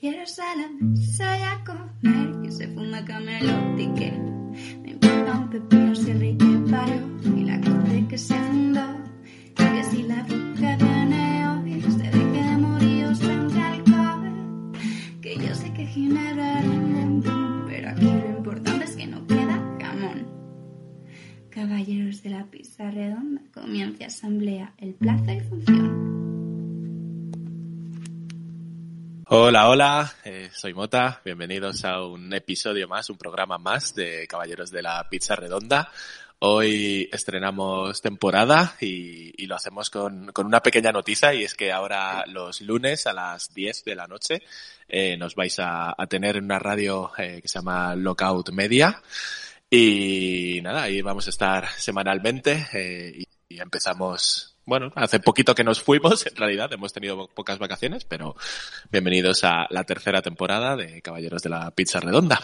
quiero salame, soy a comer. Que se fuma camelote que me importa un pepino si el rey que parió y la corte que se fundó. Y que si la bruja tiene hoy se deje de morir o se alcohol. Que yo sé que Ginebra rinde pero aquí lo importante es que no queda jamón. Caballeros de la pizza redonda, comienza asamblea, el plazo y función. Hola, hola, eh, soy Mota, bienvenidos a un episodio más, un programa más de Caballeros de la Pizza Redonda. Hoy estrenamos temporada y, y lo hacemos con, con una pequeña noticia y es que ahora los lunes a las 10 de la noche eh, nos vais a, a tener en una radio eh, que se llama Lockout Media y nada, ahí vamos a estar semanalmente eh, y, y empezamos bueno, hace poquito que nos fuimos, en realidad hemos tenido pocas vacaciones, pero bienvenidos a la tercera temporada de Caballeros de la Pizza Redonda.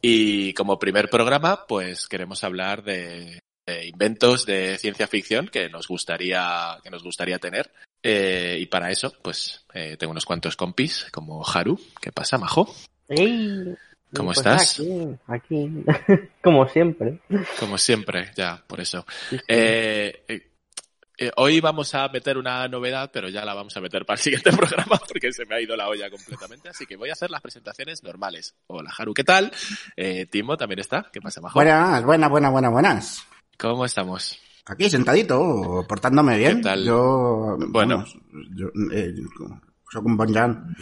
Y como primer programa, pues queremos hablar de, de inventos de ciencia ficción que nos gustaría, que nos gustaría tener. Eh, y para eso, pues eh, tengo unos cuantos compis, como Haru. ¿Qué pasa, Majo? ¡Ey! ¿Cómo Pues estás? Aquí, aquí. como siempre. Como siempre, ya, por eso. Eh, eh, eh, hoy vamos a meter una novedad, pero ya la vamos a meter para el siguiente programa porque se me ha ido la olla completamente. Así que voy a hacer las presentaciones normales. Hola, Haru, ¿qué tal? Eh, Timo también está. ¿Qué pasa, Majo? Buenas, buenas, buenas, buenas, buenas. ¿Cómo estamos? Aquí sentadito, portándome bien. ¿Qué tal? Yo, Bueno. vamos, yo, eh, soy un bonjan.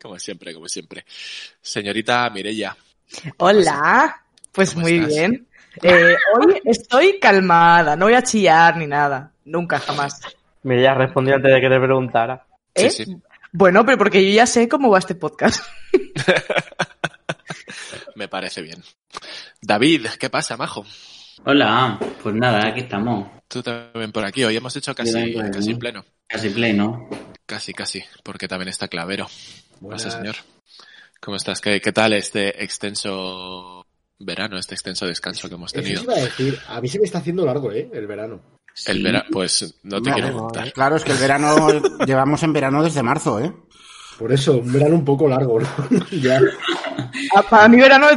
Como siempre, como siempre. Señorita Mirella. Hola, pues ¿Cómo muy estás? bien. Eh, hoy estoy calmada, no voy a chillar ni nada, nunca jamás. Me ya respondí antes de que te preguntara. Sí, ¿Eh? sí. Bueno, pero porque yo ya sé cómo va este podcast. Me parece bien. David, ¿qué pasa, Majo? Hola, pues nada, aquí estamos. Tú también por aquí. Hoy hemos hecho casi, Bien, bueno. casi pleno. Casi play, ¿no? este ¿eh? pues, Ah, eh, ¿eh? ¿eh? pues Pues, este, eh, pues, pues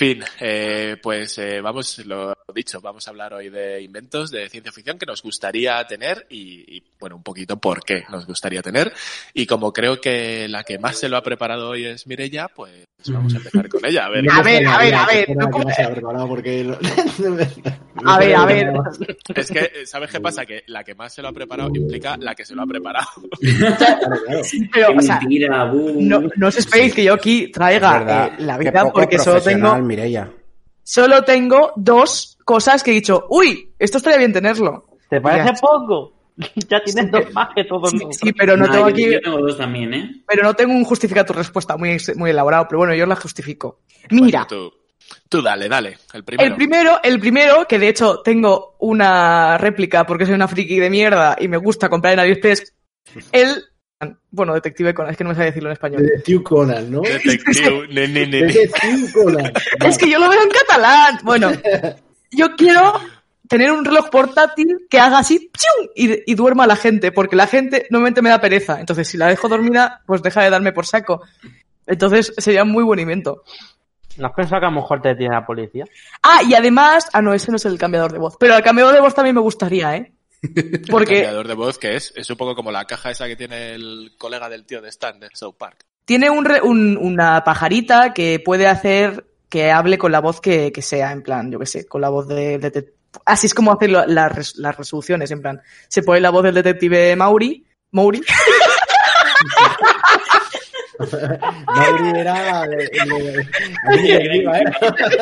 eh, eh, pues Ah, ¿eh? ¿eh? Eh, Mauri era el, el- el- el niño que iba, ¿eh?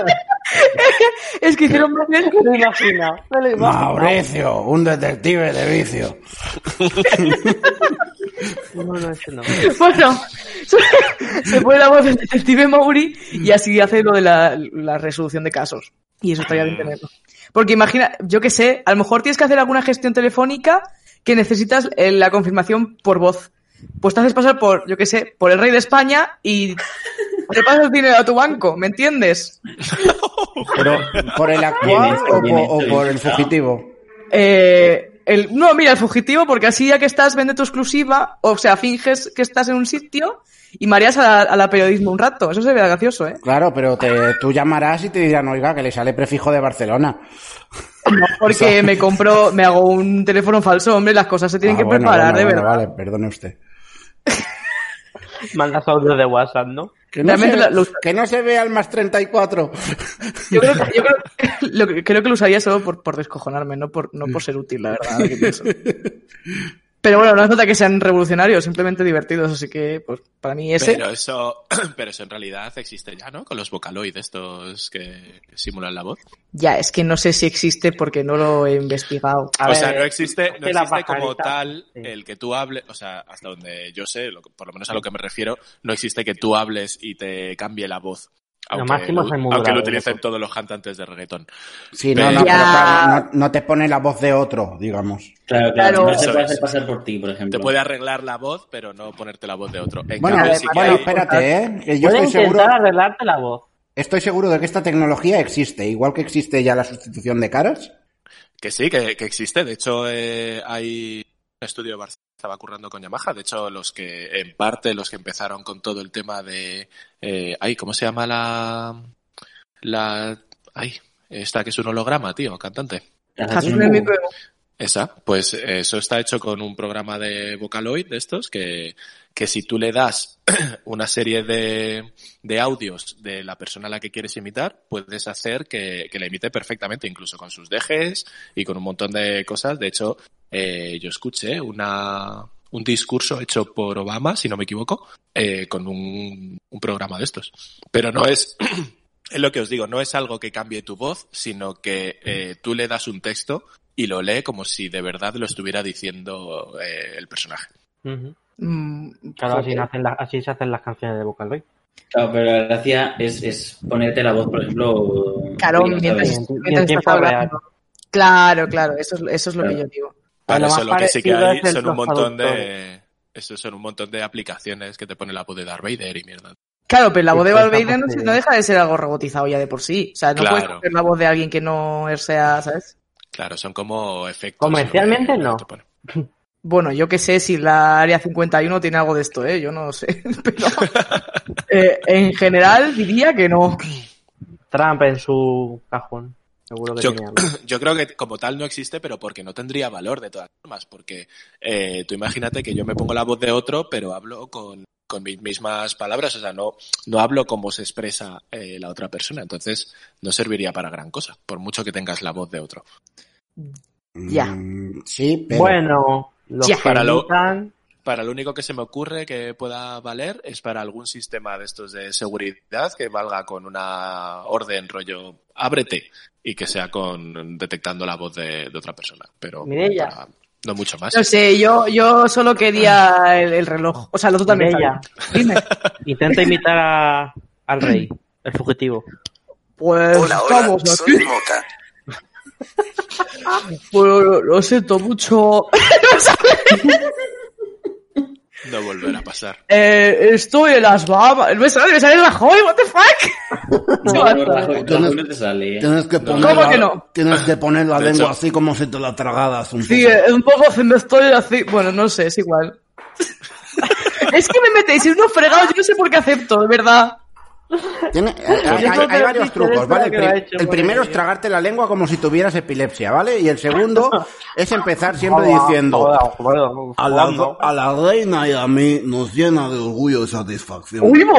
Es que hicieron más bien- Me lo he imaginado, me lo he imaginado. Mauricio, un detective de vicio. No, no, ese no. Bueno, se pone la voz del detective Mauri y así hace lo de la, la resolución de casos. Y eso estaría bien tenerlo. Porque imagina, yo qué sé, a lo mejor tienes que hacer alguna gestión telefónica que necesitas eh, la confirmación por voz. Pues te haces pasar por, yo qué sé, por el rey de España y te pasas dinero a tu banco, ¿me entiendes? Pero, ¿por el Bien actual hecho, o, bien po- hecho, o por bien el hecho. fugitivo? Eh, el, no, mira, el fugitivo, porque así ya que estás, vende tu exclusiva, o sea, finges que estás en un sitio y mareas a la, a la periodismo un rato. Eso se ve gracioso, ¿eh? Claro, pero te, tú llamarás y te dirán, oiga, que le sale prefijo de Barcelona. No, porque me compro, me hago un teléfono falso, hombre, las cosas se tienen Ah, que bueno, preparar, bueno, de bueno, verdad. Vale, perdone usted. Mandas audios de WhatsApp, ¿no? Que no, Realmente se, lo- lo- que no se vea el más 34. Yo, creo que, yo creo, que- lo que- creo que lo usaría solo por, por descojonarme, no por, no por ser útil, la verdad, ahora que pienso. Pero bueno, no hace falta que sean revolucionarios, simplemente divertidos, así que pues para mí ese... Pero eso, pero eso en realidad existe ya, ¿no? Con los vocaloid estos que simulan la voz. Ya, es que no sé si existe porque no lo he investigado. A o ver, sea, no existe, no que la existe como pajarita. tal Sí. el que tú hables, o sea, hasta donde yo sé, lo que- por lo menos a lo que me refiero, no existe que tú hables y te cambie la voz. Lo Aunque, máximo es lo, el aunque modulador, lo ¿no? utilicen todos los cantantes de reggaetón. Sí, no, Ya. no, pero claro, no, no te pone la voz de otro, digamos. Claro, claro, Claro. no se Eso puede es. hacer pasar por ti, por ejemplo. Te puede arreglar la voz, pero no ponerte la voz de otro. En Bueno, eh, cambio, sí que bueno hay- espérate, ¿eh? Que yo Puedes estoy intentar seguro, arreglarte la voz. estoy seguro de que esta tecnología existe, igual que existe ya la sustitución de caras. Que sí, que, que existe. De hecho, eh, hay un estudio de Barcelona que estaba currando con Yamaha. De hecho, los que, en parte, los que empezaron con todo el tema de... Eh, ay, ¿cómo se llama la... La... Ay, esta que es un holograma, tío, cantante. Te haces Jesús un- del micro- Esa, pues eh, eso está hecho con un programa de Vocaloid de estos que, que si tú le das una serie de, de audios de la persona a la que quieres imitar, puedes hacer que, que la imite perfectamente, incluso con sus dejes y con un montón de cosas. De hecho, eh, yo escuché una, un discurso hecho por Obama, si no me equivoco, eh, con un, un programa de estos. Pero no es, es lo que os digo, no es algo que cambie tu voz, sino que eh, tú le das un texto y lo lee como si de verdad lo estuviera diciendo eh, el personaje. Ujú. Mm, Claro, así, joder. nacen las- así se hacen las canciones de Vocaloid. Claro, pero la gracia es, es ponerte la voz, por ejemplo. Claro, ¿sabes? mientras, Ni en- ni en mientras tiempo estás hablando. Claro, claro, eso es, eso es lo que Claro. yo digo. Para Lo eso más lo que sí que parecido hay es el son un montón traductor. de... Eso son un montón de aplicaciones que te pone la voz de Darth Vader y mierda. Claro, pero la voz de Pues Val Vader no, tampoco no deja de ser algo robotizado ya de por sí. O sea, no Claro. puedes hacer la voz de alguien que no sea, ¿sabes? Claro, son como efectos. Comercialmente, lo que- no. lo que te pone. Bueno, yo qué sé si la Área 51 tiene algo de esto, ¿eh? Yo no lo sé. Pero eh, en general diría que no. Trump en su cajón. Seguro que Yo- tenía algo. Yo creo que como tal no existe, pero porque no tendría valor de todas formas. Porque eh, tú imagínate que yo me pongo la voz de otro, pero hablo con, con mis mismas palabras. O sea, no, no hablo como se expresa eh, la otra persona. Entonces, no serviría para gran cosa, por mucho que tengas la voz de otro. Ya. Mm, sí, pero... Bueno, los Ya. que Para lo- imitan- Para lo único que se me ocurre que pueda valer es para algún sistema de estos de seguridad que valga con una orden rollo ábrete y que sea con detectando la voz de, de otra persona. Pero Mireia. para- no mucho más. No sé, yo, yo solo quería el, el reloj. O sea, lo totalmente. Mireia, Dime. Intenta imitar a- al rey, el fugitivo. Pues estamos aquí. Pues lo, lo siento mucho. No volverá a pasar. Eh, estoy en las Bahamas. Me sale, me sale Rajoy, what the fuck. No, no, Rajoy, Yo no- Rajoy no te sale. ¿eh? Tienes que poner ¿Cómo la, que no? Tienes que poner la De lengua hecho- así como si te la tragadas un Sí, poco. eh, un poco se me estoy así. Bueno, no sé, es igual. es que me metéis en unos fregados, yo no sé por qué acepto, de verdad. Tiene- hay, hay- creo que hay lo varios dice, es trucos, ¿vale? verdad El, que lo pri- ha hecho, el madre primero es mía. tragarte la lengua como si tuvieras epilepsia, ¿vale? Y el segundo es empezar siempre diciendo a la, a la reina y a mí nos llena de orgullo y satisfacción. ¡Uivo!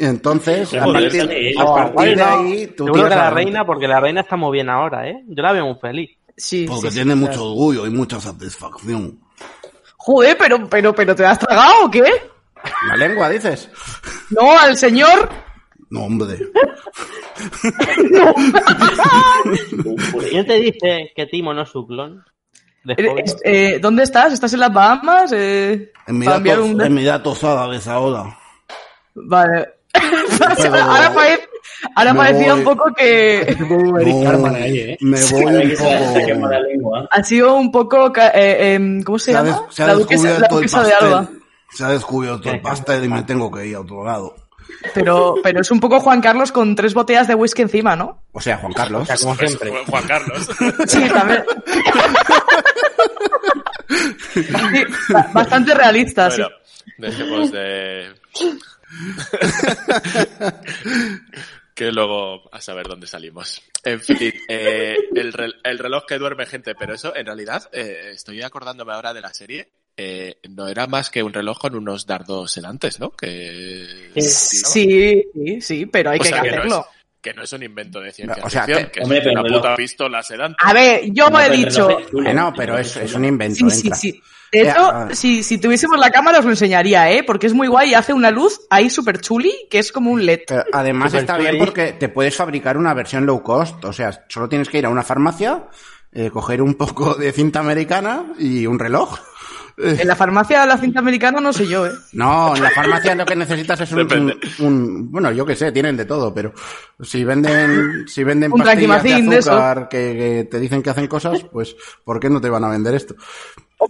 Y entonces, a Joder, partir, sale él. a partir de ahí, tú Seguro que tiras la adelante. reina, porque la reina está muy bien ahora, ¿eh? Yo la veo muy feliz. Sí, Porque sí, tiene sí, mucho claro. orgullo y mucha satisfacción. Joder, pero, pero, pero, ¿te has tragado o qué? La lengua, dices. No, al señor. No, hombre. ¿Quién te dice que Timo no es su clon? De joven. Eres- eh, ¿Dónde estás? ¿Estás en las Bahamas? Eh, En mi para enviar dato, un- en mi dato árabes ahora. Vale. Pues, Pero- ahora parece- ahora Me parecía voy. un poco que... No, ¿eh? Me voy Cada un vez que se- se poco. quema la lengua. Ha sido un poco... ca- eh, em, ¿Cómo se Se ha, llama? des- se ha la duquesa, la descubierto el duquesa de Alba. pastel. Se ha descubierto el pastel y me tengo que ir a otro lado. Pero, pero es un poco Juan Carlos con tres botellas de whisky encima, ¿no? O sea, Juan Carlos. O sea, como Pues, siempre. Juan Carlos. Sí, también. Sí, ba- bastante realista, sí. Bueno, dejemos de. que luego a saber dónde salimos. En fin, eh, el, rel- el reloj que duerme gente, pero eso en realidad eh, estoy acordándome ahora de la serie. eh, no era más que un reloj con unos dardos sedantes, ¿no? Eh, Que Sí, sí, sí, pero hay O que sea, que no es- hacerlo. que no es un invento de ciencia O sea, ficción, que- que, es Hombre, pero una el reloj- puta pistola sedante. A ver, yo No, me he pero el dicho. reloj es chulo. Bueno, pero es, es un invento. Sí, sí, entra. sí. De Eh, hecho, a ver. si, si tuviésemos la cámara os lo enseñaría, ¿eh? Porque es muy guay y hace una luz ahí súper chuli que es como un LED. Pero además Super está bien chuli. porque te puedes fabricar una versión low cost. O sea, solo tienes que ir a una farmacia, eh, coger un poco de cinta americana y un reloj. En la farmacia de la cinta americana no sé yo, ¿eh? No, en la farmacia lo que necesitas es un, Depende. un- un- bueno, yo qué sé, tienen de todo, pero si venden, si venden Un pastillas traquimacín de de eso. azúcar que, que te dicen que hacen cosas, pues ¿por qué no te van a vender esto?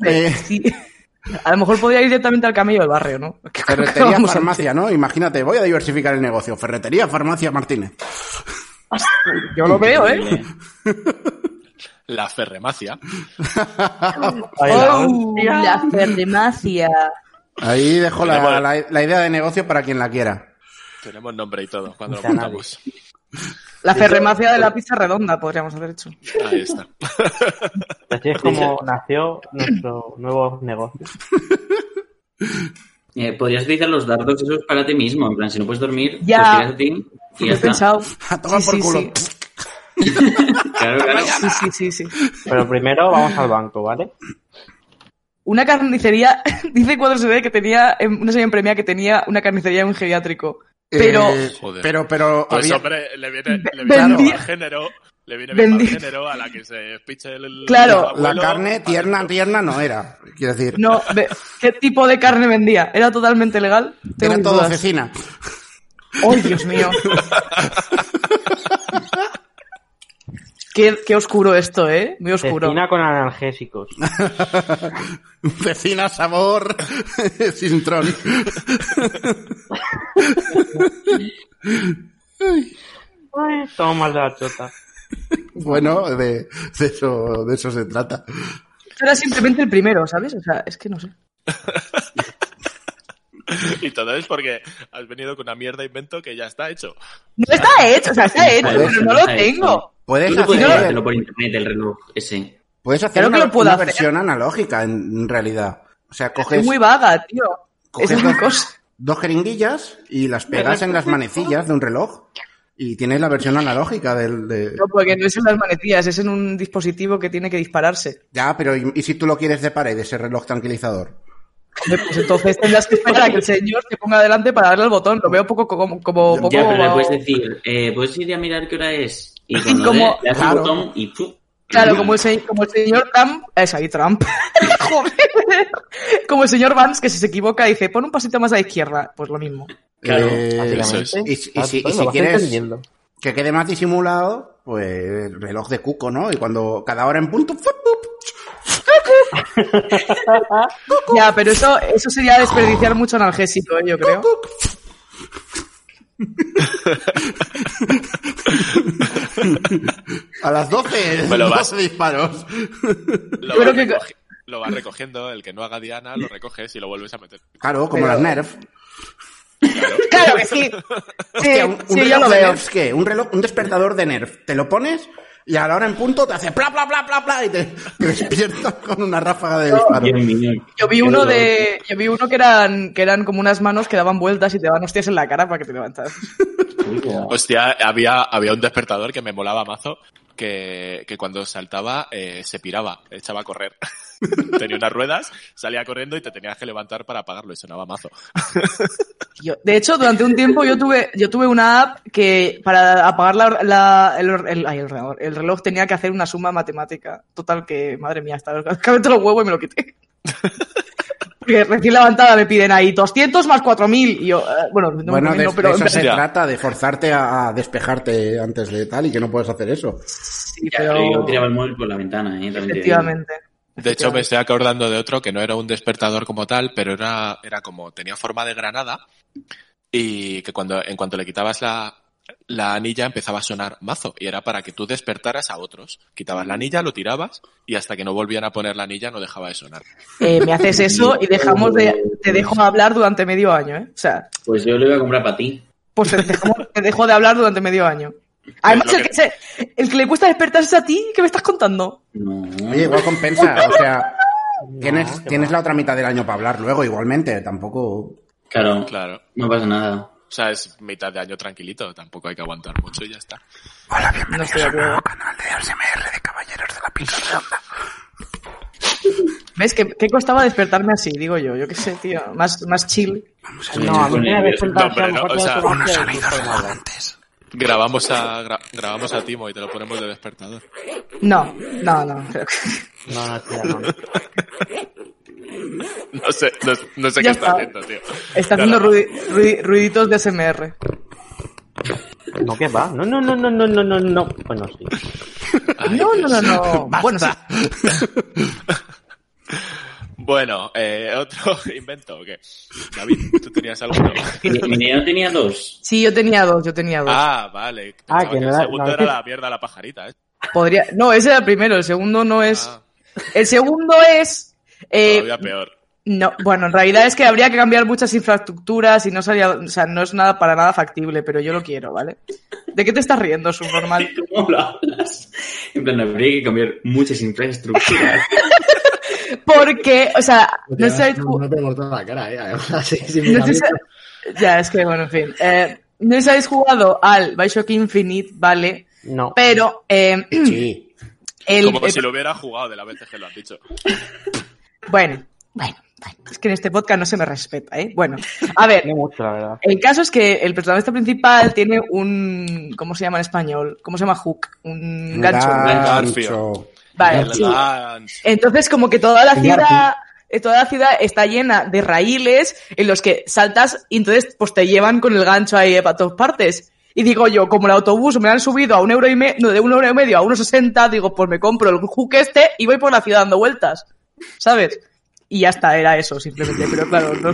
Eh, Sí. A lo mejor podría ir directamente al camello del barrio, ¿no? Que creo que ferretería, vamos a- farmacia, ¿no? Imagínate, voy a diversificar el negocio. Ferretería, farmacia, Martínez. Yo lo veo, ¿eh? La ferremacia. Oh, la farmacia. Ahí dejo la, Tenemos- la- la idea de negocio para quien la quiera. Tenemos nombre y todo cuando lo montamos. La ferremacia de la pizza redonda podríamos haber hecho. Ahí está. Así es como nació nuestro nuevo negocio. Eh, podrías utilizar los dardos esos para ti mismo. En plan, si no puedes dormir, Ya. los tiras a ti y Lo ya he está. pensado. A tomar Sí, por sí, culo. sí. Claro, claro. Sí, sí, sí, sí. Pero primero vamos al banco, ¿vale? Una carnicería, dice Cuadro CD que tenía, em, una señora en premia que tenía una carnicería en un geriátrico. Pero Eh, Joder. pero, pero, Pues había- hombre, le viene, le viene Vendi- bien al género, le viene bien Vendi- al género a la que se piche el Claro. el la abuelo. carne tierna, tierna no era. Quiero decir, no, ve- ¿qué tipo de carne vendía? ¿Era totalmente legal? Tengo era mis todo dudas. cecina. ¡Oh, Dios mío! qué, qué oscuro esto, ¿eh? Muy oscuro. Cecina con analgésicos. Cecina sabor sin tron. Ay, Toma la chota. Bueno, de, de eso, de eso se trata. Esto era simplemente el primero, ¿sabes? O sea, es que no sé. Y todo es porque has venido con una mierda de invento que ya está hecho. No está hecho, o sea, está hecho, Claro, pero sí, no lo está hecho. tengo. Puedes Tú no puedes hacer, hacerlo por internet, el reloj ese. puedes hacer Claro que una, lo puedo una hacer. versión analógica en realidad. O sea, coges Es muy vaga, tío. Coges Esa es mi dos- cosa. dos jeringuillas y las pegas en las manecillas de un reloj y tienes la versión analógica del. de- No, porque no es en las manetillas, es en un dispositivo que tiene que dispararse. Ya, pero ¿y, y si tú lo quieres de pared, ese reloj tranquilizador? Hombre, Pues entonces tendrás que esperar a que el señor se ponga adelante para darle al botón. Lo veo poco como... como poco Ya, pero le puedes decir, eh, ¿puedes ir a mirar qué hora es? Y cuando Como- le, le das un claro. botón y ¡puf! Claro, como el, se- como el señor Trump... Es ahí Trump. Joder. Como el señor Vance, que si se equivoca dice, pon un pasito más a la izquierda. Pues lo mismo. Claro, Eh, eso y, es. si- y si- Ah, y si- y si quieres que quede más disimulado, pues reloj de cuco, ¿no? Y cuando cada hora en punto. ¡fup, fup! Ya, pero eso, eso sería desperdiciar mucho analgésico, eh, yo creo. A las 12, Me lo vas. 12 disparos. Lo, Yo va creo que- recogi- lo vas recogiendo, el que no haga Diana lo recoges y lo vuelves a meter. Claro, como Pero- las Nerf. Claro que sí. Sí, Hostia, un, un sí, reloj yo lo de veo. Nerf, ¿qué? Un reloj, un despertador de Nerf. Te lo pones y a la hora en punto te hace pla, pla, pla, pla, pla y te, te despiertas con una ráfaga de disparo. Dios mío. Yo vi uno de. Yo vi uno que eran, que eran como unas manos que daban vueltas y te daban hostias en la cara para que te levantaras. Uy, guau. Hostia, había, había un despertador que me molaba mazo, que, que cuando saltaba eh, se piraba, echaba a correr. Tenía unas ruedas, salía corriendo y te tenías que levantar para apagarlo y sonaba mazo. Yo- de hecho, durante un tiempo yo tuve, yo tuve una app que para apagar la, la- el, or- el- ay, el ordenador, el reloj tenía que hacer una suma matemática. Total que, madre mía, hasta acabé todos los huevos y me lo quité. Porque recién levantada me piden ahí 200 más 4.000. Y yo, eh, bueno, no bueno, 4.000 de, no, de pero eso se Ya. trata, de forzarte a, a despejarte antes de tal y que no puedes hacer eso. sí, Ya, pero- pero yo tiraba el móvil por la ventana, ¿eh? También te digo. efectivamente. De hecho, me estoy acordando de otro que no era un despertador como tal, pero era, era como, tenía forma de granada y que cuando, en cuanto le quitabas la, la anilla empezaba a sonar mazo y era para que tú despertaras a otros. Quitabas la anilla, lo tirabas y hasta que no volvían a poner la anilla no dejaba de sonar. Eh, me haces eso y dejamos de, te dejo hablar durante medio año, ¿eh? O sea, Pues yo lo iba a comprar para ti. pues te, dejamos- te dejo de hablar durante medio año. Además, lo el que- que, se- el que le cuesta despertarse a ti, ¿qué me estás contando? No. Oye, igual compensa, o sea, tienes, No, qué tienes va. la otra mitad del año para hablar luego, igualmente, tampoco... Claro, Claro. no pasa nada. O sea, es mitad de año tranquilito, tampoco hay que aguantar mucho y ya está. No estoy de acuerdo. Canal de ASMR de Caballeros de la Pizza Redonda. ¿Ves? ¿Qué, qué costaba despertarme así? Digo yo, yo qué sé, tío. Más, más chill. Pues No, a mí Con me el- había sentado no, hombre, a lo mejor no, o te sea, lo tomaste y no fue nada. Antes. Grabamos a, gra- grabamos a Timo y te lo ponemos de despertador. No, no, no. creo que- No, no, tía, no. No sé, no, no sé qué Ya está está. haciendo, tío. Está Ya haciendo la- ruidi- ruidi- ruiditos de SMR. No, ¿qué va? No, no, no, no, no, no, no, no. Bueno, sí. Ay, No, no, Dios. no, no. Bueno, sí. Bueno, eh, otro invento, ¿o qué? David, tú tenías alguno. Mi niño tenía dos. Sí, yo tenía dos, yo tenía dos. Ah, vale. Pensaba Ah, que que no el era- segundo no, era que- la mierda la pajarita, ¿eh? Podría... No, ese era el primero, el segundo no es... Ah, El segundo es... eh, todavía peor. No, bueno, en realidad es que habría que cambiar muchas infraestructuras y no sería, o sea, no es nada para nada factible, pero yo lo quiero, ¿vale? ¿De qué te estás riendo, subnormal? ¿Cómo lo hablas? En plan, habría que cambiar muchas infraestructuras. Porque, o sea, no Pues No, sé, no te he cortado la cara, eh. Además, así, sin no sé miramiento. si- ya es que bueno, en fin, Eh, no sé si habéis jugado al Bioshock Infinite, vale, No. pero eh, Sí. el, Como el- si lo hubiera jugado de las veces que lo han dicho. eh, bueno, bueno, bueno, es que en este podcast no se me respeta, ¿eh? Bueno, a ver, No mucho, la verdad. El caso es que el protagonista principal tiene un. ¿Cómo se llama en español? ¿Cómo se llama hook? Un gancho. Gancho. Vale, Ah, sí. Lanch. Entonces, como que toda la Un ciudad. eh, Toda la ciudad está llena de raíles en los que saltas y entonces pues te llevan con el gancho ahí eh, para todas partes. Y digo yo, como el autobús me lo han subido a un euro y medio, de un euro y medio a unos sesenta, digo, pues me compro el hook este y voy por la ciudad dando vueltas. ¿Sabes? Y ya está, era eso simplemente. Pero claro, no,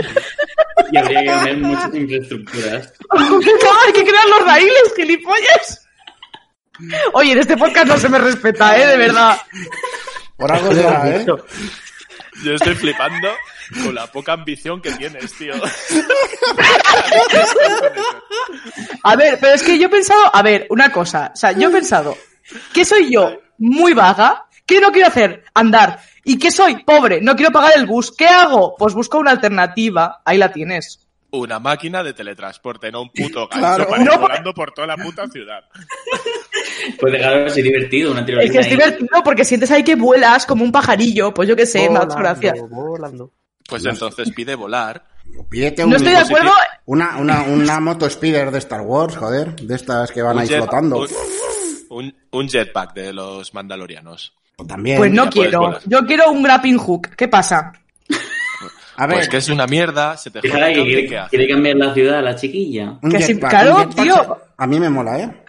Y habría que cambiar muchas infraestructuras. Claro, hay que crear los raíles, gilipollas. Oye, en este podcast no se me respeta, ¿eh? De verdad. Por algo será, ¿eh? "Ah, Yo estoy flipando con la poca ambición que tienes, tío. A ver, pero es que yo he pensado, a ver, una cosa. O sea, yo he pensado que soy yo muy vaga, que no quiero hacer andar y que soy pobre, no quiero pagar el bus. ¿Qué hago? Pues busco una alternativa. Ahí la tienes. Una máquina de teletransporte, no un puto gancho Claro. para ir No, volando por toda la puta ciudad. Pues dejarlo así divertido, una Es que tirolina es divertido porque sientes ahí que vuelas como un pajarillo. Pues yo qué sé, me ha hecho gracia. Volando, volando. Pues entonces pide volar. Pídete un- No estoy de acuerdo. Una, una, una moto speeder de Star Wars, joder, de estas que van un ahí jet- flotando. un- un- un jetpack de los mandalorianos. También. Pues no Ya puedes quiero. volar. Yo quiero un grappling hook. ¿Qué pasa? A ver, Pues que es una mierda, se te jode el Fíjate que cable, ¿qué quiere, haces? quiere cambiar la ciudad a la chiquilla. un que sí, jetpack, claro, un jetpack tío. se- A mí me mola, ¿eh?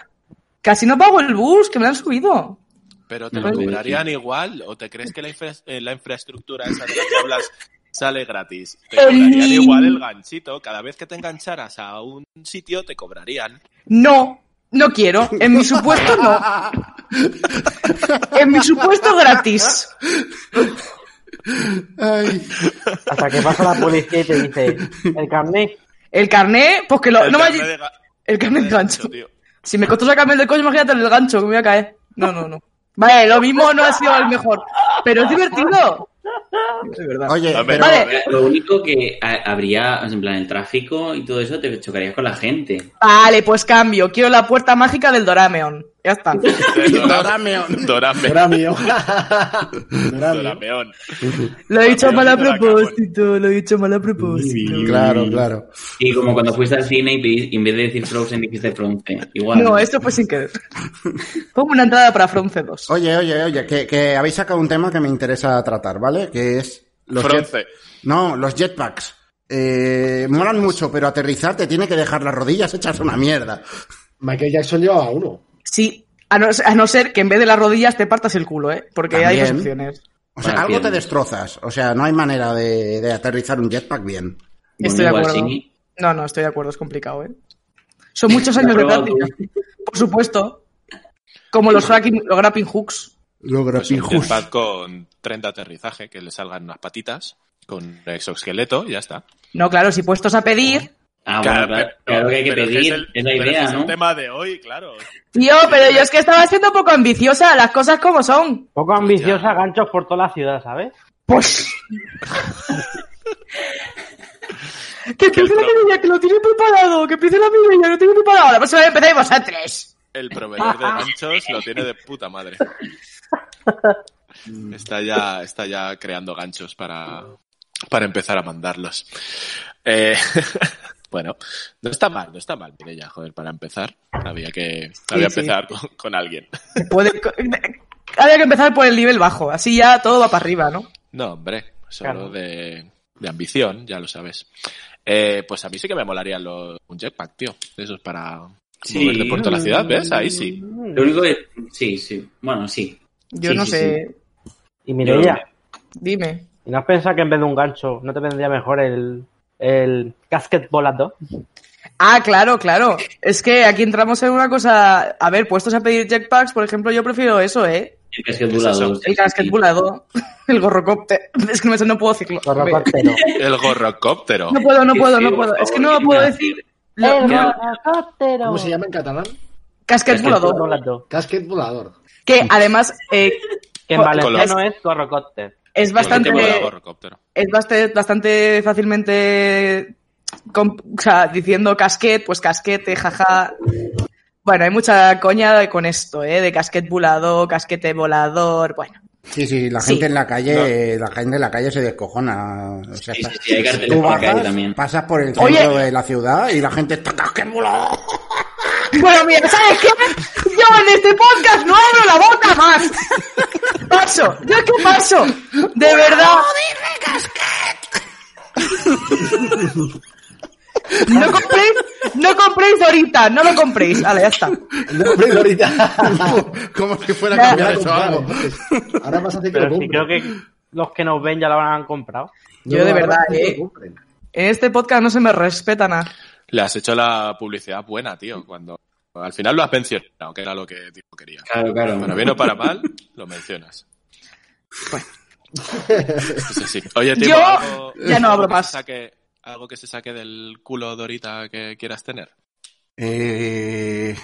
Casi no pago el bus, que me lo han subido. Pero te No, lo sí, cobrarían igual, o te crees que la, infra- eh, la infraestructura esa de la que hablas sale gratis. Te El- cobrarían igual el ganchito, cada vez que te engancharas a un sitio te cobrarían. No, no quiero. En mi supuesto no. En mi supuesto gratis. Ay, Hasta que pasa la policía y te dice, el carnet. El carné, pues que lo. El no me carnet hall- de ga- El carné de gancho. tío. Si me costó sacarme el del coche, imagínate el del gancho, que me voy a caer. No, no, no. Vale, lo mismo no ha sido el mejor. Pero es divertido. Es verdad. Oye, Hombre, pero ah. Vale. Lo único que ha- habría, en plan, el tráfico y todo eso, te chocarías con la gente. Vale, pues cambio. Quiero la puerta mágica del Dorameon. Ya está. Dorameón. Dorameón. Doramio. Doramio. Dorameón. Lo he dicho Dorameón mal a de la propósito, lo he dicho mal a propósito. Claro, claro. Y como cuando fuiste al cine y pedí- en vez de decir Frozen dijiste Frozen. Igual. No, esto fue sin querer. Pongo una entrada para Fronce 2. Oye, oye, oye, que, que habéis sacado un tema que me interesa tratar, ¿vale? Que es los jet- Fronce. No, los jetpacks. Eh, molan mucho, pero aterrizar te tiene que dejar las rodillas hechas una mierda. Michael Jackson llevaba uno. Sí, a no, a no ser que en vez de las rodillas te partas el culo, ¿eh? Porque hay dos También. opciones. O sea, Bueno, algo te bien. destrozas. O sea, no hay manera de, de aterrizar un jetpack bien. Bueno, Estoy de igual acuerdo. sí. No, no, estoy de acuerdo, es complicado, ¿eh? Son muchos años de Claro, práctica, por supuesto. Como los, fracking- los grappling hooks. Logra Pues un jetpack con tren de aterrizaje que le salgan unas patitas con exoesqueleto y ya está. No, claro, si puestos a pedir. Ah, bueno, claro, claro que hay que pero es pedir. el- Es la pero ese idea, es el ¿no? tema de hoy, claro. Tío, pero yo es que estaba siendo un poco ambiciosa, las cosas como son. Poco ambiciosa, ganchos por toda la ciudad, ¿sabes? Pues. que empiece la pro- mirilla, que lo tiene preparado, que empiece la mirilla, que lo tiene preparado. La próxima vez empezaremos a tres. El proveedor de ganchos lo tiene de puta madre. Está ya, está ya creando ganchos para, para empezar a mandarlos. Eh, bueno, no está mal, no está mal, ya joder, para empezar. Había que, había que sí. empezar con, con alguien. Puede... Había que empezar por el nivel bajo, así ya todo va para arriba, ¿no? No, hombre, solo Claro. de, de ambición, ya lo sabes. Eh, pues a mí sí que me molaría lo- un jetpack, tío. De esos para Sí. moverte por toda la ciudad, ¿ves? Ahí sí. Lo único que. Sí, sí. Bueno, sí. Yo Sí, no sí, sé. Y Mireia, Dime. ¿y ¿no has pensado que en vez de un gancho no te vendría mejor el, el casket volando? Ah, claro, claro. Es que aquí entramos en una cosa. A ver, puestos a pedir jetpacks, por ejemplo, yo prefiero eso, ¿eh? El casquet volador. El casquet volado, el gorrocóptero. Es que no, no puedo decirlo. Corrocóptero. El gorrocóptero. No puedo, no Sí, puedo, sí, no por puedo. favor, Es que no sí, Eh, puedo sí. decir. ¡El lo- Claro. gorrocóptero! ¿Cómo se llama en catalán? Casquet Casquet volador. Volando. Casquet volador. Que además eh, Que en Con- valenciano es corrocóptero. es bastante. Porque te mola gorrocóptero. es bastante, bastante fácilmente com- o sea, diciendo casquet, pues casquete, jaja. Bueno, hay mucha coña con esto, ¿eh? De casquet volado, casquete volador, bueno. Sí, sí, la Sí. gente en la calle, eh, la gente en la calle se descojona. O sea, Sí, está- sí, sí, hay carteles tú por la bajas, calle también. pasas por el Oye. centro de la ciudad y la gente está ¡Qué volado! Bueno, mira, ¿sabes qué? Yo en este podcast no abro la boca más. Paso, yo es que paso. De verdad. No compréis, no compréis ahorita, no lo compréis. Vale, ya está. No, hombre, ahorita. Como si fuera a Ya. cambiar eso a algo. Ahora vas a hacer que Pero lo sí creo compren. que los que nos ven ya lo han comprado. No, Yo de ahora verdad, vas a hacer que eh. lo compren. En este podcast no se me respeta nada. Le has hecho la publicidad buena, tío. Cuando al final lo has mencionado, que era lo que tipo quería. Claro, claro. Para bien o para mal, lo mencionas. Sí, sí. Oye, tío, Yo algo- ya no algo hablo que más. se saque- algo que se saque del culo de ahorita que quieras tener. Eh,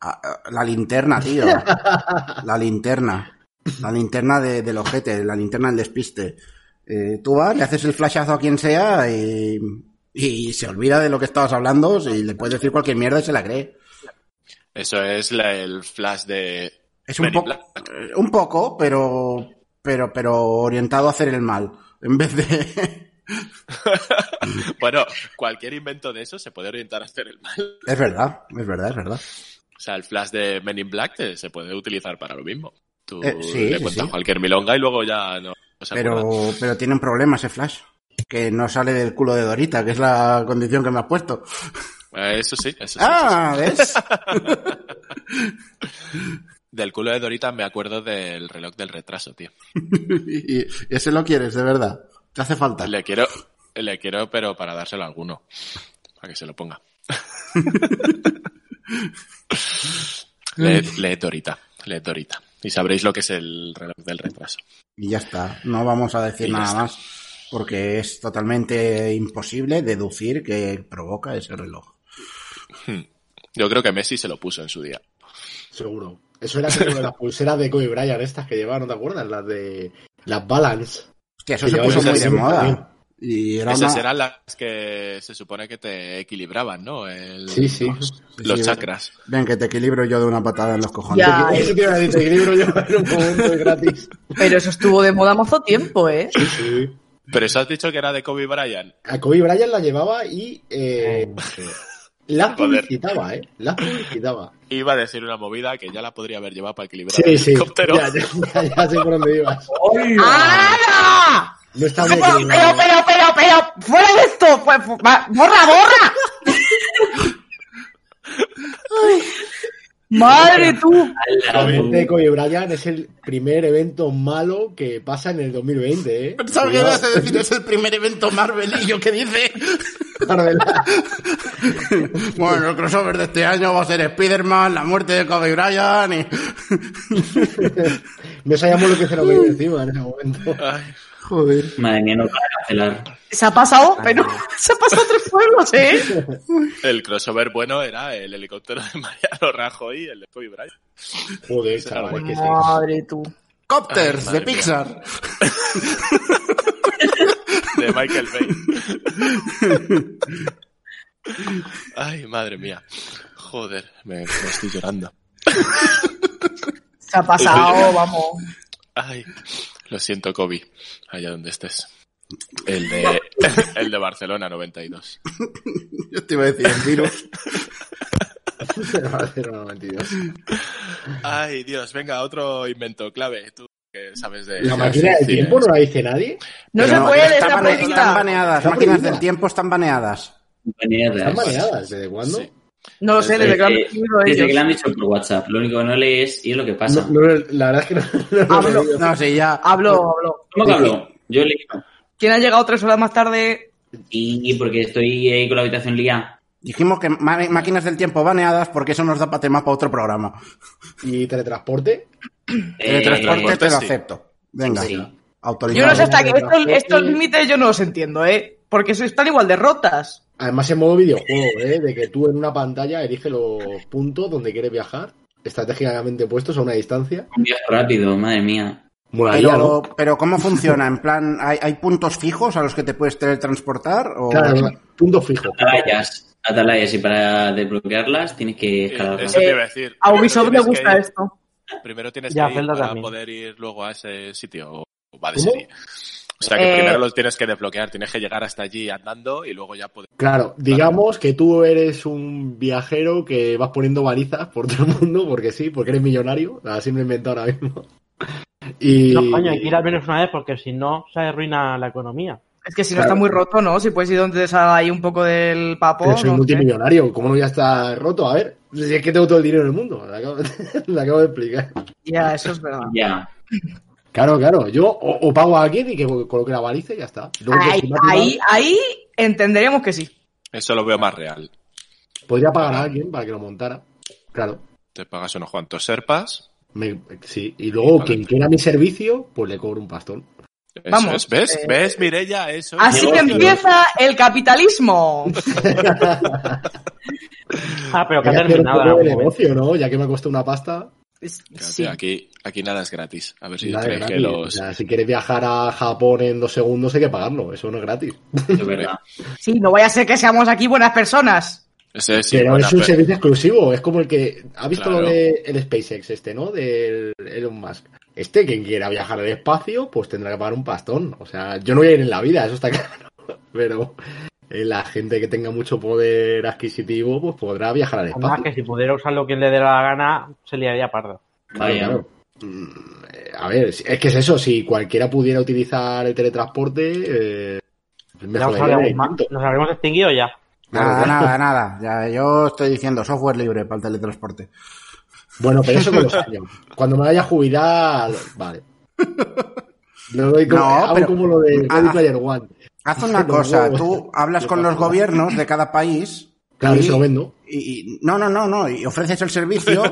a- a- la linterna, tío. La linterna. La linterna de, del ojete, la linterna del despiste. Eh, tú vas, le haces el flashazo a quien sea y, y se olvida de lo que estabas hablando y le puedes decir cualquier mierda y se la cree. Eso es la- el flash de. Es un Men in poco, eh, un poco, pero, pero, pero orientado a hacer el mal. En vez de... Bueno, cualquier invento de eso se puede orientar a hacer el mal. es verdad, es verdad, es verdad. O sea, el flash de Men in Black eh, se puede utilizar para lo mismo. Tú Eh, sí, le sí, cuentas sí. cualquier milonga y luego ya no. no se acuerda. Pero, pero tiene un problema ese flash. Que no sale del culo de Dorita, que es la condición que me has puesto. Eh, Eso sí, eso sí. Ah, ¿ves? Del culo de Dorita me acuerdo del reloj del retraso, tío. y, y ese lo quieres, de verdad. Te hace Ah. falta. Le quiero, le quiero, pero para dárselo a alguno. Para que se lo ponga. leed, leed Dorita, leed Dorita. Y sabréis lo que es el reloj del retraso. Y ya está. No vamos a decir Y ya nada está. más. Porque es totalmente imposible deducir que provoca ese reloj. Yo creo que Messi se lo puso en su día. Seguro. Eso era como las pulseras de Kobe Bryant, estas que llevaban, ¿no te acuerdas? Las de. Las Balance. Hostia, eso se Que llevaban puso esas muy de siempre moda. también. Y era Esas una- eran las que se supone que te equilibraban, ¿no? El- Sí, sí. Los Sí, chakras. Ven, que te equilibro yo de una patada en los cojones. Ya. Ay. Eso te iba a decir, te libro yo en un momento y gratis. Pero eso estuvo de moda mazo tiempo, ¿eh? Sí, sí. Pero eso has dicho que era de Kobe Bryant. A Kobe Bryant la llevaba y eh, la Joder. publicitaba, ¿eh? La publicitaba. Iba a decir una movida que ya la podría haber llevado para equilibrar Sí, el sí. helicóptero. Ya, ya, ya- ya sé por dónde ibas. ¡Hala! No está muy Pero, pero, equilibrado. pero, pero, pero, fuera de esto, fu- fu- va- borra, borra. Ay. Madre tú. Realmente Kobe Bryant es el primer evento malo que pasa en el 2020, ¿eh? Pensaba que ibas a decir es el primer evento Marvel y yo qué dice. Marvel. Bueno, el crossover de este año va a ser Spider-Man, la muerte de Kobe Bryant y... No sabíamos lo que se nos venía encima en ese momento. Ay, Joder. Madre mía, no para cancelar. Se ha pasado, pero se ha pasado tres pueblos, ¿eh? el crossover bueno era el helicóptero de Mariano Rajoy y el de Kobe Bryant. Joder, chaval, es que sí. Madre tú. Copters Ay, madre de mía. Pixar. De Michael Bay. Ay, madre mía. Joder, me, me estoy llorando. Se ha pasado, vamos. Ay, lo siento, Kobe. Allá donde estés. El de, el de Barcelona 92. Yo te iba a decir el virus. Madre, no, mentira. Ay, Dios, venga, otro invento clave. Tú que sabes de. La máquina del cine. tiempo no la dice nadie. No Pero se puede, están está bane- Están prohibida. baneadas, Está máquinas prohibida. del tiempo están baneadas. Están Baneadas. mareadas, ¿desde cuándo? Sí. No lo sé, desde que lo han Desde- decidido Eh, Desde que ellos. la han dicho por WhatsApp. Lo único que no lees y es lo que pasa. No, no, la verdad es que no, Ah. no lo he Hablo. leído. No, sí, ya. Hablo, hablo. ¿Cómo que hablo? Yo le ¿Quién ha llegado tres horas más tarde? Y porque estoy ahí con la habitación liada. Dijimos que ma- máquinas del tiempo baneadas porque eso nos da para tema para otro programa. ¿Y teletransporte? Eh, Teletransporte te lo sí. acepto. Venga, Sí. Yo no sé autorizado. hasta que estos, estos límites yo no los entiendo, ¿eh? Porque eso están igual de rotas. Además, en modo videojuego, ¿eh? De que tú en una pantalla eliges los puntos donde quieres viajar, estratégicamente puestos a una distancia. Un viaje rápido, madre mía. Molaría, ¿no? Pero, pero ¿cómo funciona? En plan, ¿hay, hay puntos fijos a los que te puedes teletransportar? O... Claro, punto fijo. Atalayas. Atalayas. Y para desbloquearlas tienes que escalar. Eh, Eso te iba a decir. A Ubisoft le Tienes que gusta ir- esto. Primero tienes Ya, que ir Zelda para también. poder ir luego a ese sitio o- o va de ¿Cómo? serie. O sea que Eh, primero los tienes que desbloquear, tienes que llegar hasta allí andando y luego ya poder. Claro, digamos que tú eres un viajero que vas poniendo balizas por todo el mundo, porque sí, porque eres millonario, así me he inventado ahora mismo. Y... No, coño, hay que ir al menos una vez porque si no se arruina la economía. Es que si no está muy roto, ¿no? Si puedes ir donde te salga ahí un poco del papo. Pero soy no sé. multimillonario, ¿cómo no voy a estar roto? A ver, si es que tengo todo el dinero del mundo, lo acabo, lo acabo de explicar. Ya, eso es verdad. Ya. Claro, claro, yo o, o pago a alguien y que coloque la baliza y ya está. Luego, pues, Ahí, si me ha ahí, ahí entenderíamos que sí. Eso lo veo más real. privado, podría pagar a alguien para que lo montara. Claro, Te pagas unos cuantos serpas. me- sí. Y luego, Vale. quien quiera mi servicio, pues le cobro un pastón. Eso Vamos, es. ¿Ves? eh, ¿Ves, Mirella? Eso es. Así que Negocio. empieza el capitalismo. Ah, pero que ha Voy a hacer un terminado ahora. poco de un momento. negocio, ¿no? Ya que me costó una pasta. Claro, Sí. tío, aquí, aquí nada es gratis. A ver si Nada crees es que gratis. O los. sea, si quieres viajar a Japón en dos segundos hay que pagarlo, eso no es gratis. Es verdad. Sí, no vaya a ser que seamos aquí buenas personas. Ese sí, Pero buena es un fe. servicio exclusivo, es como el que... ¿Ha visto Claro. lo de el SpaceX este, no? Del Elon Musk. Este, quien quiera viajar al espacio, pues tendrá que pagar un pastón. O sea, yo no voy a ir en la vida, eso está claro. Pero eh, la gente que tenga mucho poder adquisitivo, pues podrá viajar al Además, espacio. que si pudiera usar lo que le dé la gana, se liaría parda. Vaya. Claro, claro. Mm, eh, A ver, es que es eso, si cualquiera pudiera utilizar el teletransporte, eh, me Ya os jodería habremos el ma- punto. nos habremos extinguido ya. Nada, nada, nada. Ya, yo estoy diciendo software libre para el teletransporte. Bueno, pero eso con los años. Cuando me vaya a jubilar, vale. No, doy como, No, hago pero- como lo de Ready Ah. Player One. Haz una Los cosa, huevos. tú hablas con los gobiernos de cada país Claro, Sí. y se lo vendo. y, y- no, no, no, no, y ofreces el servicio,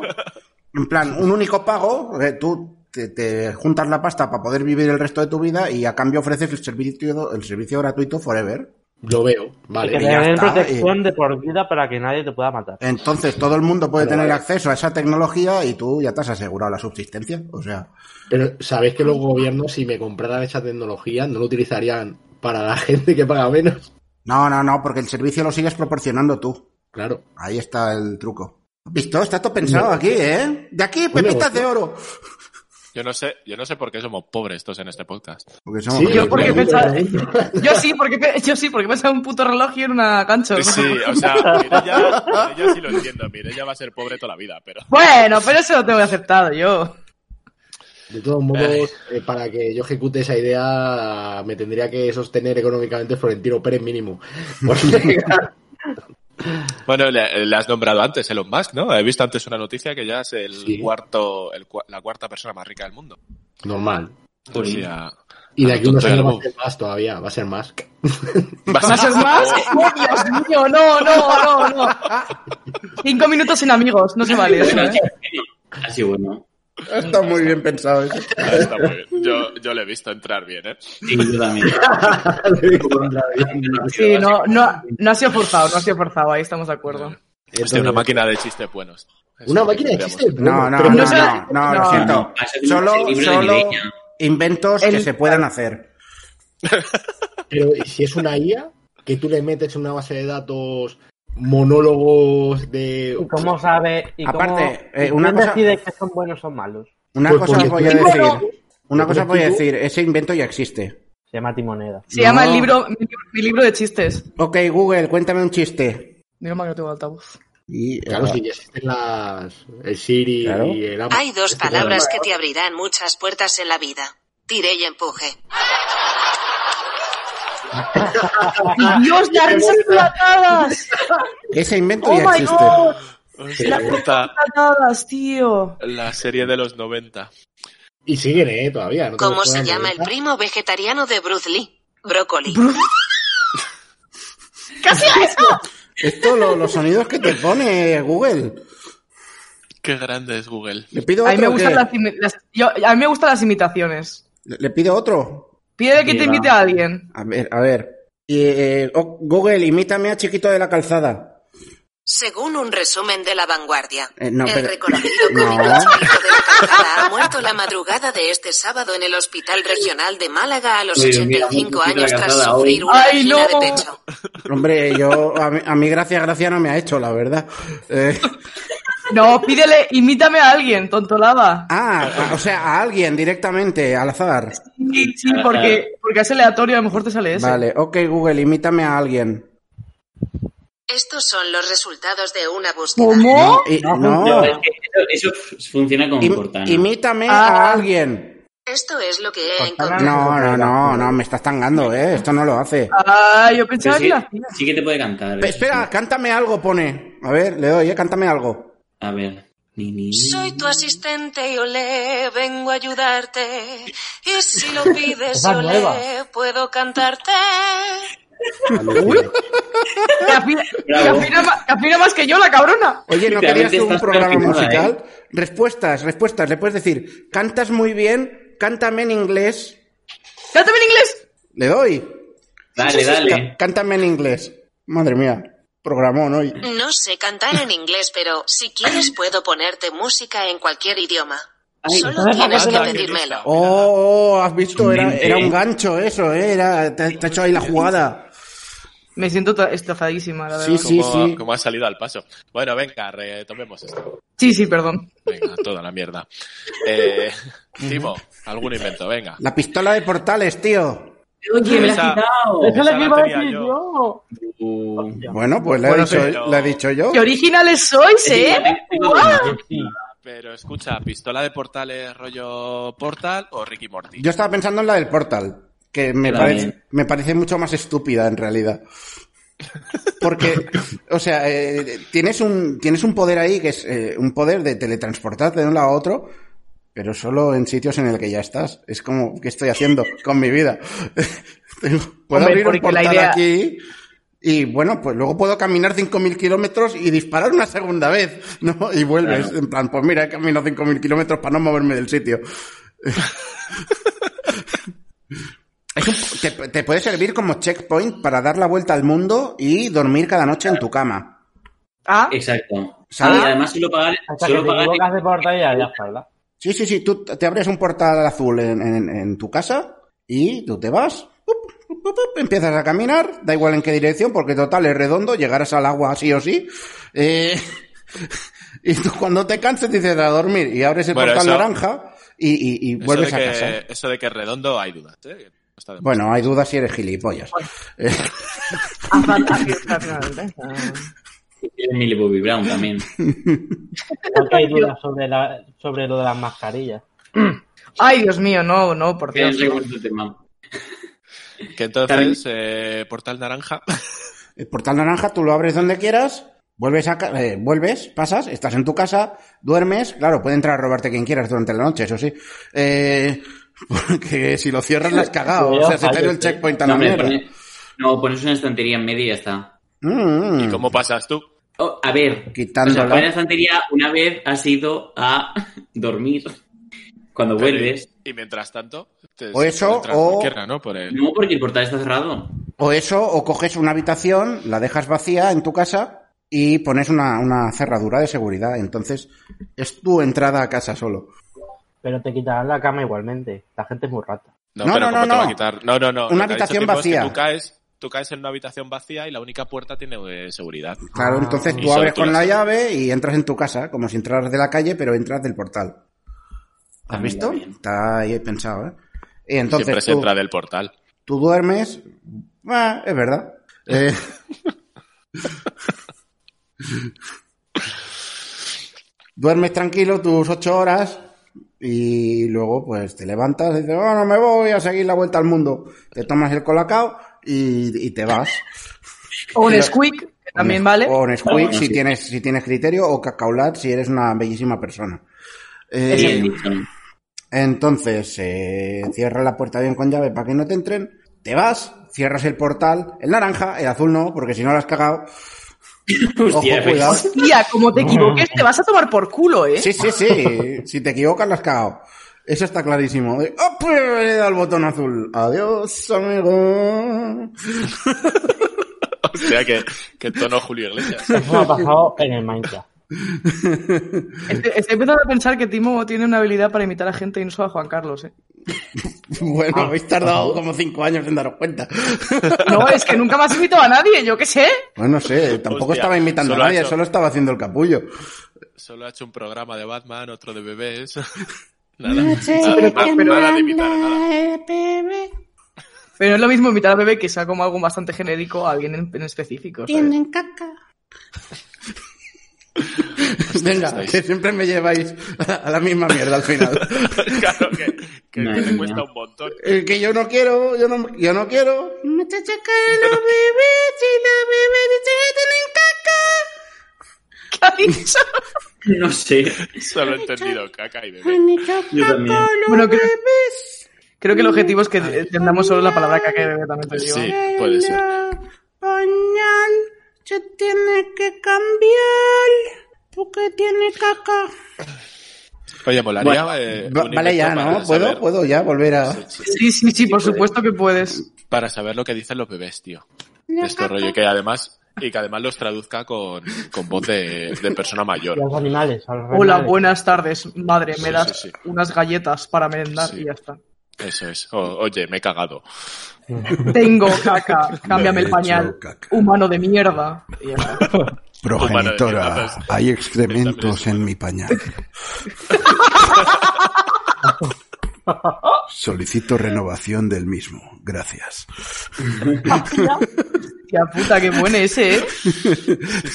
en plan, un único pago, eh, tú te, te juntas la pasta para poder vivir el resto de tu vida y a cambio ofreces el servicio, el servicio gratuito forever. Lo veo, que te Y vale. ya den está, protección de por vida para que nadie te pueda matar. Entonces todo el mundo puede Pero, tener eh, acceso a esa tecnología y tú ya te has asegurado la subsistencia. O sea, Pero sabéis que los gobiernos, si me compraran esa tecnología, no lo utilizarían para la gente que paga menos. No, no, no, porque el servicio lo sigues proporcionando tú. Claro. Ahí está el truco. ¿Has visto? Está todo pensado aquí, ¿eh? De aquí, pepitas pues, de oro. Yo no sé, yo no sé por qué somos pobres todos en este podcast. Porque Sí, somos Yo porque Pero- pensaba... Yo sí, porque, pe- yo sí, porque pensaba en un puto reloj y en una cancha. Sí, o sea, Mireia, Mireia sí lo entiendo, Mireia va a ser pobre toda la vida, pero... Bueno, pero eso lo tengo aceptado yo. De todos modos, eh, para que yo ejecute esa idea, me tendría que sostener económicamente Florentino Pérez mínimo. Porque, claro, Bueno, le, le has nombrado antes Elon Musk, ¿no? He visto antes una noticia que ya es el Sí. cuarto, el cua- la cuarta persona más rica del mundo. normal. O Jolín. sea, Y de Ah, aquí unos tonto, años va algo. a ser más todavía, va a ser más. vas ¿Más es más? ¡Oh, Dios mío! No, no, no, no. Cinco minutos sin amigos, no se vale eso, Bueno, ¿eh? sí, Ha sido bueno. Está muy bien pensado eso. Ah, está muy bien. Yo, yo le he visto entrar bien, ¿eh? Sí, yo también. Sí, no, no, ha- no ha sido forzado, no ha sido forzado, ahí estamos de acuerdo. Hostia, una máquina de chistes buenos. Es Una lo que máquina de tendríamos. chistes. No, no, pero- no, no, no se- no, lo no. siento. Ah, Ha salido Solo, el libro de solo Mireia. inventos que El- se puedan hacer. Pero si es una IA, que tú le metes en una base de datos monólogos de... ¿Y cómo sabe? Y Aparte, cómo, eh, una ¿quién cosa- decide que son buenos o malos? Una Pues cosa os voy porque- a Y decir. bueno- Una cosa os voy a Porque tú- decir. Ese invento ya existe. Se llama Timoneda. Se No. llama el libro, mi, libro- mi libro de chistes. Ok, Google, cuéntame un chiste. Digo mal que no tengo altavoz. Y, eh, Claro, sí, ya existen las... El Siri Claro. y el Amazon. Hay dos Este palabras que te abrirán muchas puertas en la vida. Tiré y empuje. ¡Dios, las risas platadas! Ese invento ¡Oh, ya my existe. God! Hostia puta, Platadas, tío. la serie de los 90. Y siguen, ¿eh? Todavía. no te ¿Cómo los se juegan, llama el ¿verdad? primo vegetariano de Bruce Lee? Brócoli. ¡Casi a eso! Esto, lo- los sonidos que te pone Google. Qué grande es Google. Le pido A mí me otro. o qué? gustan las, imi- las- yo- a mí me gustan las imitaciones. Le le pido otro. Pide que te Mira. invite a alguien. A ver, a ver. Y, eh, oh, Google, imítame a Chiquito de la Calzada. Según un resumen de La Vanguardia, Eh, no, el pero- reconocido No. cómico chiquito de la calzada ha muerto la madrugada de este sábado en el Hospital Regional de Málaga a los Oye, mira, 85 un chiquito de años la tras calzada sufrir hoy. una ¡Ay, angina no! de pecho. Hombre, yo a mí, a mí gracia, gracia no me ha hecho, la verdad. Eh, No, pídele, imítame a alguien, tontolada. ah, a- o sea, a alguien directamente, al azar. Sí, sí, porque, porque es aleatorio, a lo mejor te sale ese. Vale, ok Google, imítame a alguien. Estos son los resultados de una búsqueda. ¿Cómo? No, i- No no. funciona. Es que Eso, eso funciona con Im- Cortana. imítame Ah. a alguien. Esto es lo que he Cortana. encontrado. No, no, no, no, me estás tangando, eh. Esto no lo hace. Ah, yo Pero pensaba sí, que la hacía. sí que te puede cantar. Pe- espera, cántame algo, pone. A ver, le doy, eh, cántame algo. A ver. Ni, ni, ni. Soy tu asistente y olé, vengo a ayudarte. Y si lo pides, Esa es olé, nueva. puedo cantarte. Que afina, que Bravo. afina ma- que afina más que yo, la cabrona. Oye, ¿no Literalmente querías tú un estás E. programa perfilada, musical? Respuestas, respuestas. Le puedes decir, cantas muy bien, cántame en inglés. ¡Cántame en inglés! Le doy. Dale, Ca- dale. cántame en inglés. Madre mía, programón hoy. No sé cantar en inglés, pero si quieres puedo ponerte música en cualquier idioma. Ay, Solo anda, tienes que anda, qué pedírmelo. Oh, oh, has visto, era, Mente, era eh. un gancho eso, eh. Era, te, te ha hecho ahí la jugada. Me siento ta- estafadísima, la Sí, verdad. sí, ¿Cómo, sí. cómo ha salido al paso? Bueno, venga, retomemos esto. Sí, sí, perdón. Venga, toda la mierda. Eh, Timo, algún invento, venga. La pistola de portales, tío. Oye, me la has Esa- ¡Eso quitado. es lo esa que la iba a tenía decir yo. yo! Uh, Bueno, pues le, Bueno, he, dicho, pero- le he dicho yo. ¡Qué originales sois, eh! tengo- Ah. Sí. Pero escucha, ¿pistola de portales rollo Portal o Ricky Morty? Yo estaba pensando en la del Portal, que me, La parece, de- me parece mucho más estúpida en realidad. Porque, o sea, eh, tienes, un, tienes un poder ahí que es eh, un poder de teletransportarte de un lado a otro, pero solo en sitios en el que ya estás. Es como, ¿qué estoy haciendo con mi vida? Tengo- puedo Hombre, abrir un porque la portal idea- aquí y, bueno, pues luego puedo caminar 5.000 kilómetros y disparar una segunda vez, ¿no? Y vuelves, en plan, pues mira, he caminado 5.000 kilómetros para no moverme del sitio. Es un- te, te puede servir como checkpoint para dar la vuelta al mundo y dormir cada noche en tu cama. Ah, Eh. Exacto. ¿Sabes? Y además solo pagar, Hasta que solo te pagar equivocas de portal y ya ya espalda. Sí, sí, sí. Tú te abres un portal azul en, en- en tu casa y tú te vas. up, up, pup, pup, pup, empiezas a caminar, da igual en qué dirección, porque total es redondo, llegarás al agua sí o sí. Eh, y tú cuando te canses dices a dormir y abres el Bueno, portal eso- naranja y, y- y Eso vuelves de a que- casa. ¿eh? Eso de que es redondo hay dudas, ¿eh? Que no está de más. Bueno, hay dudas si eres gilipollas. Eh, Ah, fantástico, fantástico. Ah. Tiene Millie Bobby Brown también. Porque hay dudas sobre, la, sobre lo de las mascarillas. Ay, Dios mío, no, no, por Que Dios. es recuerdo el tema. Que entonces, eh, portal naranja. el portal naranja tú lo abres donde quieras, vuelves, a, ca- eh, vuelves, pasas, estás en tu casa, duermes. Claro, puede entrar a robarte quien quieras durante la noche, eso sí. Eh, porque si lo cierras, la has cagado. O sea, se te ha ido el checkpoint a la No, hombre, mierda. pone- no, pones una estantería en medio y ya está. Mm, ¿Y cómo pasas tú? Oh, a ver, o sea, Quitándola. poner la estantería una vez has ido a dormir. Cuando vuelves. Y mientras tanto, te- O eso, puede entrar o- cualquiera, ¿no? Por el- No, porque el portal está cerrado. O eso, o coges una habitación, la dejas vacía en tu casa y pones una, una cerradura de seguridad. Entonces, es tu entrada a casa solo. Pero te quitarán la cama igualmente. La gente es muy rata. No, No, pero no, ¿cómo no, te va a no. quitar? No, no, no. Lo que ha Una dicho habitación Tiempo es que vacía. Tú caes, tú caes en una habitación vacía y la única puerta tiene eh, seguridad. Claro, entonces Y tú solo abres tú con la la sabes. llave y entras en tu casa, como si entraras de la calle, pero entras del portal. Ah, ¿Has visto? mira, bien. Está ahí pensado, ¿eh? Y Siempre entonces se tú, entra del portal. tú duermes. Ah, es verdad. Eh, duermes tranquilo tus ocho horas y luego pues te levantas y dices, bueno, me voy a seguir la vuelta al mundo. Te tomas el colacao y, y te vas. O un squeak, que también O Nes- vale. O Nesquik Bueno, si, sí. tienes, si tienes criterio o Cacaulat si eres una bellísima persona. Eh, Bien dicho. entonces, eh, cierra la puerta bien con llave para que no te entren, te vas, cierras el portal, el naranja, el azul no, porque si no lo has cagado. Ojo, Hostia, pues, ¿ves? cuidado. Tía, como te equivoques, te vas a tomar por culo, ¿eh? Sí, sí, sí, si te equivocas lo has cagado. Eso está clarísimo. Eh, ¡Oh, pues, le he dado el botón azul! ¡Adiós, amigo! O sea que, que tono Julio Iglesias. Eso me ha pasado en el Minecraft. Estoy, estoy empezando a pensar que Timo tiene una habilidad para imitar a gente y no solo a Juan Carlos, ¿eh? Bueno, habéis tardado como cinco años en daros cuenta. No, es que nunca más invitado a nadie, yo qué sé. Bueno, no sé, tampoco Hostia, estaba imitando a solo ha nadie, hecho- solo estaba haciendo el capullo. Solo ha hecho un programa de Batman, otro de bebés. Nada. Ah, nada, nada, nada de imitar a nada. Pero no es lo mismo invitar a bebé que sea como algo bastante genérico a alguien en, en específico. ¿sabes? Venga, estáis. que siempre me lleváis a la misma mierda al final. Claro que, que Madre le mía. cuesta un montón. El que yo no quiero, yo no, yo no quiero. Muchacha, que la bebé, si la bebé dice que tienen caca. ¿Qué ha dicho? No sé. Solo he entendido caca y bebé. Yo también. Bueno, creo, creo que el objetivo es que entendamos solo la palabra caca y bebé, también te digo. Sí, puede ser. Pañal, se tiene que cambiar porque tiene caca. Oye, molaría. Bueno, eh, Va- un vale, invento ya, para ¿no? ¿Puedo? saber- ¿Puedo ya volver a...? Sí, sí, sí, por supuesto que puedes. Para saber lo que dicen los bebés, tío. De este rollo que además. Y que además los traduzca con, con voz de, de persona mayor. Y a los animales. a los Hola, animales. buenas tardes, madre, Sí, me das sí, sí. unas galletas para merendar Sí. y ya está. Eso es. O- oye, me he cagado. Tengo caca, cámbiame Me he el pañal, hecho caca. humano de mierda. Y ya está. Progenitora, Humano de- hay excrementos en mi pañal. Solicito renovación del mismo. Gracias. Tía puta, qué bueno ese, ¿eh?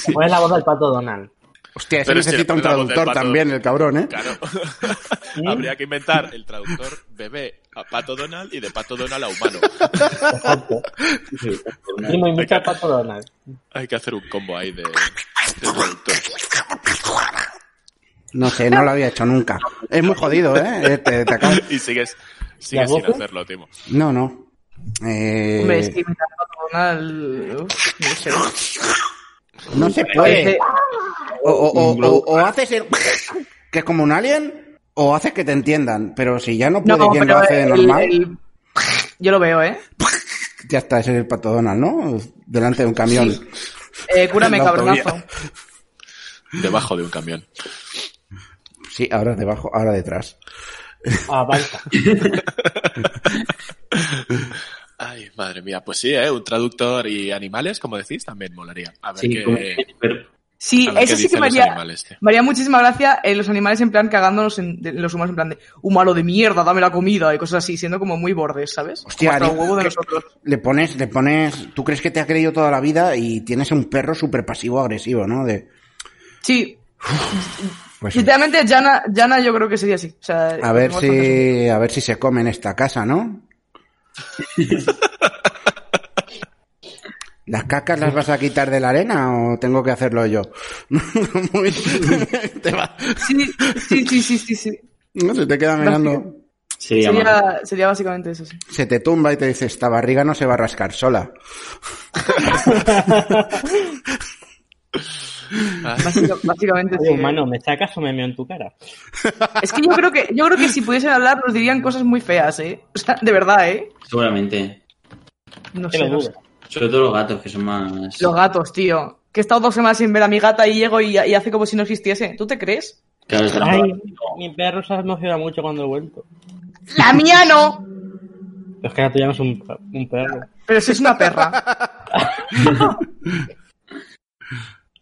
Te pones la voz del pato Donald. Hostia, ese Pero es necesita cierto, un la voz del traductor pato- también, el cabrón, ¿eh? Claro. Habría que inventar el traductor bebé a Pato Donald y de Pato Donald a humano. Exacto. Primo, invita al pato Donald. Hay que hacer un combo ahí de, de traductor. No sé, no lo había hecho nunca. Es muy jodido, ¿eh? Eh, te- te acabas- Y sigues, sigues ¿La sin voz? hacerlo, Timo. No, no. Eh, Hombre, es que imitar a Donald. uf, No sé. no se Parece- puede. O, o- o- o- o haces el... que es como un alien, o haces que te entiendan. Pero si ya no puede No, quien pero lo hace el- normal, el- Yo lo veo, ¿eh? ya está, ese es el pato Donald, ¿no? Delante de un camión. Eh, cúrame, En la autovía. cabronazo. Debajo de un camión. Sí, ahora debajo, ahora Ah, detrás. Avanza. Ay, madre mía, pues sí, ¿eh? un traductor y animales, como decís, también molaría. A ver Sí, qué, como- a pero- Sí, ver qué eso sí que dicen me los haría, animales, tío. me haría muchísima gracia eh, los animales en plan cagándonos en de- los humanos en plan de humano de mierda, dame la comida y cosas así, siendo como muy bordes, ¿sabes? Hostia, Como hasta ni- el huevo de que- nosotros. Le pones, le pones, tú crees que te ha creído toda la vida y tienes un perro súper pasivo agresivo, ¿no? De, Sí, pues, sinceramente, Jana, Jana yo creo que sería así. O sea, a ver tengo bastante sentido. si, a ver si se come en esta casa, ¿no? ¿Las cacas las vas a quitar de la arena o tengo que hacerlo yo? Muy- te va- Sí, sí, sí, sí, sí. sí. no, se te queda mirando. sería más- Sería, sería básicamente eso, sí. Se te tumba y te dice, esta barriga no se va a rascar sola. Básica- básicamente sí. Oye, humano, ¿me sacas o me meo en tu cara? Es que yo creo que, yo creo que si pudiesen hablar nos dirían cosas muy feas, ¿eh? O sea, de verdad, ¿eh? seguramente. No Te sé, lo no sé. dudo. Sobre todo los gatos, que son más. Los gatos, tío. Que he estado dos semanas sin ver a mi gata y llego y, y hace como si no existiese. ¿Tú te crees? Claro, están- Ay, mi perro se emociona mucho cuando he vuelto. ¡La mía no! Pero es que ahora tú llamas un, un perro. Pero si es una perra.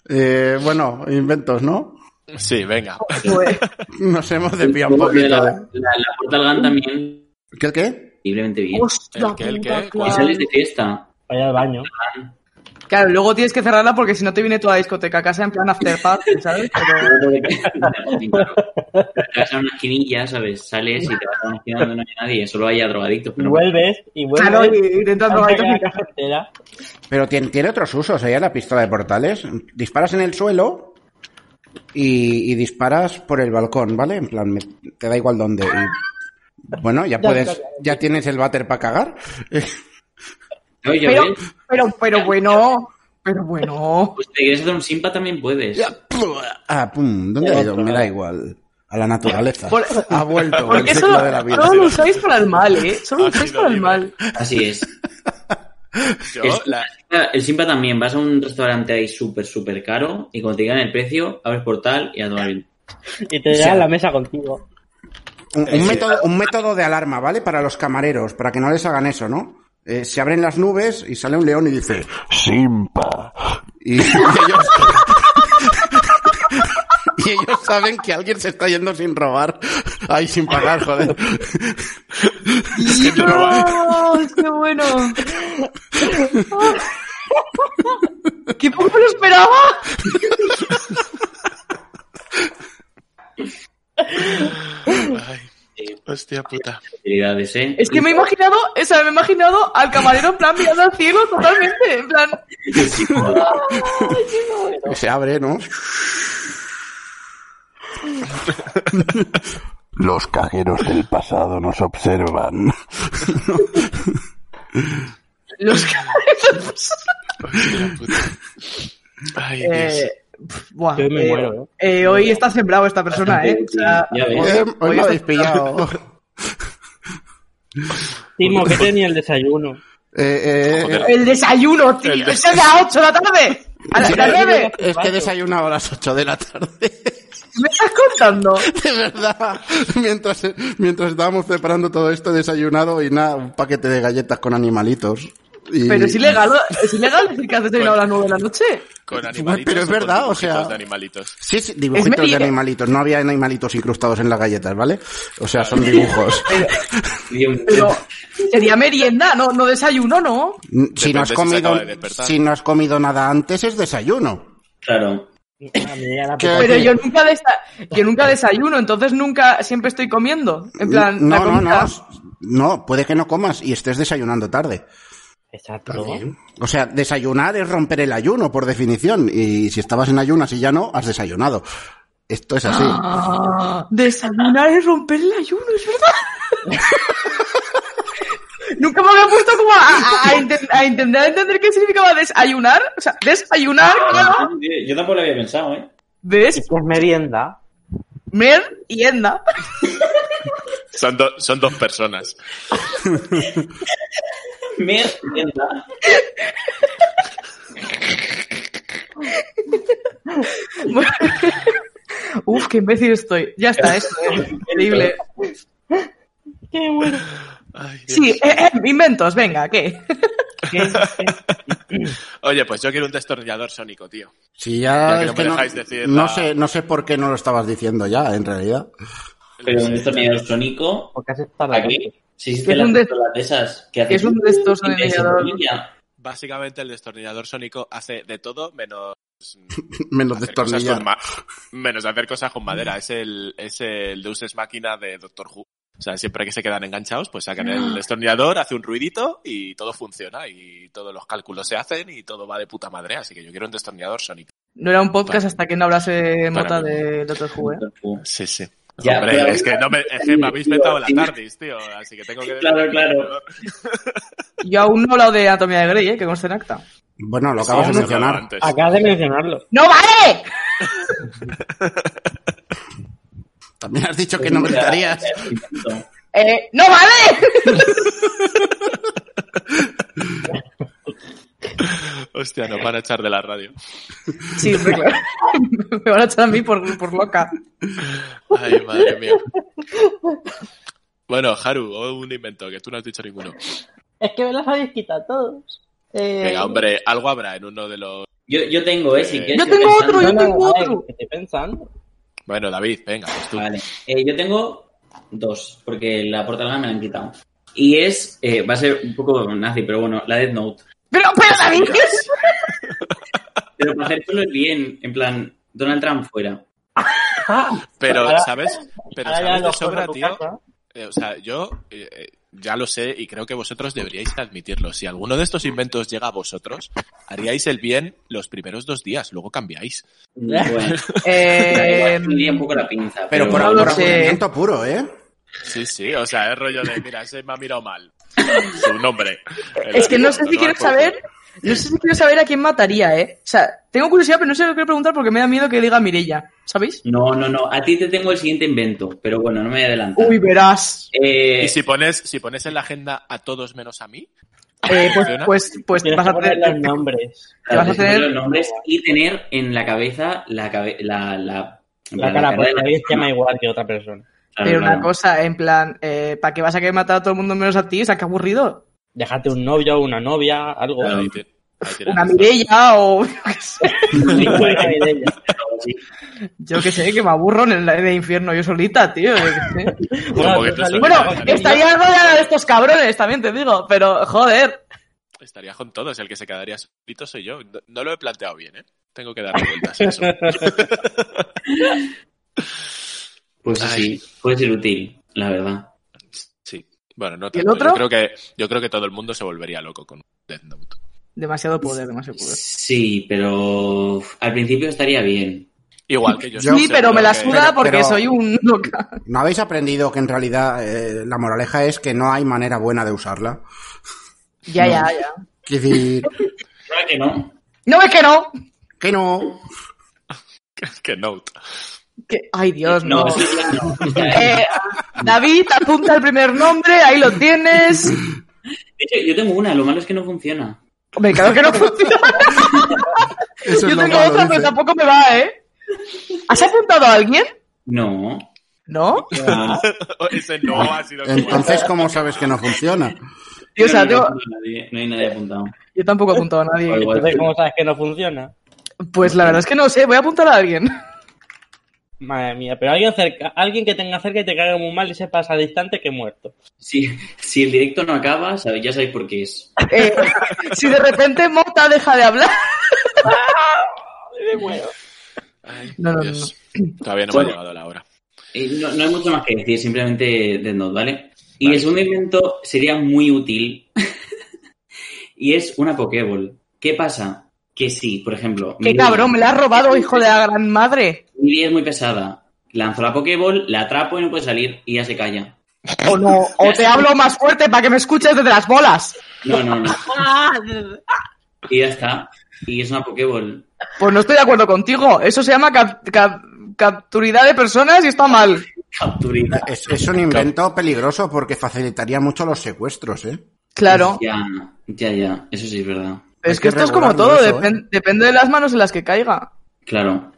Eh, bueno, inventos, ¿no? Sí, venga. Joder. Nos hemos desviado un Luego de poquito. La, ¿eh? la, la Portal Gun también, ¿Qué, qué? increíblemente bien. Hostia, El que, el puta, que, Y claro. sales de fiesta. Vaya al baño. Ah, Claro, luego tienes que cerrarla porque si no te viene toda la discoteca a casa en plan after party, ¿sabes? Pero- Te vas a una esquinilla, ¿sabes? Sales y te vas a una esquina donde no hay nadie, solo hay a drogadictos. Y Pero vuelves, y vuelves. Claro, Ah, y te intentando vas a ahí cagar la también. carretera. Pero tiene, tiene otros usos, ¿eh? La pistola de portales. Disparas en el suelo y, y disparas por el balcón, ¿vale? En plan, me- te da igual dónde. Y, bueno, ya puedes, ya tienes el váter para cagar. Oye, Pero, ¿ves? pero, pero bueno. Pero bueno. ¿eh? Pues te quieres hacer un simpa también puedes. Ah, pum, ¿dónde ha ido? Me da igual. A la naturaleza. Por- Ha vuelto el Porque eso ciclo de la vida. no lo usáis para el mal, ¿eh? Solo lo usáis para el mal. Así es. Yo, Es- la- El simpa también. Vas a un restaurante ahí súper, súper caro y cuando te digan el precio, abres portal y a tomar vino. Y te llevan a la mesa contigo. Un, un método, un método de alarma, ¿vale? Para los camareros, para que no les hagan eso, ¿no? Eh, se abren las nubes y sale un león y dice Simpa. Y, y ellos, y ellos saben que alguien se está yendo sin robar. Ay, sin pagar, joder. ¡Dios! ¡Qué ¡Oh, bueno! ¡Qué poco me lo esperaba! ay, hostia puta. Posibilidades, ¿eh? Es que me he imaginado, o sea, me he imaginado al camarero en plan mirando al cielo totalmente, en plan... Se abre, ¿no? Los cajeros del pasado nos observan. Los camareros... Hostia puta. Ay, Dios. Eh, pf, buah, Yo me eh, muero, ¿eh? eh, hoy está sembrado esta persona, ¿eh? O sea, Ya ves. hoy- Eh, hoy hoy me está- habéis pillado. Timo, ¿qué tenía el desayuno? Eh, eh, Joder. El desayuno, tío. El Es a las 8 de la tarde. A las 9. es que he desayunado a las 8 de la tarde. ¿Me estás contando? De verdad, mientras, mientras estábamos preparando todo esto, he desayunado y nada, un paquete de galletas con animalitos. Y- Pero es ilegal, es ilegal decir que has desayunado a las 9 de la noche. Con animalitos. pero es o con verdad, o sea- dibujitos de animalitos. Sí, sí, dibujitos de mentira. animalitos. No había animalitos incrustados en las galletas, ¿vale? O sea, son dibujos. Dios mío. Pero sería merienda, no, no desayuno, ¿no? Depende si, no has si se comido, acaba de despertar. si no has comido nada antes, es desayuno. Claro. A mí ya Ah, la ¿Qué? Pero yo nunca, desa- yo nunca desayuno, entonces nunca, siempre estoy comiendo. En plan, la no, no, comida. no. No, puede que no comas y estés desayunando tarde. Exacto. O sea, desayunar es romper el ayuno, por definición. Y si estabas en ayunas y ya no, has desayunado. Esto es así. Ah, desayunar es romper el ayuno, es verdad. Nunca me había puesto como a, a- a inten- a intentar entender qué significaba desayunar. O sea, desayunar, claro. Yo tampoco lo había pensado, ¿eh? Des, Es que es merienda. mer y enda. Son, do- son dos personas. Mierda. Uf, qué imbécil estoy. Ya está, esto es increíble. Qué bueno. Ay, Sí, eh, eh, inventos, venga, ¿qué? Oye, pues yo quiero un destornillador sónico, tío. Si ya, Ya que es no que me no, dejáis decir no la- sé, no sé por qué no lo estabas diciendo ya, en realidad. Pero un destornillador sónico, Porque has estado aquí, si Que existen es las un des- pistolas de esas que que es hacen... un destornillador. Básicamente el destornillador sónico hace de todo menos Menos hacer cosas destornillar. con ma- menos hacer cosas con madera. Es el, es el Deus Ex Máquina de Doctor Who. O sea, siempre que se quedan enganchados, pues sacan el Ah. destornillador, hace un ruidito y todo funciona. Y todos los cálculos se hacen y todo va de puta madre. Así que yo quiero un destornillador sónico. No era un podcast Para- hasta que no hablase para Mota mí. de Doctor Who, ¿eh? Sí, sí. Ya, Hombre, pero- es que, no me, es que me habéis Tío, metido la sí. TARDIS, tío. Así que tengo que... Claro, claro. Yo aún no he hablado de Anatomía de Grey, ¿eh? Que conste en acta. Bueno, lo Eso acabas ya de hemos hablado mencionar. antes. Ah. Acabas de mencionarlo. ¡No vale! También has dicho que no gritarías. Eh, ¡No vale! Hostia, nos van a echar de la radio. Sí, hombre, claro. Me van a echar a mí por, por loca. Ay, madre mía. Bueno, Haru, o un invento, que tú no has dicho ninguno. Es que me las habéis quitado todos. Eh, Venga, hombre, algo habrá en uno de los... Yo, yo tengo, ¿eh? Si quieres, Yo estoy tengo pensando. otro, yo No, no, tengo a ver, otro. que Estoy pensando. Bueno, David, venga, pues tú. Vale. Eh, yo tengo dos, porque la portalana me la han quitado. Y es, eh, va a ser un poco nazi, pero bueno, la Death Note. Pero, pero, David, ¿qué es? Pero para hacerlo es bien, en plan, Donald Trump fuera. Pero, Pues Ahora- ¿sabes? Pero, Ahora ya ¿sabes de los sobra, coges a tu tío? casa. Eh, o sea, yo eh, eh, ya lo sé y creo que vosotros deberíais admitirlo. Si alguno de estos inventos llega a vosotros, haríais el bien los primeros dos días, luego cambiáis. Bueno, Eh, tendría un poco la pinza. Pero por, No por lo sé. aburrimiento puro, ¿eh? Sí, sí, o sea, es rollo de, mira, ese me ha mirado mal. Su nombre. es que no sé si quiero saber... No sé si quiero saber a quién mataría, ¿eh? O sea, tengo curiosidad, pero no sé lo quiero preguntar porque me da miedo que diga Mirella, ¿sabéis? No, no, no. A ti te tengo el siguiente invento, pero bueno, no me voy a adelantar. Uy, verás. Eh, Y si pones, si pones en la agenda a todos menos a mí, Eh, pues, ¿Funciona? pues, pues Tienes vas que a poner tener... los nombres. te vas a claro, tener- los nombres y tener en la cabeza la cabe- la, la, La cara, de porque pues, la David persona. llama igual que otra persona. Claro, Pero una claro. cosa, en plan, eh, ¿para qué vas a querer matar a todo el mundo menos a ti? O sea, qué aburrido. Déjate un novio, una novia, algo. Claro, ahí te- ahí tienes Una razón. Mirella o yo qué sé. Yo qué sé, que me aburro en el, en el infierno yo solita, tío. yo qué sé. Supongo que tú tú salí- Bueno, estarías- estaría rodeada de estos cabrones, también te digo, pero joder. Estaría con todos, el que se quedaría solito soy yo. No, no lo he planteado bien, ¿eh? Tengo que darle vueltas a eso. Pues sí, puede ser útil, la verdad. Sí. Bueno, no ¿Y el tanto. otro? Yo creo, que, yo creo que todo el mundo se volvería loco con Death Note. Demasiado poder, demasiado poder. Sí, pero al principio estaría bien. Igual que yo. Yo- sí, seguro pero me la que- suda Pero- porque pero- soy un loca. ¿No habéis aprendido que en realidad eh, la moraleja es que no hay manera buena de usarla? Ya, ya, ya. Quiero decir, Claro que no. No es que no. que no. Que Note. Que- Ay, Dios, no. No, sí, claro. O sea, Eh, David, apunta el primer nombre, ahí lo tienes. de hecho, yo tengo una, lo malo es que no funciona. Hombre, claro que no funciona. Eso es Yo lo tengo malo, otra, pero dice. tampoco me va, ¿eh? ¿Has apuntado a alguien? No. ¿No? Ah, Oh, Ese no ha sido el que- Entonces, ¿cómo sabes que no funciona? Yo, o sea, no, tengo- no, no, nadie- no hay nadie apuntado. yo tampoco he apuntado a Vale, nadie. vale. Entonces, ¿cómo sabes que no funciona? Pues la verdad es que no sé, voy a apuntar a alguien. Madre mía, pero alguien cerca, alguien que tenga cerca y te caiga muy mal y sepas a distante que he muerto. Si, si el directo no acaba, sabe- ya sabéis por qué es. Eh, si de repente Mota deja de hablar. Ay, No, no, Dios. Todavía no me ha Bueno. llegado la hora. Eh, no, no hay mucho más que decir, simplemente Death Note, ¿vale? Y el segundo invento sería muy útil. y es una Pokéball. ¿Qué pasa? Que sí, por ejemplo. Qué Miria- cabrón, me la has robado, hijo de la gran madre. Miria es muy pesada. Lanzo la Pokéball, la atrapo y no puede salir y ya se calla. O no, o te hablo más fuerte para que me escuches desde las bolas. No, no, no. ah, Y ya está. Y es una Pokéball. Pues no estoy de acuerdo contigo. Eso se llama cap- cap- capturidad de personas y está mal. Capturita. Es, es un invento peligroso porque facilitaría mucho los secuestros, ¿eh? Claro. Ya, ya, ya. Eso sí es verdad. Hay Es que ¿eh? que esto es como regularlo todo, eso, depen- depende de las manos en las que caiga. Claro.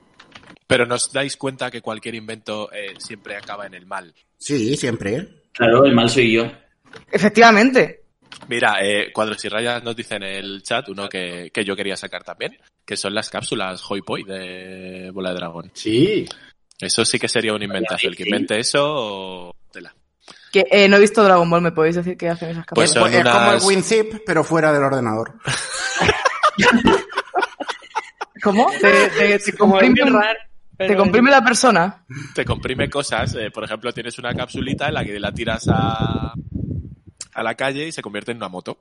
Pero nos dais cuenta que cualquier invento eh, siempre acaba en el mal. Sí, siempre. ¿eh? Claro, el mal soy yo. Efectivamente. Mira, eh, cuadros y rayas nos dice en el chat uno que, que yo quería sacar también, que son las cápsulas Hoi Poi de Bola de Dragón. Sí. Eso sí que sería un inventazo. El que invente eso, o tela. Que eh, no he visto Dragon Ball, ¿me podéis decir qué hacen esas Pues capas? son es como el unas... WinZip, pero fuera del ordenador. ¿Cómo? Te, te- te eh, Como el comprime, un- Birrar, pero te comprime la persona. te comprime cosas. eh, por ejemplo, tienes una capsulita en la que la tiras a, a la calle y se convierte en una moto.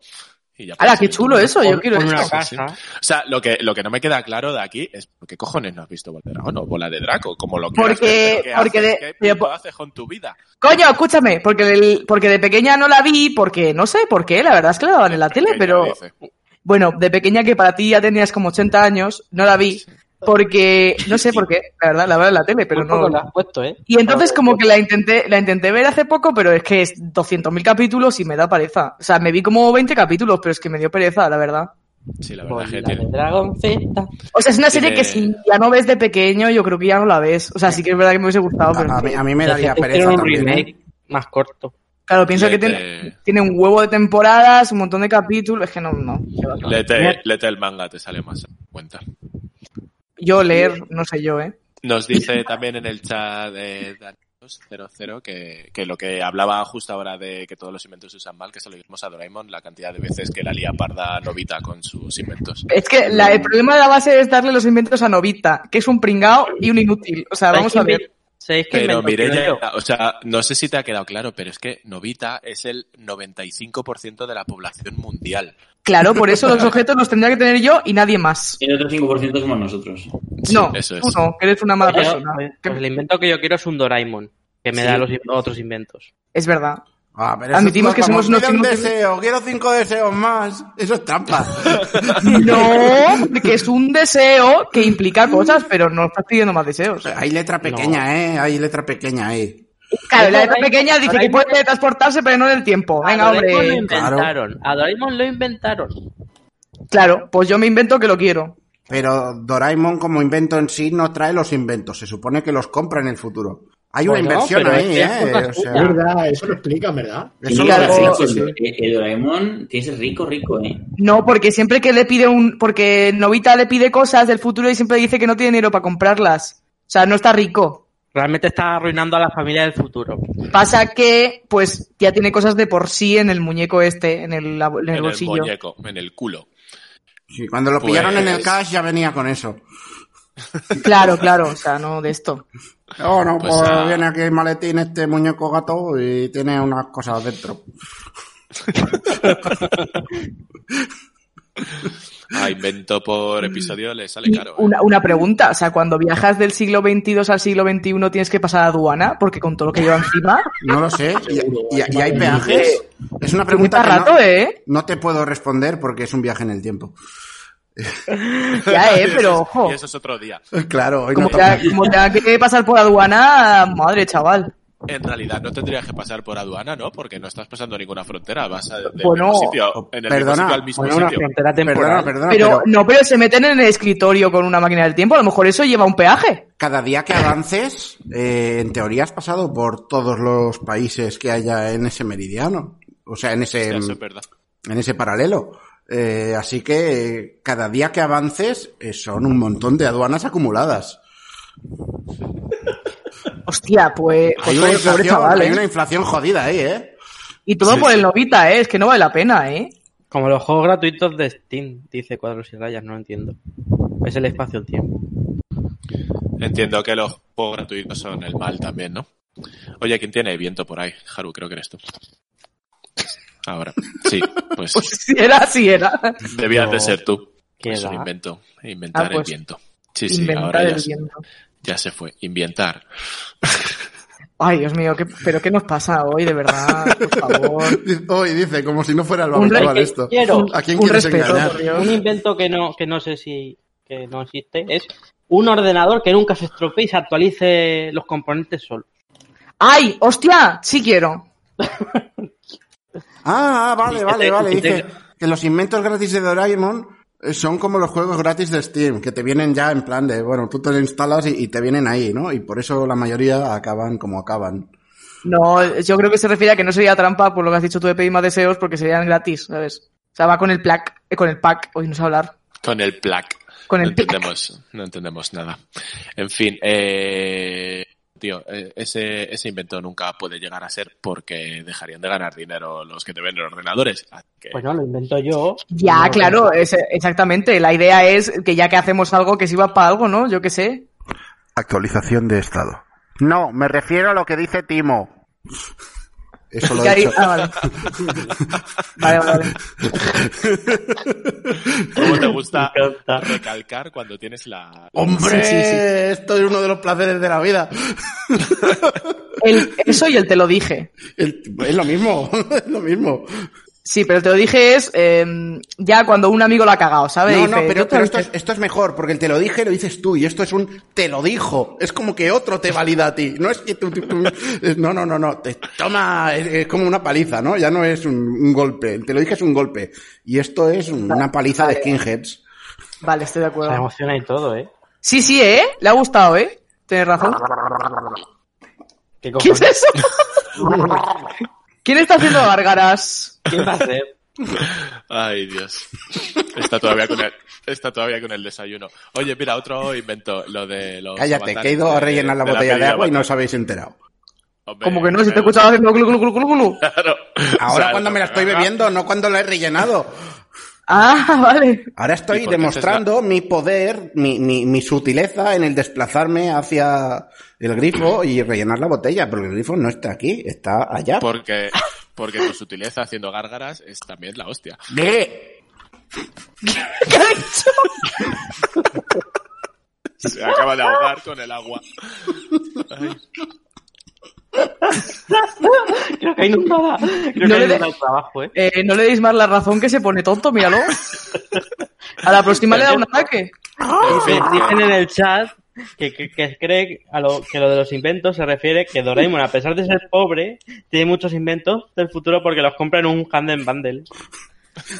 Y ya ¡Hala, puedes qué ir tú. chulo eso! Yo con- quiero con una esto. casa. O sea, lo que, lo que no me queda claro de aquí es ¿por qué cojones no has visto Bola de Dragón o Bola de Draco? Como lo que Porque- porque de- ¿Qué pero puto por- haces con tu vida? Coño, escúchame, porque, el- porque de pequeña no la vi, porque no sé por qué, la verdad es que la daban en la tele, Pequeña, pero dice. bueno, de pequeña que para ti ya tenías como 80 años, no la vi, porque no sé por qué, la verdad, la veo en la tele, pero Muy poco lo no. has puesto, ¿eh? Y entonces como que la intenté, la intenté ver hace poco, pero es que es 200.000 capítulos y me da pereza. O sea, me vi como 20 capítulos, pero es que me dio pereza, la verdad. Sí, la verdad Bola es que de tiene- Dragon Z. O sea, es una serie Tiene- que si ya no ves de pequeño, yo creo que ya no la ves. O sea, sí que es verdad que me hubiese gustado, Ah, pero A, a mí, a mí me Pero daría si pereza hicieron un también. ¿eh? remake más corto. claro, pienso que Lete- tiene, tiene un huevo de temporadas, un montón de capítulos, es que no, no. Lete, lete el manga, te sale más en cuenta. Yo leer, no sé yo, ¿eh? Nos dice también en el chat de Daniel00 que, que lo que hablaba justo ahora de que todos los inventos se usan mal, que se lo dijimos a Doraemon, la cantidad de veces que la lía parda novita con sus inventos. Es que la- el problema de la base es darle los inventos a Novita, que es un pringao y un inútil. O sea, vamos a ver. ¿Sabéis que Pero inventó Mireia, primero? o sea, no sé si te ha quedado claro, pero es que Novita es el 95% de la población mundial. Claro, por eso los objetos los tendría que tener yo y nadie más. El otro 5% somos nosotros. Sí, no, eso es. tú no, que eres una mala Oye, persona. pues, Que- pues el invento que yo quiero es un Doraemon, que me Sí. da los in- otros inventos. Es verdad. Ah, pero eso Admitimos es que como, somos unos "Quiero un inútiles". deseo, quiero cinco deseos más. Eso es trampa. No, que es un deseo que implica cosas, pero no estás pidiendo más deseos. Hay letra pequeña, ¿eh? Hay letra pequeña ahí. Claro, la letra pequeña dice que puede transportarse, pero no en el tiempo. Venga, a Doraemon lo hombre. inventaron. A Doraemon lo inventaron. Claro, pues yo me invento que lo quiero. Pero Doraemon como invento en sí no trae los inventos. Se supone que los compra en el futuro. Hay una Bueno, inversión pero ahí, es que es ¿eh? cosa O sea, Es suya. verdad, eso lo explican, ¿verdad? eso Y algo- lo Pues, sí, sí. eh, El Doraemon tiene que ser rico, rico, ¿eh? No, porque siempre que le pide un. Porque Novita le pide cosas del futuro y siempre dice que no tiene dinero para comprarlas. O sea, no está rico. Realmente está arruinando a la familia del futuro. Pasa que, pues, ya tiene cosas de por sí en el muñeco este, en el, labo- en el en el bolsillo. muñeco, en el culo. Sí, cuando lo Pues- pillaron en el cash ya venía con eso. claro, claro, o sea, no de esto. Oh, no, Pues, pues, ah. viene aquí el maletín este muñeco gato y tiene unas cosas dentro. Ah, invento por episodio le sale Y caro. ¿eh? una, una pregunta, o sea, cuando viajas del siglo XXII al siglo XXI tienes que pasar a aduana, porque con todo lo que lleva encima, No lo sé. ¿Y, y- y hay Vale. peajes? Es una muy pregunta que para no- rato, ¿eh? no te puedo responder porque es un viaje en el tiempo. Ya, Y ¿eh? eso Pero es- ojo, Y eso es otro día. Claro, hoy como, no tenga, toca. como tenga que pasar por aduana, madre chaval. En realidad no tendrías que pasar por aduana, ¿no? Porque no estás pasando ninguna frontera. Vas a, del Bueno, mismo sitio, en el mismo perdona, sitio al mismo bueno, una sitio. Frontera Perdona, temporal. perdona, Pero pero, no, pero se meten en el escritorio con una máquina del tiempo, a lo mejor eso lleva un peaje. cada día que avances, eh, en teoría has pasado por todos los países que haya en ese meridiano, o sea, en ese, Hostia, eso es verdad. en ese paralelo. Eh, así que eh, cada día que avances eh, son un montón de aduanas acumuladas. Hostia, pues, Hay pues una pobre, pobre inflación, chaval, hay ¿eh? una inflación jodida ahí, ¿eh? Y todo Sí, por el sí. novita, ¿eh? Es que no vale la pena, ¿eh? Como los juegos gratuitos de Steam, dice Cuadros y Rayas, no lo entiendo. Es el espacio-tiempo. Entiendo que los juegos gratuitos son el mal también, ¿no? Oye, ¿quién tiene viento por ahí? Haru, creo que eres tú. Ahora. Sí, pues Pues si era, si era. debías de no. ser tú. ¿Qué es un edad? invento. Inventar Ah, pues, el viento. Sí, sí, Inventar ahora ya, el se- viento. ya se fue. Inventar. Ay, Dios mío, ¿qué- pero ¿qué nos pasa hoy, de verdad? Por favor. Hoy dice, como si no fuera lo Un rey habitual que esto. quiero. ¿A quién Un quieres respeto, engañar? por Un Dios. invento que no, que no sé si que no existe es un ordenador que nunca se estropee y se actualice los componentes solo. ¡Ay, hostia! Sí quiero. Ah, ah, vale, Sí, vale, te- vale. te- Dice que los inventos gratis de Doraemon eh, son como los juegos gratis de Steam, que te vienen ya en plan de, bueno, tú te lo instalas y, y te vienen ahí, ¿no? Y por eso la mayoría acaban como acaban. No, yo creo que se refiere a que no sería trampa por lo que has dicho tú de pedir más deseos porque serían gratis, ¿sabes? O sea, va con el plac, eh, con el pack, hoy no sé hablar. Con el plac. Con no el plac. entendemos, no entendemos nada. En fin, eh, tío, eh, ese, ese invento nunca puede llegar a ser porque dejarían de ganar dinero los que te venden ordenadores. Así que- Pues no, lo invento yo. Ya, No, claro, es- exactamente. La idea es que ya que hacemos algo que sirva para algo, ¿no? Yo qué sé. Actualización de estado. No, me refiero a lo que dice Timo. Eso lo Y he ahí- dicho. ah, vale. vale, vale, vale. ¿Cómo te gusta Me encanta. recalcar cuando tienes la... ¡Hombre! Sí, sí, sí. Esto es uno de los placeres de la vida. El- eso y el te lo dije. El- Es lo mismo, es lo mismo. Sí, pero el te lo dije es eh, ya cuando un amigo lo ha cagado, ¿sabes? No, Dice, no, yo pero, te pero lo esto, es, dije. esto es mejor, porque el te lo dije lo dices tú, y esto es un te lo dijo. Es como que otro te valida a ti. No es que tú. tú- tú- no, no, no, no. Te, toma, es, es como una paliza, ¿no? Ya no es un, un golpe. El te lo dije es un golpe. Y esto es un- una paliza de skinheads. Vale, estoy de Se acuerdo. emociona y todo, ¿eh? Sí, sí, ¿eh? Le ha gustado, ¿eh? Tienes razón. ¿Qué ¿Quién cojones? es eso? ¿Quién está haciendo gárgaras? ¿Qué va a hacer? Ay, Dios. Está todavía con el, está todavía con el desayuno. Oye, mira, otro invento, lo de los... Cállate, avatares que he ido a de- rellenar la de botella de película agua y no os Avatar. habéis enterado. Hombre, Como que no, si te he pero- escuchado haciendo glu, glu, glu, glu, glu. Claro. O Ahora sea, cuando me la estoy bebiendo, no cuando la he rellenado. Ah, vale. ¿Y Ahora estoy por qué demostrando mi poder, mi, mi, mi sutileza en el desplazarme hacia el grifo y rellenar la botella, porque el grifo no está aquí, está allá. Porque, porque tu sutileza haciendo gárgaras es también la hostia. ¿Qué? ¿Qué ha dicho? Se acaba de ahogar con el agua. Creo que hay inundada. Creo No que hay le de- inundada el trabajo, ¿eh? Eh, no le deis más la razón que se pone tonto, míralo. A la próxima le da un ataque. En fin, Nos Dicen en el chat que, que, que cree a lo, que lo de los inventos se refiere que Doraemon, a pesar de ser pobre, tiene muchos inventos del futuro porque los compra en un Hand Bundle.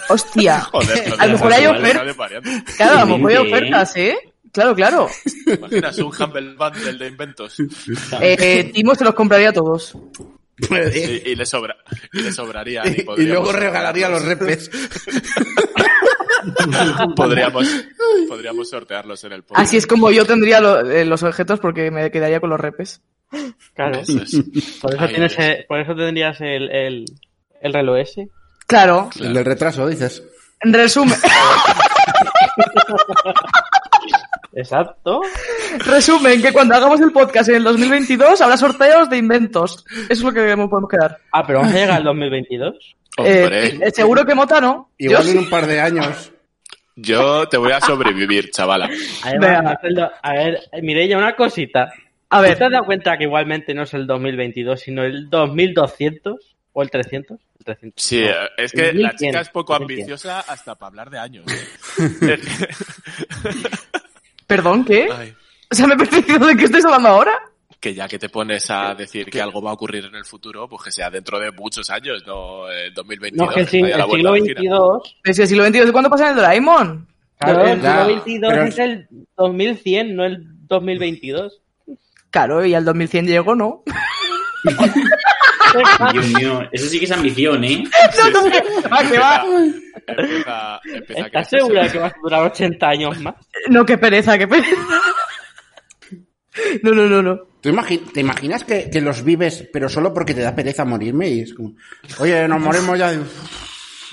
Hostia. joder, A lo mejor hay natural, oferta. sale variando. Claro, a lo mejor hay Excelente, ¿eh? ofertas, ¿eh? Claro, claro. ¿Te Imaginas un Humble Bundle de inventos Eh, eh, Timo se los compraría a todos. Pues y, y le sobra, y le sobraría. Pues, Y, y luego regalaría los regalarlos. repes. Podríamos, podríamos sortearlos en el podcast. Así es como yo tendría lo- eh, los objetos porque me quedaría con los repes. Claro. Eso es. Por eso, Ay, tienes, Dios. eh, por eso tendrías el, el, el reloj ese. Claro. El del retraso, dices. En resumen, Exacto. resumen que cuando hagamos el podcast en el 2022 habrá sorteos de inventos. Eso es lo que nos podemos quedar. Ah, pero vamos a llegar al 2022. Hombre, Eh, eh, seguro que Mota no. Igual Yo en sí. un par de años. yo te voy a sobrevivir, chavala. Venga. Además, es el do- a ver, Mireia, una cosita. A ¿Tú ver, ¿Te has dado cuenta que igualmente no es el 2022, sino el 2200 o el 300? El 300. Sí, no. eh, es que la 1100, chica es poco 1100. ambiciosa hasta para hablar de años. ¿eh? perdón, ¿qué? Ay. O sea, me he perdido de qué estáis hablando ahora. que ya que te pones a decir que algo va a ocurrir en el futuro, pues que sea dentro de muchos años, no en 2022. No, que el, que sig- vaya a la el vuelta siglo a la esquina. XXII. Pero si el siglo XXII, ¿cuándo pasa en el Doraemon? Claro, el Ya, siglo XXII pero- es el 2100, no el 2022. Claro, y al 2100 llegó, ¿no? Dios mío, eso sí que es ambición, ¿eh? Ah, que va. Empieza, empieza a ¿Estás crecerse. segura de que vas a durar 80 años más? No, qué pereza, qué pereza. No, no, no, no. ¿Tú imagi- ¿Te imaginas que, que los vives, pero solo porque te da pereza morirme? Y es como, oye, nos morimos ya.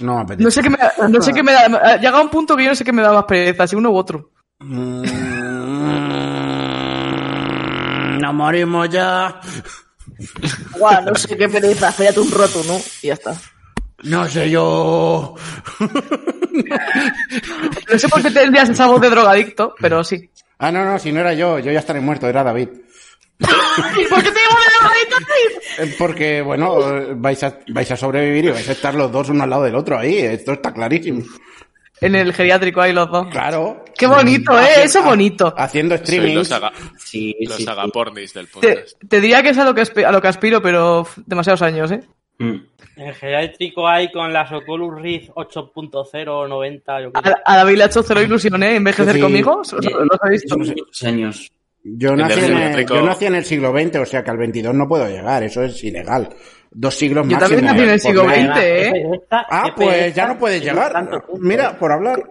No me apetece. No sé qué me, no sé qué me da. Llega un punto que yo no sé qué me da más pereza, si uno u otro. Mm, Nos morimos ya. Guau, no sé qué pereza, espérate un rato, ¿no? Y ya está. No sé yo. No sé por qué tendrías esa voz de drogadicto, pero sí. Ah, no, no, si no era yo, yo ya estaré muerto, era David. ¿Y por qué te llamas de drogadicto? Eh, Porque, bueno, eh, vais a, vais a sobrevivir y vais a estar los dos uno al lado del otro ahí, esto está clarísimo. En el geriátrico hay los dos. Claro. Qué bonito, ¿eh? Eso es bonito. Haciendo Soy streaming. los, aga- Sí, los sí. agapornis del Te, podcast. te diría que es a lo que, aspi- a lo que aspiro, pero uf, demasiados años, ¿eh? Mm. En general, el trico hay con las Oculus Rift 8.0, 90, yo qué sé. A, a David le ha hecho cero ilusión, ¿eh? Envejecer Sí. conmigo. ¿Lo, lo- lo habéis visto? Son muchos años. Yo El nací, del en el, geométrico. yo nací en el siglo XX, o sea que al 22 no puedo llegar, eso es ilegal. Dos siglos Yo máximo. también nací en el por siglo nada. XX, ¿eh? Ah, pues ya no puedes llegar. Mira, por hablar.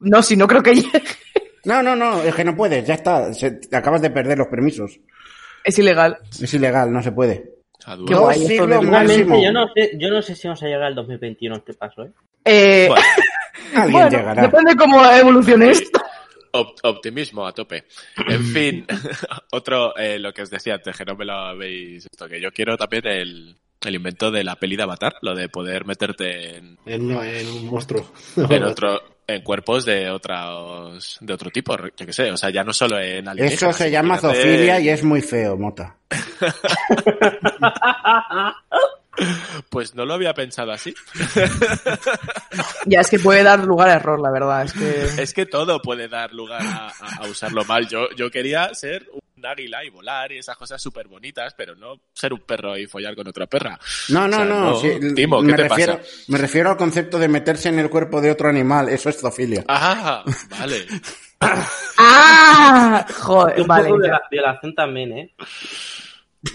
No, si no creo que llegue. No, no, no, es que no puedes, ya está. se- te acabas de perder los permisos. Es ilegal. Es ilegal, no se puede. A Qué dúo. guay, Dos esto siglos del- máximo. Realmente yo no, sé, yo no sé si vamos a llegar al 2021 este paso, ¿eh? Eh, Bueno, Alguien bueno, llegará. depende cómo evolucione esto. op- optimismo a tope. En fin, otro, eh, lo que os decía antes, que no me lo habéis esto, que yo quiero también el, el invento de la peli de Avatar, lo de poder meterte en, En, una- en un monstruo. en otro en cuerpos de otros de otro tipo, yo qué sé, o sea, ya no solo en Eso alienígenas, se llama imagínate- zoofilia y es muy feo, Mota. Pues no lo había pensado así. Ya, es que puede dar lugar a error, la verdad. Es que... Es que todo puede dar lugar a, a- a usarlo mal. Yo, yo quería ser un águila y volar y esas cosas súper bonitas, pero no ser un perro y follar con otra perra. No, no, O sea, no. no. sí, Timo, ¿qué me, te refiero, me refiero al concepto de meterse en el cuerpo de otro animal. Eso es zoofilia. Ah, vale. ¡Ah! Y Joder, un vale. poco de ya. la violación también, ¿eh?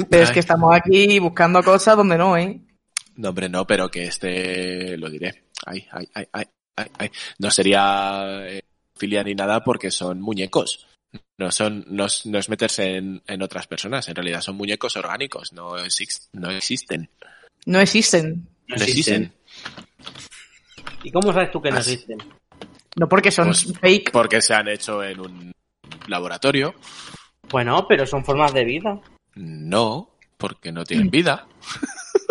Pero es que estamos aquí buscando cosas donde no, ¿eh? No, hombre, no, pero que este lo diré. Ay, ay, ay, ay, ay, ay. No sería eh, filia ni nada porque son muñecos. No son, no, es- no es meterse en, en otras personas. En realidad son muñecos orgánicos. No, exis- no existen. No existen. No existen. ¿Y cómo sabes tú que no Así. existen? No porque son Pues- fake. Porque se han hecho en un laboratorio. Bueno, pero son formas de vida. No, porque no tienen vida.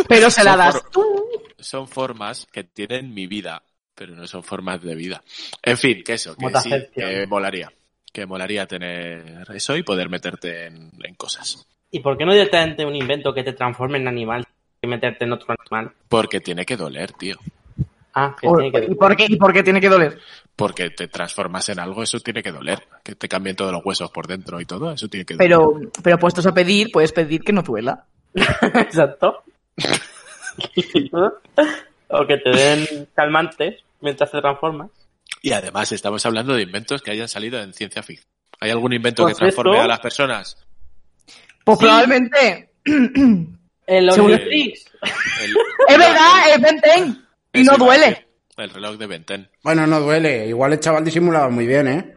Pero se la son das for- tú. Son formas que tienen mi vida, pero no son formas de vida. En fin, que eso, que Mota sí, Sergio. que molaría. Que molaría tener eso y poder meterte en, en cosas. ¿Y por qué no directamente un invento que te transforme en animal y meterte en otro animal? Porque tiene que doler, tío. Ah, que O- tiene que ¿Y, por qué, ¿Y por qué tiene que doler? Porque te transformas en algo, eso tiene que doler. Que te cambien todos los huesos por dentro y todo, eso tiene que doler. Pero, pero puestos a pedir, puedes pedir que no duela. Exacto. o que te den calmantes mientras te transformas. Y además estamos hablando de inventos que hayan salido en ciencia ficción. ¿Hay algún invento que Por cierto- transforme a las personas? Pues probablemente. El Seguro. Omnitrix. El- es verdad, es Ben Ten. Y Eso iba no a duele. decir, El reloj de Benten. Bueno, no duele. Igual el chaval disimulaba muy bien, ¿eh?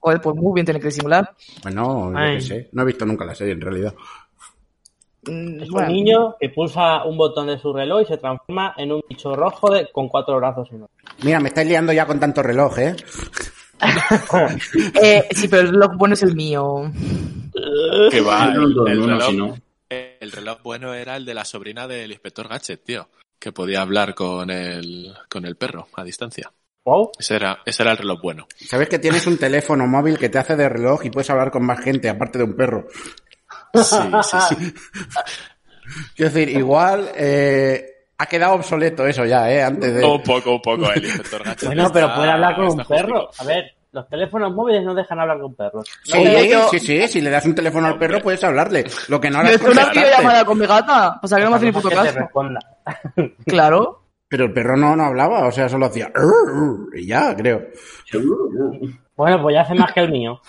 Joder, pues muy bien tiene que disimular. Bueno, yo Ay. qué sé. No he visto nunca la serie, en realidad. Mm, Es un bueno. niño que pulsa un botón de su reloj y se transforma en un bicho rojo de- con cuatro brazos. y no. Mira, me estáis liando ya con tanto reloj, ¿eh? Eh, sí, pero el reloj bueno es el mío. Que va, No, no, el, el no, no, reloj, si no. el reloj bueno era el de la sobrina del inspector Gadget, tío. Que podía hablar con el, con el perro a distancia. Wow. Ese era, ese era el reloj bueno. Sabes que tienes un teléfono móvil que te hace de reloj y puedes hablar con más gente, aparte de un perro. Sí, sí, sí. Quiero decir, igual eh, ha quedado obsoleto eso ya, ¿eh? Antes de... Un poco, un poco el inspector Gadget. Bueno, está- pero puede hablar con un está justico. perro. A ver, los teléfonos móviles no dejan hablar con perros. Sí, No, yo- sí, sí, si le das un teléfono al perro puedes hablarle. Lo que no Me harás es hizo una contestarte. videollamada con mi gata. O sea, que no me hace ni puto Que te caso. responda. Claro. Pero el perro no, no hablaba, o sea, solo hacía... "Arr", Y ya, creo. Bueno, pues ya hace más que el mío.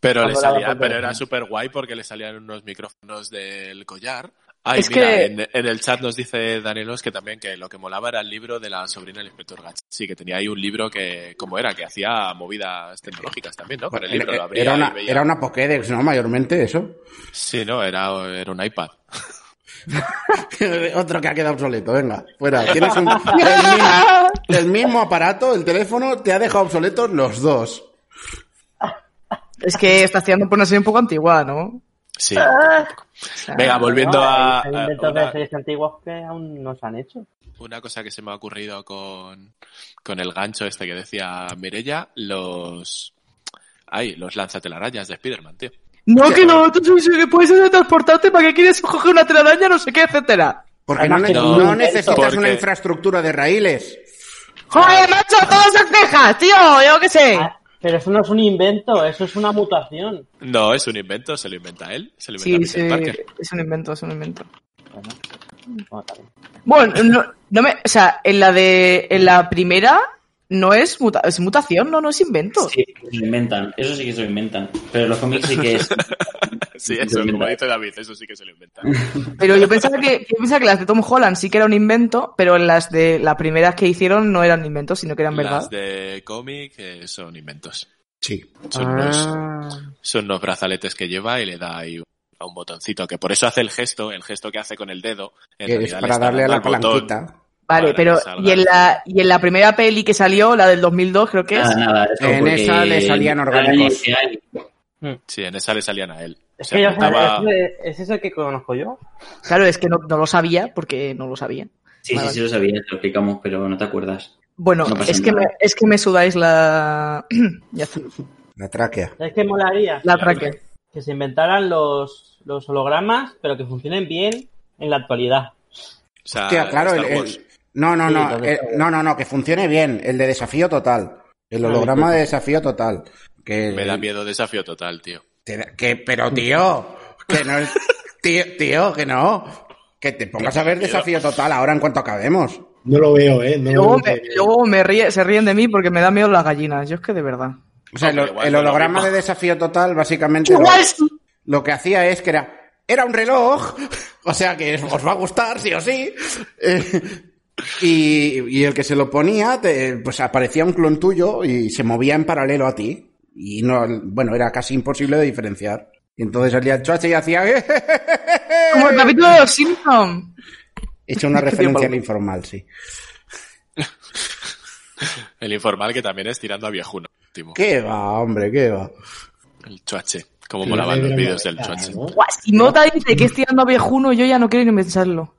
Pero le Cuando hablaba salía, por pero teléfono. era súper guay porque le salían unos micrófonos del collar. Ay, Es mira, que- en, en el chat nos dice Danielos que también que lo que molaba era el libro de la sobrina del inspector Gadget. Sí, que tenía ahí un libro que, como era, que hacía movidas tecnológicas también, ¿no? Con el libro lo abría Era una, y veía. era una Pokédex, ¿no? Mayormente eso. Sí, no, era, era un iPad. Otro que ha quedado obsoleto, venga, fuera. Tienes un- el, mismo, el mismo aparato, el teléfono, te ha dejado obsoletos los dos. Es que está haciendo por una serie un poco antigua, ¿no? Sí. O sea, Venga, volviendo No, a, Hay, a hay inventos de una, series antiguas que aún no se han hecho. una cosa que se me ha ocurrido con, con el gancho este que decía Mirella, los... Ay, los lanzatelarañas de Spider-Man, tío. No, que no, tú sí- sí que puedes hacer transportarte, ¿para qué quieres coger una telaraña, no sé qué, etcétera? Porque no, Además que ne- no no, necesitas porque- una infraestructura de raíles. ¡Joder, macho, todos son quejas, tío! Yo qué sé. Ah, pero eso no es un invento, eso es una mutación. No, es un invento, se lo inventa él, se lo Sí, inventa sí, Peter Parker. es un invento, es un invento. Bueno, bueno, está bien. Bueno, no, no me, o sea, en la de, en la primera, No es, muta- es mutación, no, no es invento. Sí, se lo inventan. Eso sí que se lo inventan. Pero los cómics sí que es. Sí, eso, como dice David, eso sí que se lo inventa. Pero yo pensaba que, yo pensaba que las de Tom Holland sí que era un invento, pero las de las primeras que hicieron no eran inventos, sino que eran verdad. Las de cómic eh, son inventos. Sí. Son, los, Ah. son los brazaletes que lleva y le da ahí un- a un botoncito, que por eso hace el gesto, el gesto que hace con el dedo. en Que es realidad le para está darle a dando la al botón. palanquita. Vale, para pero que salga. y en, la, y en la primera peli que salió, la del 2002 creo que es, Nada, nada. es como En porque- esa le salían orgánicos. Ay, ay, Sí, en esa le salían a él. Es Se que yo- apuntaba- ¿es- ¿Es ese que conozco yo? claro, es que no, no lo sabía porque no lo sabía. Sí, sí, sí lo sabía, te lo explicamos, pero no te acuerdas. Bueno, No pasa es, que me, nada. es que me sudáis la... ya está, La tráquea. Es que molaría la traque. que se inventaran los, los hologramas, pero que funcionen bien en la actualidad. o sea, Hostia, claro, el- Star el- Wars. no, no, Sí, no, también el- está bien. no, no, no, que funcione bien, el de desafío total, el holograma de desafío total, que, Me da miedo desafío total, tío. te- que- pero tío, que no, es- tío, tío, que no, que te pongas a ver desafío total ahora en cuanto acabemos. No lo veo, ¿eh? No lo Luego, veo me, que- luego me ríe- se ríen de mí porque me da miedo las gallinas, yo es que de verdad. O sea, el, Hombre, igual el no lo holograma mismo. de desafío total básicamente lo, lo que hacía es que era era un reloj, o sea que os va a gustar sí o sí. Eh, y, y el que se lo ponía, te- pues aparecía un clon tuyo y se movía en paralelo a ti. Y no, bueno, era casi imposible de diferenciar. Y entonces salía el choche y hacía "Eh, Como el capítulo de los Simpsons. He hecho una Qué referencia al tiempo. informal, sí. El informal que también es tirando a viejuno, último. ¿Qué va, hombre? ¿Qué va? El chuache. Como que molaban no le los dieron vídeos del la chuache. ¿no? Buah, si Mota dice que es tirando a viejuno, yo ya no quiero ni pensarlo.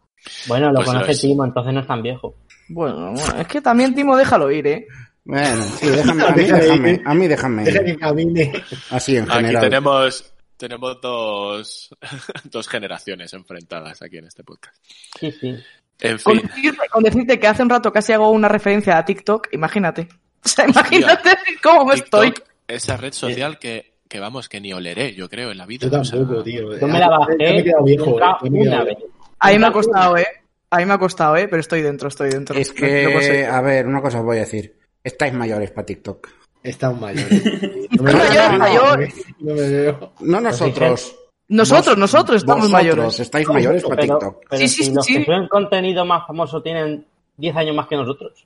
Bueno, lo Pues lo conoce es. Timo, entonces no es tan viejo. Bueno, bueno, es que también Timo déjalo ir, ¿eh? Bueno, sí, déjame, a mí Déjame déjame, ir. a mí déjame. Deja que camine. Así en Aquí general. tenemos, tenemos dos, dos generaciones enfrentadas aquí en este podcast. Sí, sí. En Con fin, decirte, con decirte que hace un rato casi hago una referencia a TikTok, imagínate. O sea, imagínate cómo me estoy. TikTok, esa red social que, que vamos, que ni oleré, yo creo, en la vida. Yo O sea, tampoco, tío. Eh, Yo me la bajé. Yo me he quedado viejo, nunca eh. Yo me he una quedado vez. A mí me ha costado, ¿eh? A mí me ha costado, ¿eh? Pero estoy dentro, estoy dentro. Es No- no que, consigo. a ver, una cosa os voy a decir. Estáis mayores para TikTok. Está un mayor. No Mayor, veo, mayor. No me veo. No nosotros. nosotros, Vos- nosotros estamos vosotros eh. mayores. Estáis mayores para Pero, TikTok. pero Sí, si sí, sí, los sí. que suelen contenido más famoso tienen 10 años más que nosotros.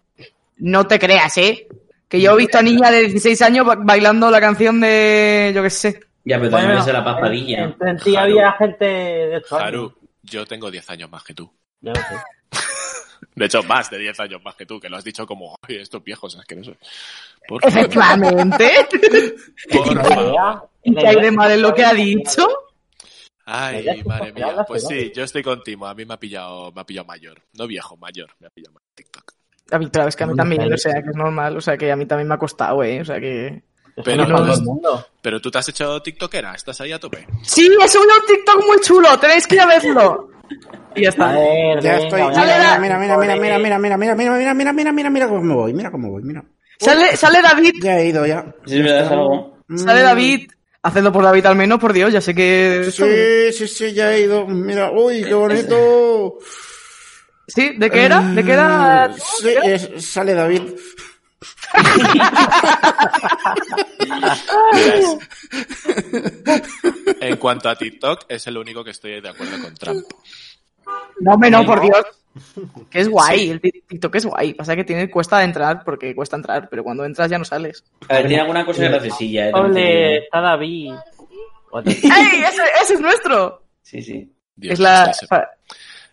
No te creas, ¿eh? Que yo he visto a niña de 16 años ba- bailando la canción de, yo qué sé, Ya, pero también Bueno, ves a la En, paspadilla. en 30 y Haru. había gente de 8 años. Haru, yo tengo 10 años más que tú. Ya lo sé. De hecho, más de 10 años más que tú, que lo has dicho como, oye, estos viejos asquerosos. Por favor, Efectivamente. por La favor. idea- ¿Y la qué hay idea- de mal en lo que ha dicho? Ay, Vaya, madre que hablas, mía. Pues pero sí, vale. yo estoy con Timo. A mí me ha pillado, me ha pillado mayor. No viejo, mayor. Me ha pillado mayor TikTok. A mí, claro, es que a mí No, también, no, o sea, que es normal, o sea, que a mí también me ha costado, güey, o sea, que... Pero, No, no, Todo el mundo. pero tú te has hecho TikTokera, estás ahí a tope. Sí, he subido un TikTok muy chulo, tenéis que ir a verlo. Y ya A está. ver, Ya venga, estoy. venga, venga, Mira, mira, mira, mira, mira, joder. mira, mira, mira, mira, mira, mira, mira, mira, mira cómo me voy, mira cómo voy, mira. Sale, sale David, Ya he ido ya. Si me das algo. sale David. Hacedlo por David al menos, por Dios, ya sé que... Sí, sí, sí, ya he ido. Mira, uy, qué bonito. ¿Sí? ¿De qué era? ¿De qué era? Eh, Sí, es- sale David. En cuanto a TikTok, es el único que estoy de acuerdo con Trump. No, hombre, no, por Dios. Que es guay, el TikTok es guay. Pasa que tiene cuesta de entrar, porque cuesta entrar, pero cuando entras ya no sales. A ver, tiene alguna cosa graciosilla, eh. también te Ole, digo. está David. Otra. ¡Ey! ¡Ese, ese es nuestro! Sí, sí. Dios, es la... estáis,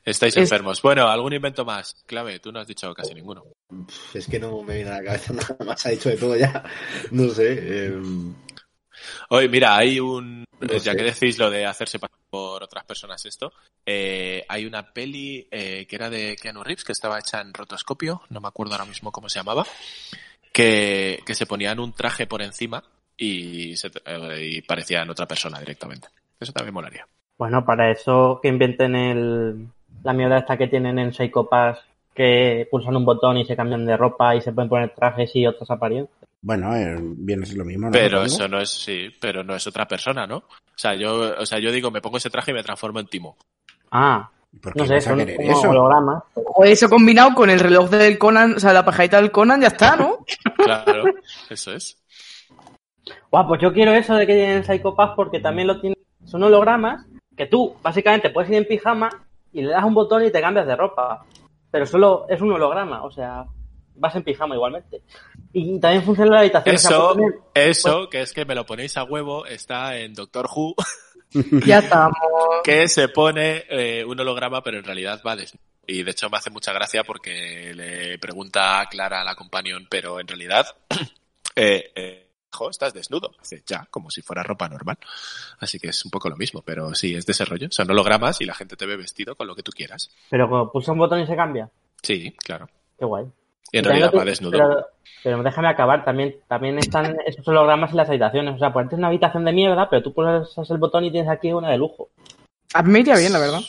estáis es- enfermos. Bueno, algún invento más. Clave, tú no has dicho casi ninguno. Es que no me viene a la cabeza nada más. Ha dicho de todo ya. No sé. eh, Oye, mira, hay un. eh, No ya sé. que decís lo de hacerse pasar por otras personas esto, eh, hay una peli eh, que era de Keanu Reeves que estaba hecha en rotoscopio, no me acuerdo ahora mismo cómo se llamaba, que, que se ponían un traje por encima y, se, eh, y parecían otra persona directamente. Eso también molaría. Bueno, para eso que inventen el, la mierda esta que tienen en Psycho Pass, que pulsan un botón y se cambian de ropa y se pueden poner trajes y otras apariencias. Bueno, eh, viene a ser lo mismo. ¿no? Pero Supongo. eso no es, sí, pero no es otra persona, ¿no? O sea, yo, o sea, yo digo, me pongo ese traje y me transformo en Timo. Ah, ¿Por qué No sé, vas a son querer como eso? hologramas. O eso combinado con el reloj del Conan, o sea, la pajarita del Conan, ya está, ¿no? Claro, eso es. Guau, pues yo quiero eso de que lleguen Psychopath porque también lo tienen. Son hologramas que tú, básicamente, puedes ir en pijama y le das un botón y te cambias de ropa. Pero solo es un holograma, o sea, vas en pijama igualmente. Y también funciona la habitación. o sea, Eso, puedes tener- eso, que es que me lo ponéis a huevo, está en Doctor Who, Ya estamos. que se pone eh, un holograma, pero en realidad va desnudo. Y de hecho me hace mucha gracia porque le pregunta a Clara a la companion, pero en realidad, eh, eh, jo, estás desnudo. Hace ya, como si fuera ropa normal. Así que es un poco lo mismo, pero sí, es de ese rollo. Son hologramas y la gente te ve vestido con lo que tú quieras. Pero cuando pulsa un botón y se cambia. Sí, claro. Qué guay. Y en Y también realidad lo va que- desnudo. Pero, pero déjame acabar, también, también están esos hologramas en las habitaciones. O sea, puedes tener una habitación de mierda, pero tú pulsas el botón y tienes aquí una de lujo. A mí me iría bien, la verdad.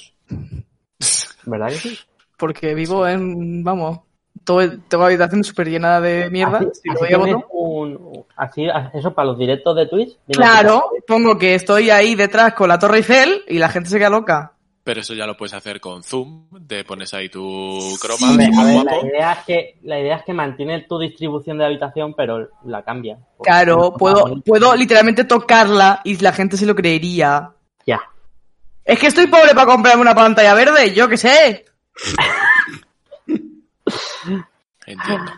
¿Verdad que sí? Porque vivo en, vamos, todo, tengo habitación súper llena de mierda. Así, si le así doy a tienes botón- un- así- eso para los directos de Twitch. viene Claro, pongo que estoy ahí detrás con la Torre Eiffel y la gente se queda loca. Pero eso ya lo puedes hacer con Zoom, te pones ahí tu aquí. croma, Hombre, tu a ver, la guapo. idea es que la idea es que mantiene tu distribución de habitación, pero la cambia. Pues Claro, puedo, puedo literalmente tocarla y la gente se lo creería. Ya. Es que estoy pobre para comprarme una pantalla verde, yo qué sé. Entiendo.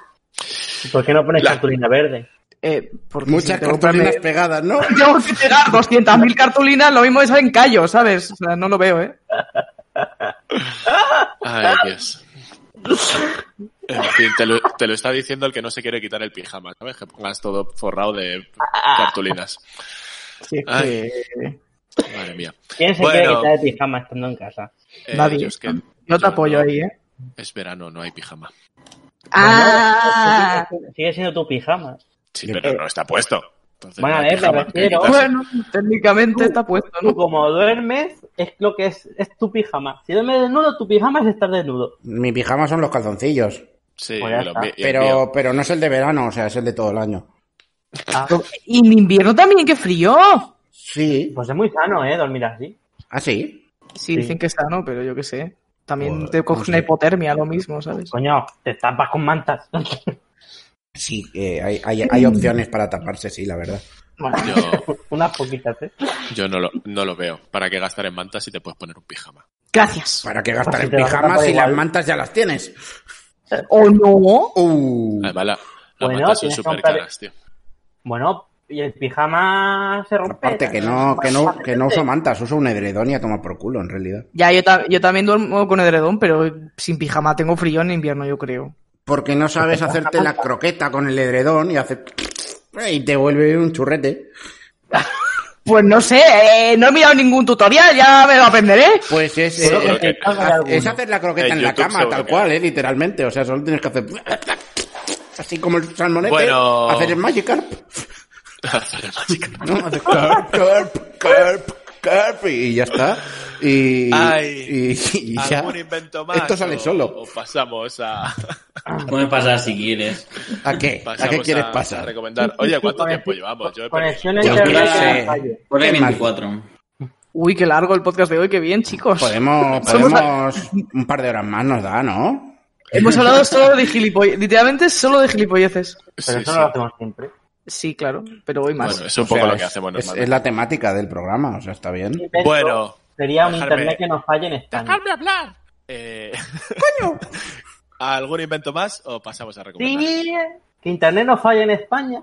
¿Por qué no pones La- cartulina verde? Eh, porque Muchas si tengo cartulinas que- pegadas, ¿no? Tengo que pegar 200.000 cartulinas, lo mismo es en callo, ¿sabes? O sea, no lo veo, ¿eh? Ay, Dios. En fin, te lo, te lo está diciendo el que no se quiere quitar el pijama, ¿sabes? Que pongas todo forrado de cartulinas. Sí, es Ay. que- Madre mía. ¿Quién se Bueno. quiere quitar de pijama estando en casa? Eh, Nadie. yo es que- No te yo apoyo no- ahí, ¿eh? Es verano, no hay pijama. Ah, Sigue- Sigue siendo tu pijama. Sí, pero no está puesto. Entonces, Bueno, no hay a ver, me pijama que refiero- quitarse. bueno, técnicamente está puesto, Tú ¿no? como duermes, es lo que es, es tu pijama. Si duermes desnudo, tu pijama es estar desnudo. Mi pijama son los calzoncillos. Sí, Pues ya y lo- está. y el mío. Pero, pero no es el de verano, o sea, es el de todo el año. Y en invierno también, qué frío. Sí. Pues es muy sano, ¿eh? Dormir así. Ah, sí. Sí, Sí. dicen que está, ¿no? Pero yo qué sé. También Joder, te coges no sé. una hipotermia, lo mismo, ¿sabes? Coño, te tapas con mantas. Sí, eh, hay, hay- hay opciones para taparse, sí, la verdad. Bueno, Yo, Unas poquitas, ¿eh? yo no, lo, no lo veo. ¿Para qué gastar en mantas si te puedes poner un pijama? gracias. ¿Para qué gastar Pues en te vas a pijamas tapar si igual. las mantas ya las tienes? ¿O no? Uh, Además, la- las Bueno, mantas son tienes que súper comprar- caras, tío. Bueno, y el pijama se rompe. aparte que no, que no, que no uso mantas, uso un edredón y a tomar por culo, en realidad. Ya, yo, ta- yo también duermo con edredón, pero sin pijama tengo frío en invierno, yo creo. Porque no sabes hacerte la croqueta con el edredón y hacer... Y te vuelve un churrete. Pues no sé, eh, no he mirado ningún tutorial, ya me lo aprenderé. Pues es, Seguro eh, que- eh, es hacer la croqueta En en, la Eh, YouTube cama, seguro tal que cual, hay. eh, literalmente. O sea, solo tienes que hacer... Así como el salmonete, Bueno. hacer el Magikarp. ¿no? Haces carp, carp, carp, carp, y ya está. Y, Ay, y- y ya. ¿Algún invento más? Esto sale o- solo. O pasamos a. Puedes pasar si quieres. ¿A qué? ¿A pasamos qué quieres a pasar? recomendar. Oye, ¿cuánto tiempo llevamos? Yo he perdido. Conexiones Yo de creo red que- en calle. Ponle Qué mal. 24. Uy, qué largo el podcast de hoy, qué bien, chicos. Podemos, Somos- podemos un par de horas más nos da, ¿no? Hemos hablado solo de gilipolleces, literalmente solo de gilipolleces. Pero Sí, eso sí. no lo hacemos siempre. Sí, claro, pero hoy más. Bueno, es un O poco sea, lo que es- hacemos es, normalmente. es la temática del programa, o sea, está bien. Bueno, Sería un dejarme- internet que nos falle en España. eh... ¿Algún invento más o pasamos a recomendar? Sí, que internet nos falle en España.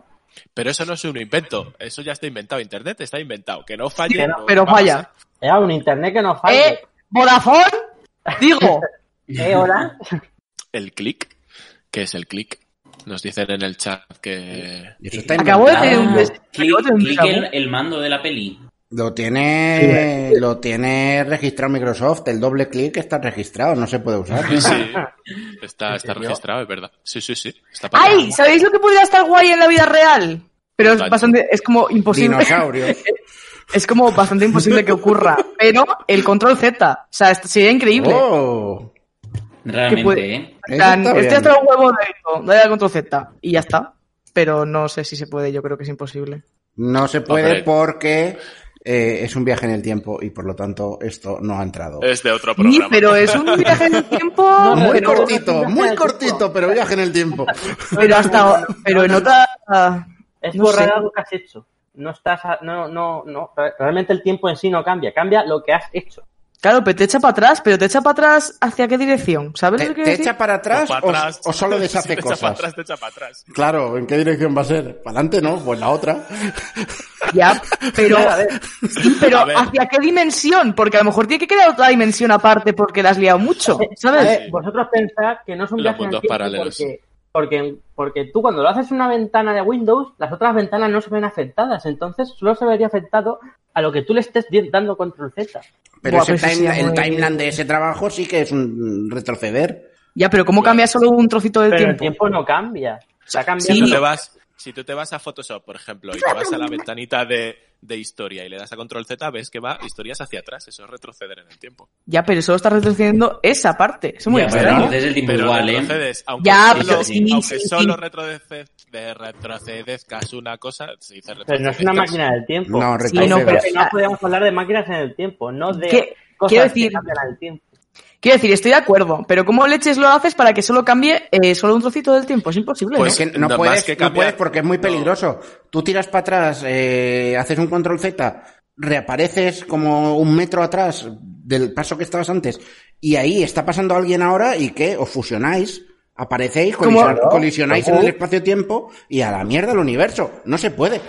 Pero eso no es un invento. Eso ya está inventado. Internet está inventado. Que no falle. Pero- no pero va a falla. pasar. Era Eh, ah, un internet que nos falle. ¡Eh! ¡Vodafone! Digo, ¿Eh, hola? El click. ¿Qué es el click? Nos dicen en el chat que. Y eso está acabo de tener inventado. un des- Clic, acabo de tener un clic el, déjà vu. el mando de la peli. Lo tiene, lo tiene registrado Microsoft, el doble clic está registrado, no se puede usar. Sí. Está, está registrado, es verdad. Sí, sí, sí. Está patentado. ¡Ay! ¿Sabéis lo que podría estar guay en la vida real? Pero es Total. bastante, es como imposible. Dinosaurios. Es como bastante imposible que ocurra. Pero el control Z, o sea, esto sería increíble. Oh, Realmente, puede- ¿eh? En plan, eso está este bien. hasta los huevos de esto, dale al control Z y ya está. Pero no sé si se puede, yo creo que es imposible. No se puede Hombre. porque eh, es un viaje en el tiempo y por lo tanto esto no ha entrado. Es de otro Sí, programa. pero es un viaje en el tiempo. muy pero, cortito, muy cortito, pero viaje en el tiempo. pero hasta. Pero en otra. Es No borrar sé. algo que has hecho. No estás, a- no, no, no. Re- Realmente el tiempo en sí no cambia, cambia lo que has hecho. Claro, pero te echa para atrás, pero te echa para atrás hacia qué dirección, ¿sabes ¿Te, lo te que quiero decir? echa para atrás pa' o, o solo Si deshace te echa pa' cosas? atrás, te echa pa' atrás. Claro, ¿en qué dirección va a ser? ¿Para adelante no? Pues la otra. Ya, pero, sí, A pero ver. ¿hacia qué dimensión? Porque a lo mejor tiene que crear otra dimensión aparte porque la has liado mucho, ¿sabes? Eh, Vosotros pensad que no es un Los viaje en el mundos tiempo paralelos. Porque, porque, porque tú cuando lo haces en una ventana de Windows, las otras ventanas no se ven afectadas. Entonces solo se vería afectado a lo que tú le estés di- dando control Z. Pero Buah, ese pues sí, time- sí, el muy- timeline de ese trabajo sí que es un retroceder. Ya, pero ¿cómo Claro. cambia solo un trocito del Pero el tiempo? tiempo no cambia. Está Si cambiando. tú te vas, si tú te vas a Photoshop, por ejemplo, y te vas a la ventanita de, de historia y le das a control Z, ves que va historias hacia atrás. Eso es retroceder en el tiempo. Ya, pero solo estás retrocediendo esa parte. Eso es muy Ya, extraño. pero es el tiempo Pero igual, ¿eh? retrocedes, aunque Ya, solo, pero sí, aunque sí, solo sí. retrocede- de- retrocedezcas una cosa, se dice Pero no es una retrocedezcas. máquina del tiempo. No, Sí, retroceder. no, pero- Porque no podemos hablar de máquinas en el tiempo, no de ¿Qué? cosas Quiero decir- que cambian al tiempo. Quiero decir, estoy de acuerdo, pero ¿cómo leches lo haces para que solo cambie eh, solo un trocito del tiempo? Es imposible. Pues- Es que no, no, puedes, más que no cambiar. puedes porque es muy No. peligroso. Tú tiras para atrás, eh, haces un control Z, reapareces como un metro atrás del paso que estabas antes y ahí está pasando alguien ahora y que os fusionáis, aparecéis, ¿Cómo? colisiona- colisionáis en ¿Cómo? el espacio-tiempo y a la mierda el universo. No se puede. ¿no?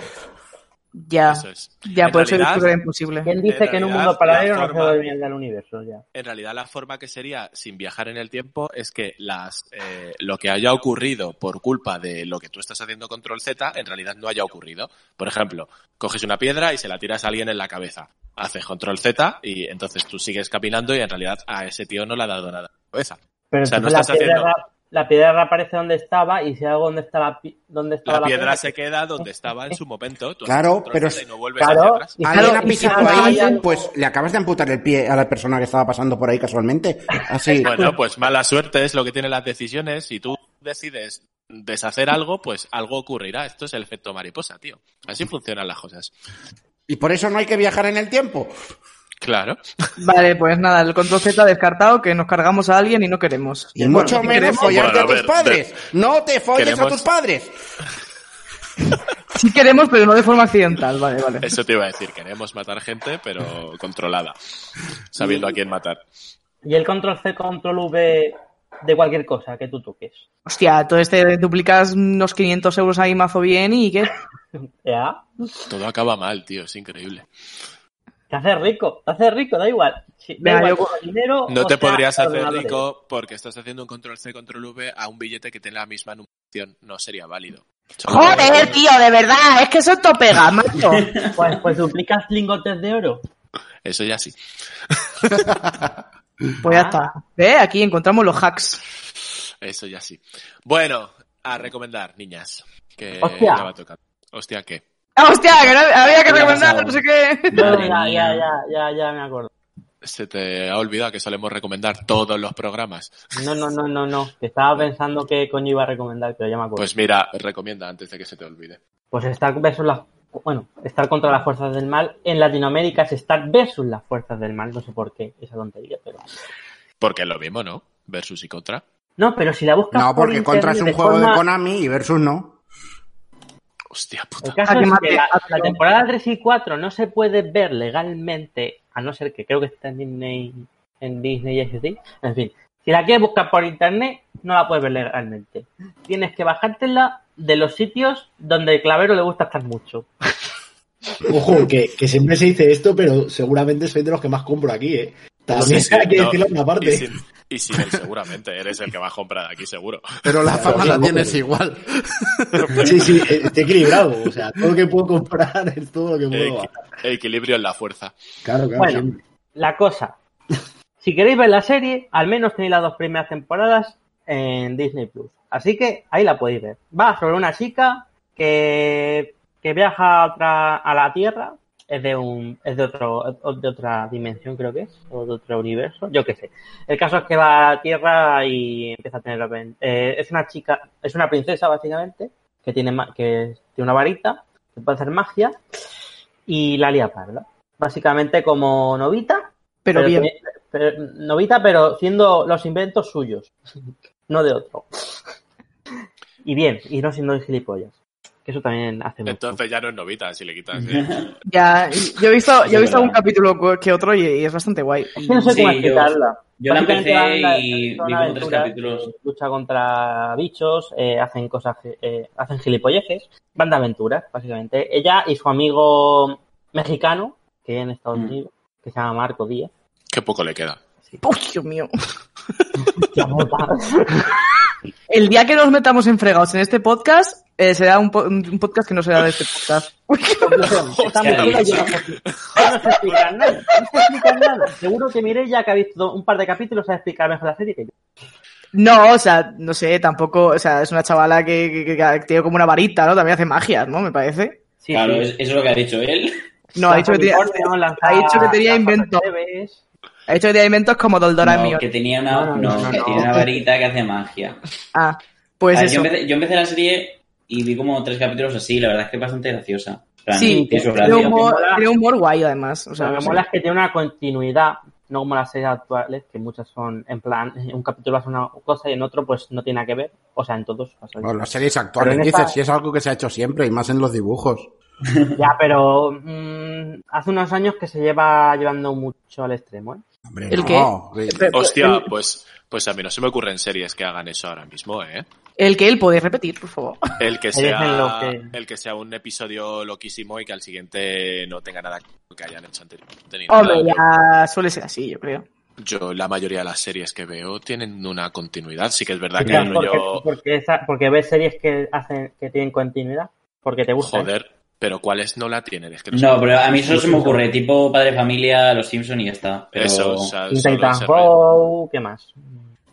Ya, Eso es. ya, En por eso realidad, es que era imposible. ¿Quién dice que en un realidad, mundo paralelo la no se forma- dominan del universo ya? En realidad, la forma que sería sin viajar en el tiempo es que las, eh, lo que haya ocurrido por culpa de lo que tú estás haciendo control Z, en realidad no haya ocurrido. Por ejemplo, coges una piedra y se la tiras a alguien en la cabeza. Haces control Z y entonces tú sigues caminando y en realidad a ese tío no le ha dado nada en la cabeza. Pero O sea, no entonces estás la, piedra, haciendo- ra- la piedra reaparece donde estaba y si hago donde está la, pi- donde estaba La la piedra se queda donde estaba en su momento. Tú haces Claro, control pero Z es- y no vuelves hacia Claro, atrás. y Alguien claro, ha y si pisado hago ahí, algo- pues le acabas de amputar el pie a la persona que estaba pasando por ahí casualmente. Así. Bueno, pues mala suerte es lo que tienen las decisiones. Si tú decides deshacer algo, pues algo ocurrirá. Esto es el efecto mariposa, tío. Así funcionan las cosas. Y por eso no hay que viajar en el tiempo. Claro. Vale, pues nada, el control Z ha descartado que nos cargamos a alguien y no queremos. Y mucho Bueno, menos queremos- follarte Bueno, a a tus ver, padres. No te folles a queremos- tus padres. Sí queremos, pero no de forma accidental, vale, vale. Eso te iba a decir. Queremos matar gente, pero controlada. Sabiendo a quién matar. Y el control C, control V de cualquier cosa que tú toques. Hostia, todo este duplicas unos 500 euros ahí mazo bien y qué. ¿Ya? Todo acaba mal, tío. Es increíble. Te haces rico, te haces rico, da igual. Si- da Venga, igual, yo co- sea dinero No o te sea podrías hacer ordenadores. rico porque estás haciendo un control C, control V a un billete que tiene la misma numeración. No sería válido. Solo- Joder, tío, de verdad, es que eso esto pega, macho. Pues, pues duplicas lingotes de oro. Eso ya sí. Pues ya está. ¿Eh? Aquí encontramos los hacks. Eso ya sí. Bueno, a recomendar, niñas. Que Hostia. ya va a tocar. Hostia, ¿qué? Ah, hostia, que no- había que Ya recomendar, pasado. no sé qué. ya, Madre ya, mía. ya, ya, ya me acuerdo. Se te ha olvidado que solemos recomendar todos los programas. No, no, no, no, no. Que estaba pensando qué coño iba a recomendar, pero ya me acuerdo. Pues mira, recomienda antes de que se te olvide. Pues estar versus las bueno, estar contra las fuerzas del mal en Latinoamérica es estar versus las fuerzas del mal, no sé por qué esa tontería, pero Porque es lo mismo, ¿no? Versus y contra. no, pero si la buscas No, por porque Contra es un internet juego de forma- Konami y Versus no. Hostia El puta. caso Ah, que es mate que la, a la todos. temporada 3 y 4 no se puede ver legalmente, a no ser que creo que está en Disney, en Disney XD. En fin, si la quieres buscar por internet, no la puedes ver legalmente. Tienes que bajártela de los sitios donde el clavero le gusta estar mucho. Ojo, que, que siempre se dice esto, pero seguramente soy de los que más compro aquí, ¿eh? Sí, También sí, hay que no. decirlo en una Y parte. sin, y sin él, seguramente. Eres el que va a comprar aquí, seguro. Pero la fama la sí, tienes sí. igual. pues Sí, sí, eh, está equilibrado. O sea, todo lo que puedo comprar es todo lo que puedo. Equi- equilibrio en la fuerza. Claro, claro. Bueno. siempre. La cosa, si queréis ver la serie, al menos tenéis las dos primeras temporadas en Disney Plus. Así que ahí la podéis ver. Va sobre una chica que, que viaja a, otra, a la Tierra. Es de, un, es de, otro, de otra dimensión, creo que es, o de otro universo, yo qué sé. El caso es que va a la Tierra y empieza a tener. aven- eh, es una chica, es una princesa, básicamente, que tiene, ma- que tiene una varita, que puede hacer magia, y la lía parda. básicamente como Novita, Pero bien. teni- pero- Novita, pero siendo los inventos suyos, no de otro. Y bien, y no siendo gilipollas. Que eso también hace mucho. Entonces ya no es novita si le quitas. eh. Ya, yo he visto, yo he es visto verdad. un capítulo que otro y, y es bastante guay. Es que no sé Sí, cómo yo- explicarla. Yo la Básicamente empecé habla de- y son vi como tres aventuras, capítulos. Lucha contra bichos, eh, hacen cosas, que- eh, hacen gilipolleces, van de aventuras, básicamente. Ella y su amigo mexicano, que vive en Estados Mm. Unidos, que se llama Marco Díaz. Qué poco le queda. Uy, Dios mío. Hostia puta. El día que nos metamos en fregados en este podcast, eh, será un, po- un podcast que no será de este podcast. Uy, Esta Hostia, aventura Luis. yo no sé- no sé explicar nada, no sé explicar nada. Seguro que Mireia, que ha visto un par de capítulos, sabe explicar mejor la serie que yo. No, o sea, no sé, tampoco, o sea, es una chavala que, que- que- que tiene como una varita, ¿no? También hace magias, ¿no? Me parece. Sí, Claro, sí. es- eso es lo que ha dicho él. No, ha dicho que tenía, Unicornio, lanza- ha dicho que tenía lanza invento. percebes. ha dicho que tenía inventos como Doldora No, mío. que tenía una, No, no, no, no, que no. tiene una varita que hace magia. Ah, pues A ver, eso. Yo, empecé, yo empecé la serie y vi como tres capítulos así, la verdad es que es bastante graciosa. En plan, Sí, tiene su tiene gracia. humor, Mola. tiene humor guay, además. O sea, Lo no que sé. mola es que tiene una continuidad, no como las series actuales, que muchas son en plan, un capítulo hace una cosa y en otro pues no tiene nada que ver. O sea, en todos. pasa eso. Bueno, las series actuales, Pero en dices, esta- si es algo que se ha hecho siempre y más en los dibujos. Ya, pero mm, hace unos años que se lleva llevando mucho al extremo, ¿eh? Hombre, ¿El no, qué? sí. Pero- Hostia, pues, pues a mí no se me ocurren series que hagan eso ahora mismo, ¿eh? El que él podéis repetir, por favor. El que Series en sea, lo que- el que sea un episodio loquísimo y que al siguiente no tenga nada que hayan hecho anteriormente. ni nada. Hombre, ya suele ser así, yo creo. Yo, la mayoría de las series que veo tienen una continuidad. Sí que es verdad que Quizás no porque, yo... porque esa- porque ves series que hacen que tienen continuidad, porque te gusta. Joder, pero ¿cuáles no la tienen? Es que no sé. No, pero a mí solo se me ocurre, tipo Padre Familia, Los Simpson y ya está. Pero... Eso, o sea, Teen solo Titans ese rollo. Go, ¿qué más?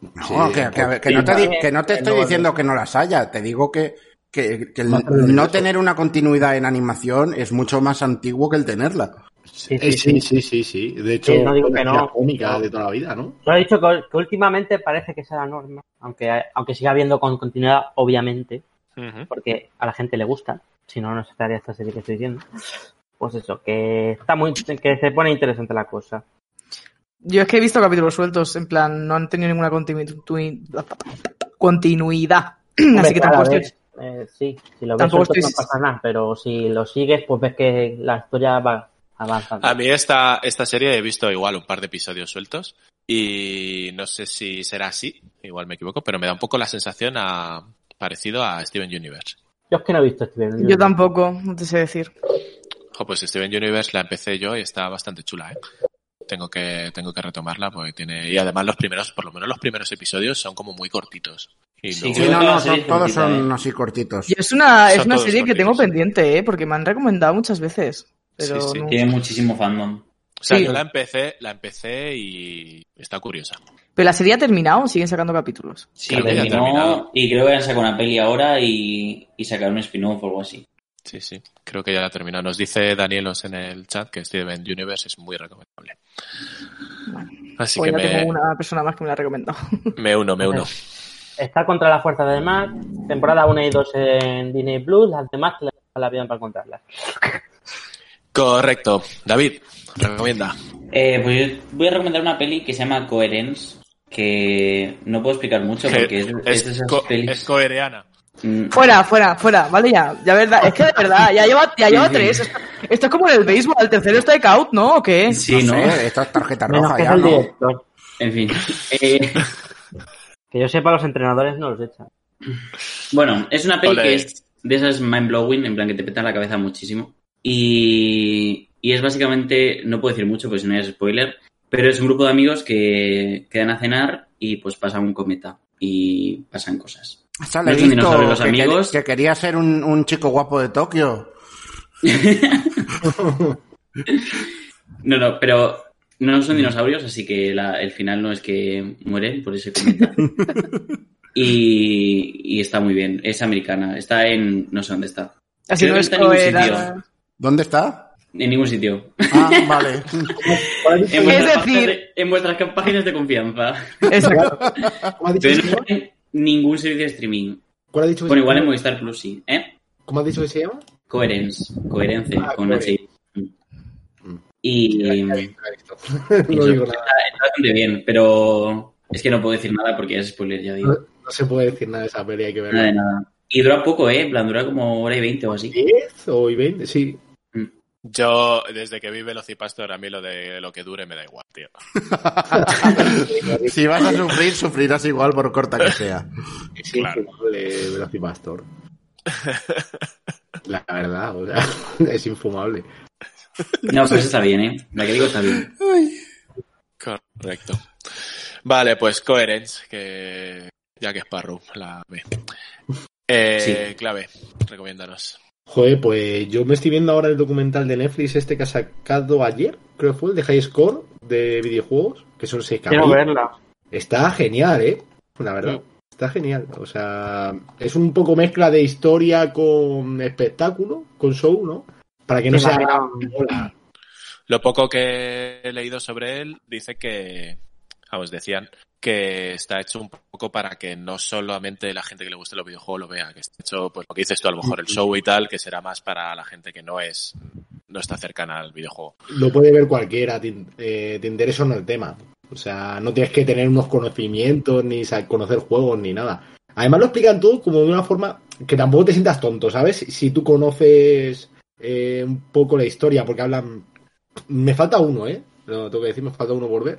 No, Sí, que, que- que sí, no te, di- vale. que no te estoy No, diciendo que no las haya, te digo que, que- que el Más tarde no eso. tener una continuidad en animación es mucho más antiguo que el tenerla. Sí, Eh, sí, sí. sí, sí, sí, sí. De hecho, Sí, no digo que es no. la cómica de toda la vida, ¿no? Lo he dicho que, que últimamente parece que sea la norma, aunque, aunque siga habiendo con continuidad, obviamente. Ujú. porque a la gente le gusta, si no, no se estaría esta serie que estoy viendo. Pues eso, que está muy, que se pone interesante la cosa. Yo es que he visto capítulos sueltos, en plan, no han tenido ninguna continui- tui- continuidad. Así que Hombre, tampoco claro, estoy... ves, eh, sí, si lo ves tampoco suelto estoy- no pasa nada, pero si lo sigues, pues ves que la historia va avanzando. A mí esta, esta serie he visto igual un par de episodios sueltos y no sé si será así, igual me equivoco, pero me da un poco la sensación a, parecido a Steven Universe. Yo es que no he visto este Steven Universe. Yo tampoco, no te sé decir. Jo, pues Steven Universe la empecé yo y está bastante chula, ¿eh? Tengo que, tengo que retomarla porque tiene... Y además los primeros, por lo menos los primeros episodios son como muy cortitos. Y Sí, luego- Sí, que no, todas no, las series son- todos cortitas, son ¿eh? así cortitos. Yo es una, es Son una todos serie que tengo cortitos. pendiente, ¿eh? porque me han recomendado muchas veces. Pero Sí, sí. no- Tiene muchísimo fandom. O sea, Sí. yo la empecé, la empecé y está curiosa. Pero la serie ha terminado, siguen sacando capítulos. Sí, Creo que ya ha terminado. terminó y creo que han sacado una peli ahora y, y sacaron un spin-off o algo así. Sí, sí, creo que ya la terminado. Nos dice Danielos en el chat que Steven Universe es muy recomendable. Así Hoy que Pues ya me, tengo una persona más que me la ha recomendado. me uno, me uno. Está contra la fuerza del mar, temporada 1 y 2 en Disney Plus, las demás que la, la pidan para encontrarlas. Correcto. David, recomienda. Eh, pues yo voy a recomendar una peli que se llama Coherence, que no puedo explicar mucho porque es, es de Es, esas co- pelis. es coereana. Mm, Fuera, fuera, fuera, vale ya. Ya verdad, es que de verdad, ya lleva, ya lleva Sí, sí. tres. Esto, esto es como en el béisbol, el tercero está de out, ¿no? ¿O qué? Sí, no, ¿no? sé, esto es tarjeta Menos roja que es ya, el ¿no? director. En fin. Eh, Que yo sepa, los entrenadores no los echan. Bueno, es una peli Ole. que es de esas mind blowing, en plan que te petan la cabeza muchísimo. Y, y es básicamente, no puedo decir mucho porque si no es spoiler, pero es un grupo de amigos que quedan a cenar y pues pasa un cometa y pasan cosas. Esa No la he es un visto, dinosaurio, los que, quer- amigos. que quería ser un, un chico guapo de Tokio. No, no, pero no son dinosaurios, así que la- el final no es que mueren por ese cometa. y, y está muy bien, es americana, está en, no sé dónde está, Así no creo que es está en ningún coherana. ¿Dónde está? en ningún sitio. Ah, vale. En vuestras, Es decir- páginas- en vuestras páginas de confianza. Exacto. ¿Cómo has dicho, Pero que se no llama? en eh, ningún servicio de streaming. ¿Cuál has dicho que Bueno, se igual en llama? Movistar Plus sí, ¿eh? ¿Cómo has dicho que se llama? Coherence, coherence Ah, con coherence. H. Mm. Y está No digo nada. bastante bien, pero es que no puedo decir nada porque es spoiler, ya digo. No se puede decir nada de esa peli, hay que Nada de verla. nada. Y dura poco, ¿eh? En plan, dura como hora y veinte o así. ¿10 o 20? Sí. Yo, desde que vi Velocipastor, a mí lo de lo que dure me da igual, tío. Si vas a sufrir, sufrirás igual por corta que sea. Es Claro. infumable Velocipastor. La verdad, o sea, es infumable. No, pero eso está bien, ¿eh? La que digo está bien. Correcto. Vale, pues Coherence, que ya que es Sparrow, la B. Eh, Clave, recomiéndanos. Joder, pues yo me estoy viendo ahora el documental de Netflix este que ha sacado ayer, creo que fue, el de High Score de videojuegos, que son seis Quiero capítulos. verla. Está genial, ¿eh? La verdad. Está genial. O sea, es un poco mezcla de historia con espectáculo, con show, ¿no? Para que no Me sea... imagino. Hola. Lo poco que he leído sobre él dice que, vamos, decían que está hecho un poco para que no solamente la gente que le guste los videojuegos lo vea, que está hecho, pues lo que dices tú, a lo mejor el show y tal, que será más para la gente que no es, no está cercana al videojuego. Lo puede ver cualquiera, te, in- eh, te interesa o no el tema. O sea, no tienes que tener unos conocimientos, ni sa- conocer juegos, ni nada. Además lo explican todo como de una forma que tampoco te sientas tonto, ¿sabes? Si- Si tú conoces eh, un poco la historia, porque hablan... Me falta uno, ¿eh? No, tengo que decir, me falta uno por ver.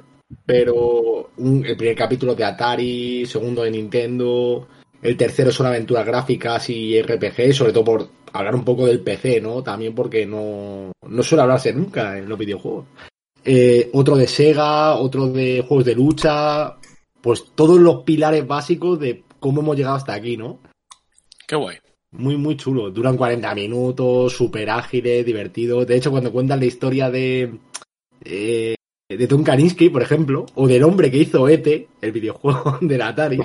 Pero un- el primer capítulo de Atari, segundo de Nintendo, el tercero son aventuras gráficas y RPG, sobre todo por hablar un poco del PC, ¿no? También porque no, no suele hablarse nunca en los videojuegos. Eh, otro de Sega, otro de juegos de lucha, pues todos los pilares básicos de cómo hemos llegado hasta aquí, ¿no? Qué guay. Muy, muy chulo. Duran 40 minutos, súper ágiles, divertidos. De hecho, cuando cuentan la historia de. eh, de Tom Kaninsky, por ejemplo, o del hombre que hizo ET, el videojuego del Atari,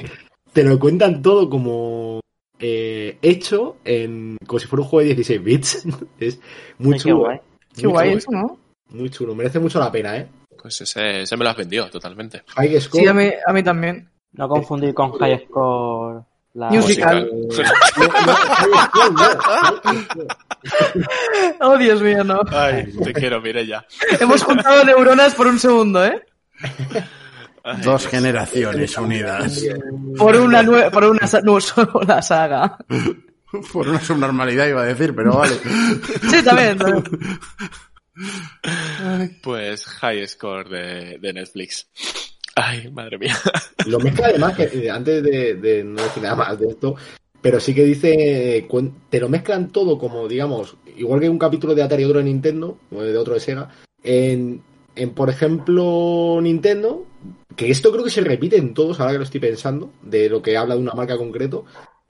te lo cuentan todo como. eh, hecho en. como si fuera un juego de 16 bits. es muy Ay, qué chulo. eh. guay. Qué muy guay chulo, eso, ¿no? Muy chulo. Merece mucho la pena, ¿eh. Pues ese, ese me lo has vendido totalmente. High Score. Sí, a mí, a mí también. No confundir con High Score. La... Musical. No, no, High Score, no. High Score. Oh, Dios mío, no. Ay, te quiero, Mirella. Hemos juntado neuronas por un segundo, ¿eh? Ay, Dos Dios. generaciones unidas Por una, nue- por una sa- no, solo la saga. por una subnormalidad iba a decir, pero vale. Sí, también. también. Pues High Score de, de Netflix. Ay, madre mía. Lo mezcla además, que, eh, antes de, de no decir nada más de esto, pero sí que dice, eh, cuen- te lo mezclan todo como, digamos, igual que un capítulo de Atari y otro de Nintendo, o de otro de Sega, en, en, por ejemplo, Nintendo, que esto creo que se repite en todos, ahora que lo estoy pensando, de lo que habla de una marca concreto,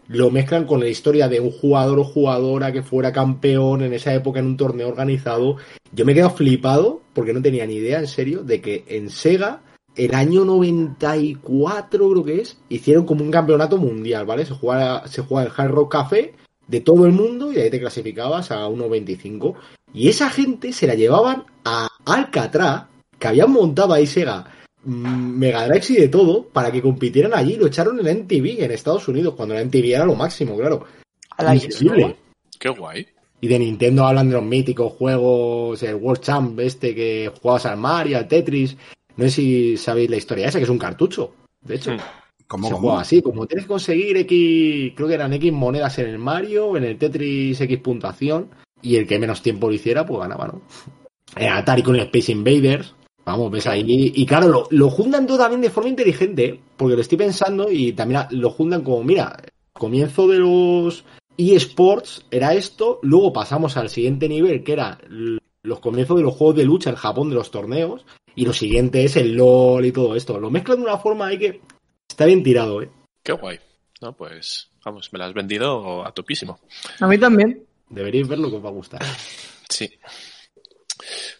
lo mezclan con la historia de un jugador o jugadora que fuera campeón en esa época en un torneo organizado. Yo me he quedado flipado, porque no tenía ni idea, en serio, de que en Sega el año 94 creo que es, hicieron como un campeonato mundial, ¿vale? Se jugaba, se jugaba el Hard Rock Café de todo el mundo y ahí te clasificabas a 1.25. Y esa gente se la llevaban a Alcatraz, que habían montado ahí Sega, mm, Mega Drive y de todo, para que compitieran allí. Lo echaron en MTV, en Estados Unidos, cuando la MTV era lo máximo, claro. Increíble. Qué guay. Y de Nintendo hablan de los míticos juegos, el World Champ este que jugabas al Mario, al Tetris. No sé si sabéis la historia esa, que es un cartucho. De hecho, Mm. ¿Cómo, se cómo? jugaba así. Como tienes que conseguir X, creo que eran X monedas en el Mario, en el Tetris X puntuación, y el que menos tiempo lo hiciera, pues ganaba, ¿no? En Atari con el Space Invaders. Vamos, ves ahí. Y, y claro, lo, lo juntan todo también de forma inteligente, ¿eh? porque lo estoy pensando y también a- lo juntan como, mira, comienzo de los eSports era esto, luego pasamos al siguiente nivel, que era l- los comienzos de los juegos de lucha en Japón de los torneos, y lo siguiente es el LOL y todo esto. Lo mezclan de una forma ahí que está bien tirado, ¿eh? Qué guay. No, pues, vamos, me la has vendido a topísimo. A mí también. Deberíais verlo que os va a gustar. Sí.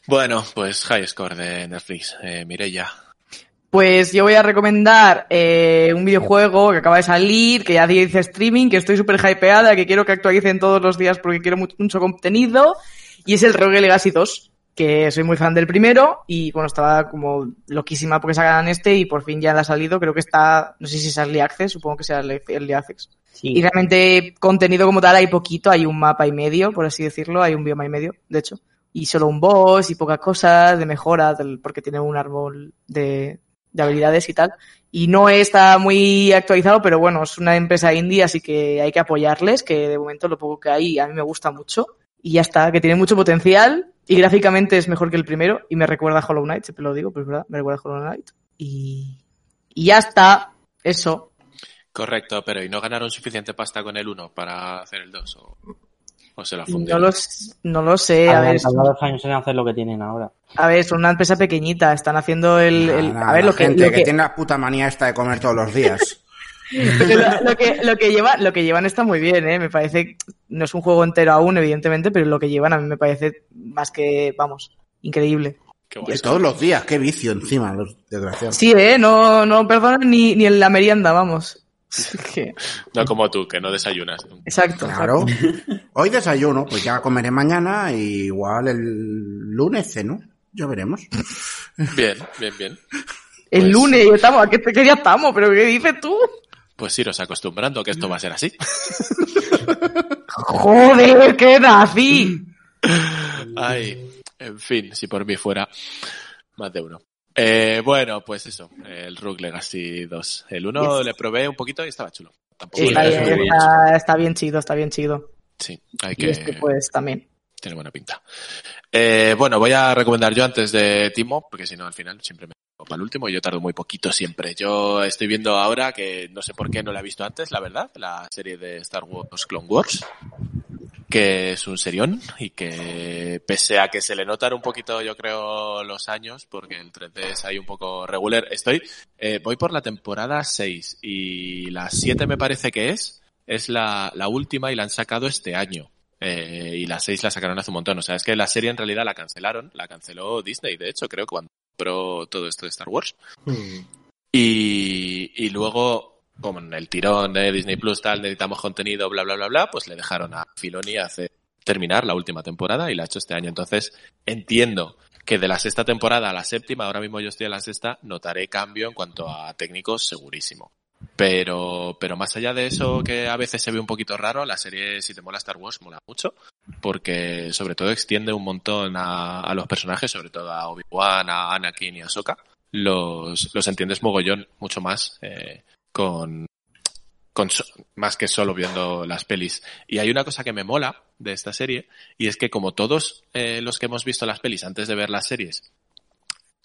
Bueno, pues High Score de Netflix, eh, Mirella. Pues yo voy a recomendar eh, un videojuego que acaba de salir, que ya dice streaming, que estoy súper hypeada, que quiero que actualicen todos los días porque quiero mu- mucho contenido. Y es el Rogue Legacy 2, que soy muy fan del primero y bueno, estaba como loquísima porque sacaran este y por fin ya le ha salido. Creo que está, no sé si es Early Access, supongo que sea Early Early Access. Sí. Y realmente contenido como tal hay poquito, hay un mapa y medio, por así decirlo, hay un bioma y medio, de hecho, y solo un boss y pocas cosas de mejoras, del- porque tiene un árbol de, de habilidades y tal. Y no está muy actualizado, pero bueno, es una empresa indie, así que hay que apoyarles, que de momento lo poco que hay a mí me gusta mucho. Y ya está, que tiene mucho potencial y gráficamente es mejor que el primero y me recuerda a Hollow Knight, siempre lo digo, pero es verdad, me recuerda a Hollow Knight. Y, y ya está, eso. Correcto, pero ¿y no ganaron suficiente pasta con el 1 para hacer el 2? ¿O, o se la No fundieron? lo, s- no lo sé, a Habrán ver, tardado dos años en hacer lo que tienen ahora. a ver, son una empresa pequeñita, están haciendo el... el- Nah, nah, a ver, la lo que, gente lo que... que- tiene la puta manía esta de comer todos los días. Pero lo, que, lo, que lleva, lo que llevan está muy bien, ¿eh? Me parece, no es un juego entero aún, evidentemente, pero lo que llevan a mí me parece más que, vamos, increíble. Qué Que guay. todos los días, qué vicio encima, los desgraciados. Sí, ¿eh? No, no perdonan ni, ni en la merienda, vamos. Es que- No como tú, que no desayunas. Exacto. Claro. exacto. Hoy desayuno, pues ya comeré mañana y igual el lunes ceno. Ya veremos. Bien, bien, bien. El Pues- lunes, ya estamos, ¿a qué, qué día estamos? ¿Pero qué dices tú? Pues iros acostumbrando que esto va a ser así. ¡Joder, qué nazi! Ay, en fin, si por mí fuera, más de uno. Eh, bueno, pues eso, el Rook Legacy 2. El 1 le probé un poquito y estaba chulo. Tampoco Sí, está, le- es muy bien, bien. está, está bien chido, está bien chido. Sí, hay Y que... este, pues, también. Tiene buena pinta. Eh, bueno, voy a recomendar yo antes de Timo, porque si no al final siempre me pongo para el último y yo tardo muy poquito siempre. Yo estoy viendo ahora que no sé por qué no la he visto antes, la verdad, la serie de Star Wars Clone Wars, que es un serión y que pese a que se le notan un poquito, yo creo, los años, porque el 3D es ahí un poco regular, estoy, eh, voy por la temporada 6 y la 7 me parece que es, es la, la última y la han sacado este año. Eh, y la 6 la sacaron hace un montón. O sea, es que la serie en realidad la cancelaron. La canceló Disney, de hecho, creo, cuando compró todo esto de Star Wars. Pues Y, y luego, como en el tirón de Disney Plus, tal, necesitamos contenido, bla, bla, bla, bla, pues le dejaron a Filoni hacer, terminar la última temporada y la ha hecho este año. Entonces, entiendo que de la sexta temporada a la séptima, ahora mismo yo estoy en la sexta, notaré cambio en cuanto a técnicos, segurísimo. Pero, pero más allá de eso, que a veces se ve un poquito raro, la serie, si te mola Star Wars, mola mucho porque sobre todo extiende un montón a, a los personajes, sobre todo a Obi-Wan, a Anakin y a Sokka. Los, los entiendes mogollón mucho más eh, con, con so- más que solo viendo las pelis. Y hay una cosa que me mola de esta serie y es que como todos eh, los que hemos visto las pelis antes de ver las series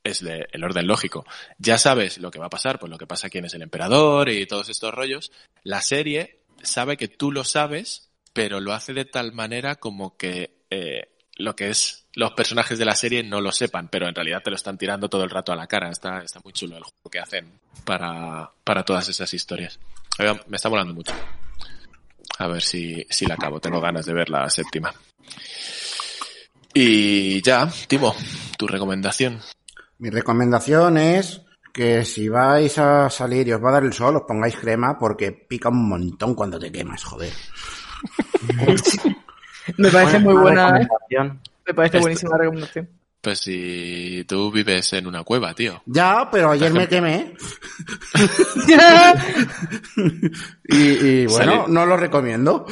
es de- el orden lógico. Ya sabes lo que va a pasar, pues lo que pasa quién es el emperador y todos estos rollos. La serie sabe que tú lo sabes pero lo hace de tal manera como que eh, lo que es los personajes de la serie no lo sepan, pero en realidad te lo están tirando todo el rato a la cara. Está, está muy chulo el juego que hacen para, para todas esas historias. A ver, Me está molando mucho. A ver si, si la acabo. Tengo ganas de ver la séptima. Y ya, Timo, tu recomendación. Mi recomendación es que si vais a salir y os va a dar el sol, os pongáis crema porque pica un montón cuando te quemas, joder. Me parece muy Una buena, ¿eh? recomendación. me parece Esto- buenísima la recomendación. Pues si tú vives en una cueva, tío. Ya, pero ayer me quemé. Y, y bueno, Salir. no lo recomiendo.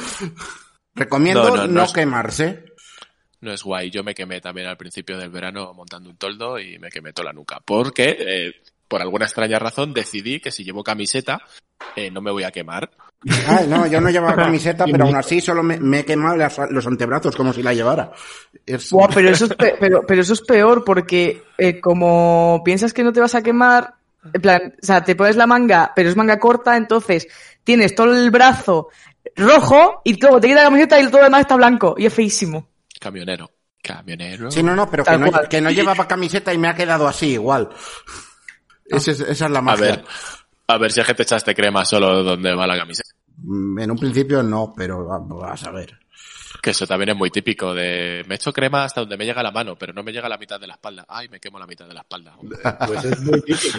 Recomiendo No, no, no, no es- quemarse. No es guay. Yo me quemé también al principio del verano montando un toldo y me quemé toda la nuca. Porque, eh, por alguna extraña razón, decidí que si llevo camiseta, eh, no me voy a quemar. Ay, no, yo no llevaba camiseta, pero aún así solo me, me he quemado las- los antebrazos como si la llevara. Es- Buah, pero eso es, pe- pero, pero eso es peor porque eh, como piensas que no te vas a quemar, en plan, o sea, te pones la manga, pero es manga corta, entonces tienes todo el brazo rojo y luego te quita la camiseta y todo lo demás está blanco y es feísimo. Camionero. Camionero. Sí, no, no, pero que Tal no, cual. que no llevaba camiseta y me ha quedado así igual. Ese es- esa es la a magia. ver. A ver si es que te echaste crema solo donde va la camiseta. Mm, En un principio no, pero va- vas a ver. Que eso también es muy típico de... Me echo crema hasta donde me llega la mano, pero no me llega la mitad de la espalda. Ay, me quemo la mitad de la espalda. Pues es muy típico.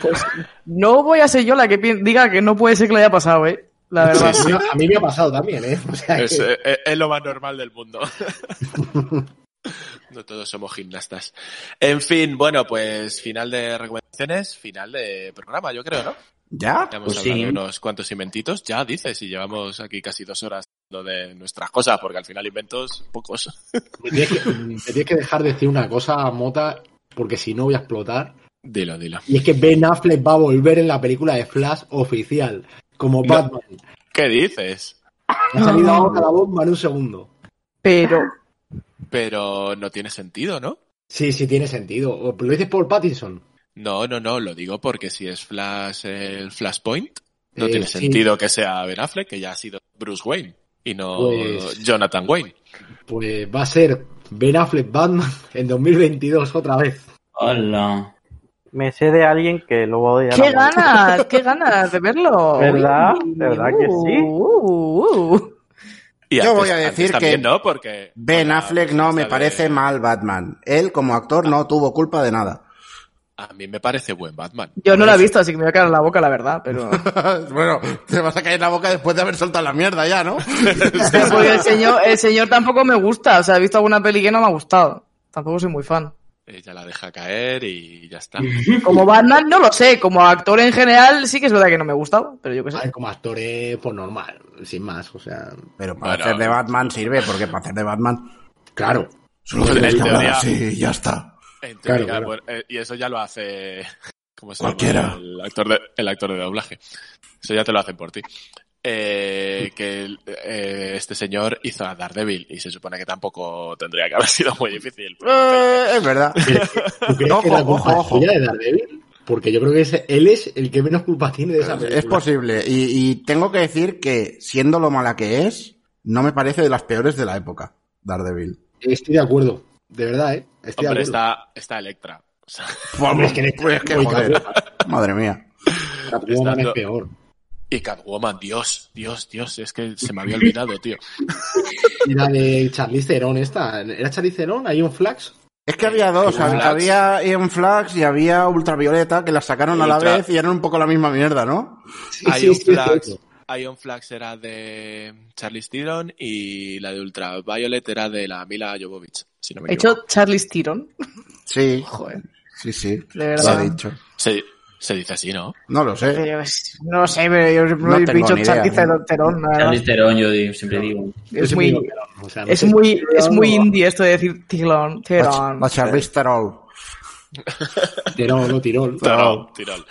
Pues no voy a ser yo la que pien- diga que no puede ser que lo haya pasado, eh. La verdad. Sí, sí. A mí me ha pasado también, ¿eh? O sea, Es, que- eh, eh, es lo más normal del mundo. No todos somos gimnastas. En fin, bueno, pues final de recomendaciones, final de programa, yo creo, ¿no? ¿Ya? Ya hemos Pues hablado sí. unos cuantos inventitos, ya dices, y llevamos aquí casi dos horas de nuestras cosas, porque al final inventos pocos. Me tienes que, me tienes que dejar de decir una cosa, Mota, porque si no voy a explotar. Dilo, dilo. Y es que Ben Affleck va a volver en la película de Flash oficial, como No. Batman. ¿Qué dices? Ha salido ahora la bomba en un segundo. Pero, Pero no tiene sentido, ¿no? Sí, sí, tiene sentido. O- Lo dices por Pattinson. No, no, no, lo digo porque si es Flash el Flashpoint, no Eh, tiene sí. sentido que sea Ben Affleck, que ya ha sido Bruce Wayne y no Pues- Jonathan Wayne. Pues va a ser Ben Affleck Batman en 2022 otra vez. Hola. Me sé de alguien que lo voy a odiar. qué a muerte. ganas, qué ganas de verlo. ¿Verdad? Uy, ¿Verdad que sí? uh, uh. Y Yo voy a decir antes también, que ¿no? Porque Ben la Affleck no esta me de- parece mal Batman. Él como actor no tuvo culpa de nada. A mí me parece buen Batman. Yo no Pues, la he visto, así que me voy a quedar en la boca, la verdad, pero... bueno, te vas a caer la boca después de haber soltado la mierda ya, ¿no? Pero porque el señor, el señor tampoco me gusta. O sea, he visto alguna peli que no me ha gustado. Tampoco soy muy fan. Ella la deja caer y ya está. Como Batman, no lo sé. Como actor en general, sí que es verdad que no me gusta, pero yo qué A sé. ver, como actor es pues normal, sin más. O sea, Pero para Bueno. hacer de Batman sirve, porque para hacer de Batman... claro. Solo Pues en tienes que hablar teoría- así, ya está. En teoría, Claro, claro. pues, eh, y eso ya lo hace ¿cómo se llama? Cualquiera. El actor de, el actor de doblaje. Eso ya te lo hacen por ti. Eh, que el- eh, este señor hizo a Daredevil y se supone que tampoco tendría que haber sido muy difícil. Eh, es verdad. ¿Tú crees Ojo, que la culpa ojo, es suya de Daredevil? Porque yo creo que ese- él es el que menos culpa tiene de esa película. Es posible. Y, y tengo que decir que, siendo lo mala que es, no me parece de las peores de la época, Daredevil. Estoy de acuerdo. De verdad, ¿eh? Estoy Hombre, de acuerdo. está, está Electra. O sea, Hombre, es que, Pues que, joder. Madre mía. Catwoman es Estando- peor. y Catwoman, Dios, Dios, Dios, es que se me había olvidado, tío. Y la de Charlize Theron esta. ¿Era Charlize Theron? ¿Hay un flax? Es que había dos, Ian Flax. había Ian Flax y había Ultravioleta que las sacaron a la Ultra- vez y eran un poco la misma mierda, ¿no? Ion sí, sí, Flax, sí. Ion Flax era de Charlize Theron y la de Ultraviolet era de la Mila Jovovich, si no me He equivoco. hecho Charlize Theron. Sí, Joder, sí, sí. de Lo ha verdad. dicho. Se, se dice así, ¿no? No lo sé. Pero es- no lo sé, pero yo No he tengo dicho ni idea, Charlize ¿no? Theron. la verdad. Charlize Theron, yo digo- siempre digo. Es Yo siempre digo muy, que no, o sea, no es sé. muy, es muy Pero no, indie esto de decir Theron. Theron. La Charlize Theron. Tirol, no Tirol. Tirol, Tirol.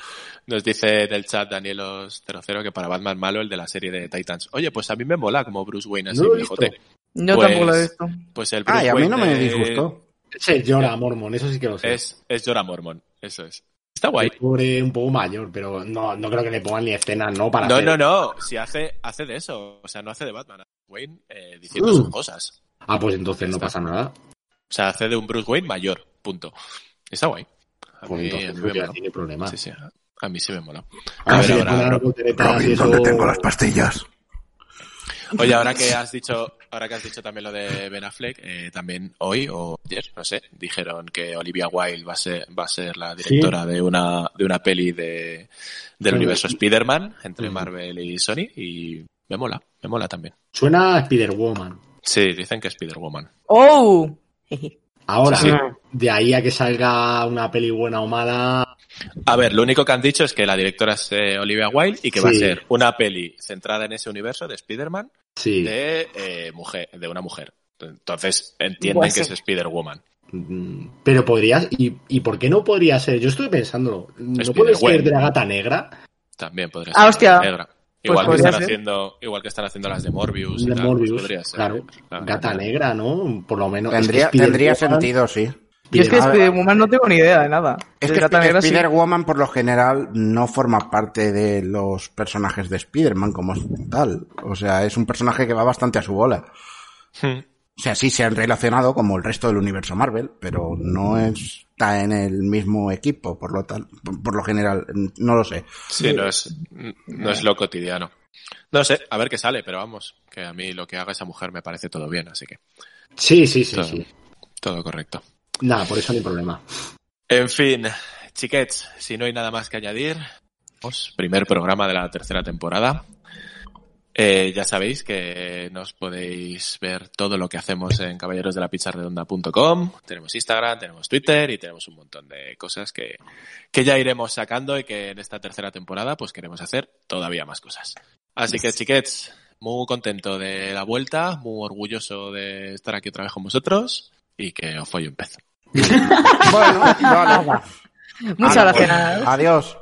Nos dice en el chat Danielos00 que para Batman malo el de la serie de Titans. Oye, pues a mí me mola como Bruce Wayne así, No lo he viejote. Yo Pues- tampoco lo he visto. Pues el Bruce Ah, y a mí Wayne no me de- disgustó. Se llora Mormon, eso sí que lo sé. Es, es Jorah Mormon, eso es. Está guay. El pobre un poco mayor, pero no, no creo que le pongan ni escenas, ¿no? Para No, hacer- no, no. Si hace, hace de eso. O sea, no hace de Batman. hace de Wayne eh, diciendo Mm. sus cosas. Ah, pues entonces no pasa nada. O sea, hace de un Bruce Wayne mayor. Punto. Está guay. A Pues mí, a entonces mí no me tiene- mola. tiene problema. Sí, sí. A mí sí me mola. Ahora A ver, sí le ahora, ponen ahora. volteretas y eso- pastillas? Oye, ahora que has dicho, ahora que has dicho también lo de Ben Affleck, eh, también hoy o ayer, no sé, dijeron que Olivia Wilde va a ser, va a ser la directora de una, de una peli de, del Sí. universo Spider-Man entre Ujú. Marvel y Sony y me mola, me mola también. Suena a Spider-Woman. Sí, dicen que es Spider-Woman. ¡Oh! Ahora, Sí, sí. de ahí a que salga una peli buena o mala, A ver, lo único que han dicho es que la directora es eh, Olivia Wilde y que va a Sí. ser una peli centrada en ese universo de Spider-Man sí. de, eh, mujer, de una mujer. Entonces entienden Pues que sí. es Spider-Woman. Mm, Pero podrías, y, y por qué no podría ser? Yo estuve pensándolo, ¿no puede Spider-Gwen. ser de la gata negra? También podría ser Ah, hostia. negra. Igual, que podría están ser. haciendo, igual que están haciendo las de Morbius. y De tal, pues Morbius, podría ser. claro. Ah, Gata negra, ¿no? Por lo menos. Tendría, es que Spider-Woman- tendría sentido, sí. Yo es que Spider- Spider-Woman no tengo ni idea de nada. Es De que Gata Sp- Negra sí. Spider-Woman por lo general no forma parte de los personajes de Spider-Man como tal. O sea, es un personaje que va bastante a su bola. Hmm. O sea, sí se han relacionado como el resto del universo Marvel, pero no está en el mismo equipo, por lo tal, por, por lo general, no lo sé. Sí, no es, no es lo cotidiano. No sé, a ver qué sale, pero vamos, que a mí lo que haga esa mujer me parece todo bien, así que Sí, sí, sí, Claro. sí. todo correcto. Nada, por eso no hay problema. En fin, chiquets, si no hay nada más que añadir, vamos, primer programa de la tercera temporada. Eh, ya sabéis que nos podéis ver todo lo que hacemos en caballerosdelapicharredonda.com. Tenemos Instagram, tenemos Twitter y tenemos un montón de cosas que, que ya iremos sacando y que en esta tercera temporada pues queremos hacer todavía más cosas. Así que chiquets, Muy contento de la vuelta, muy orgulloso de estar aquí otra vez con vosotros y que os folle un pez. Bueno, vale. Muchas gracias. Adiós.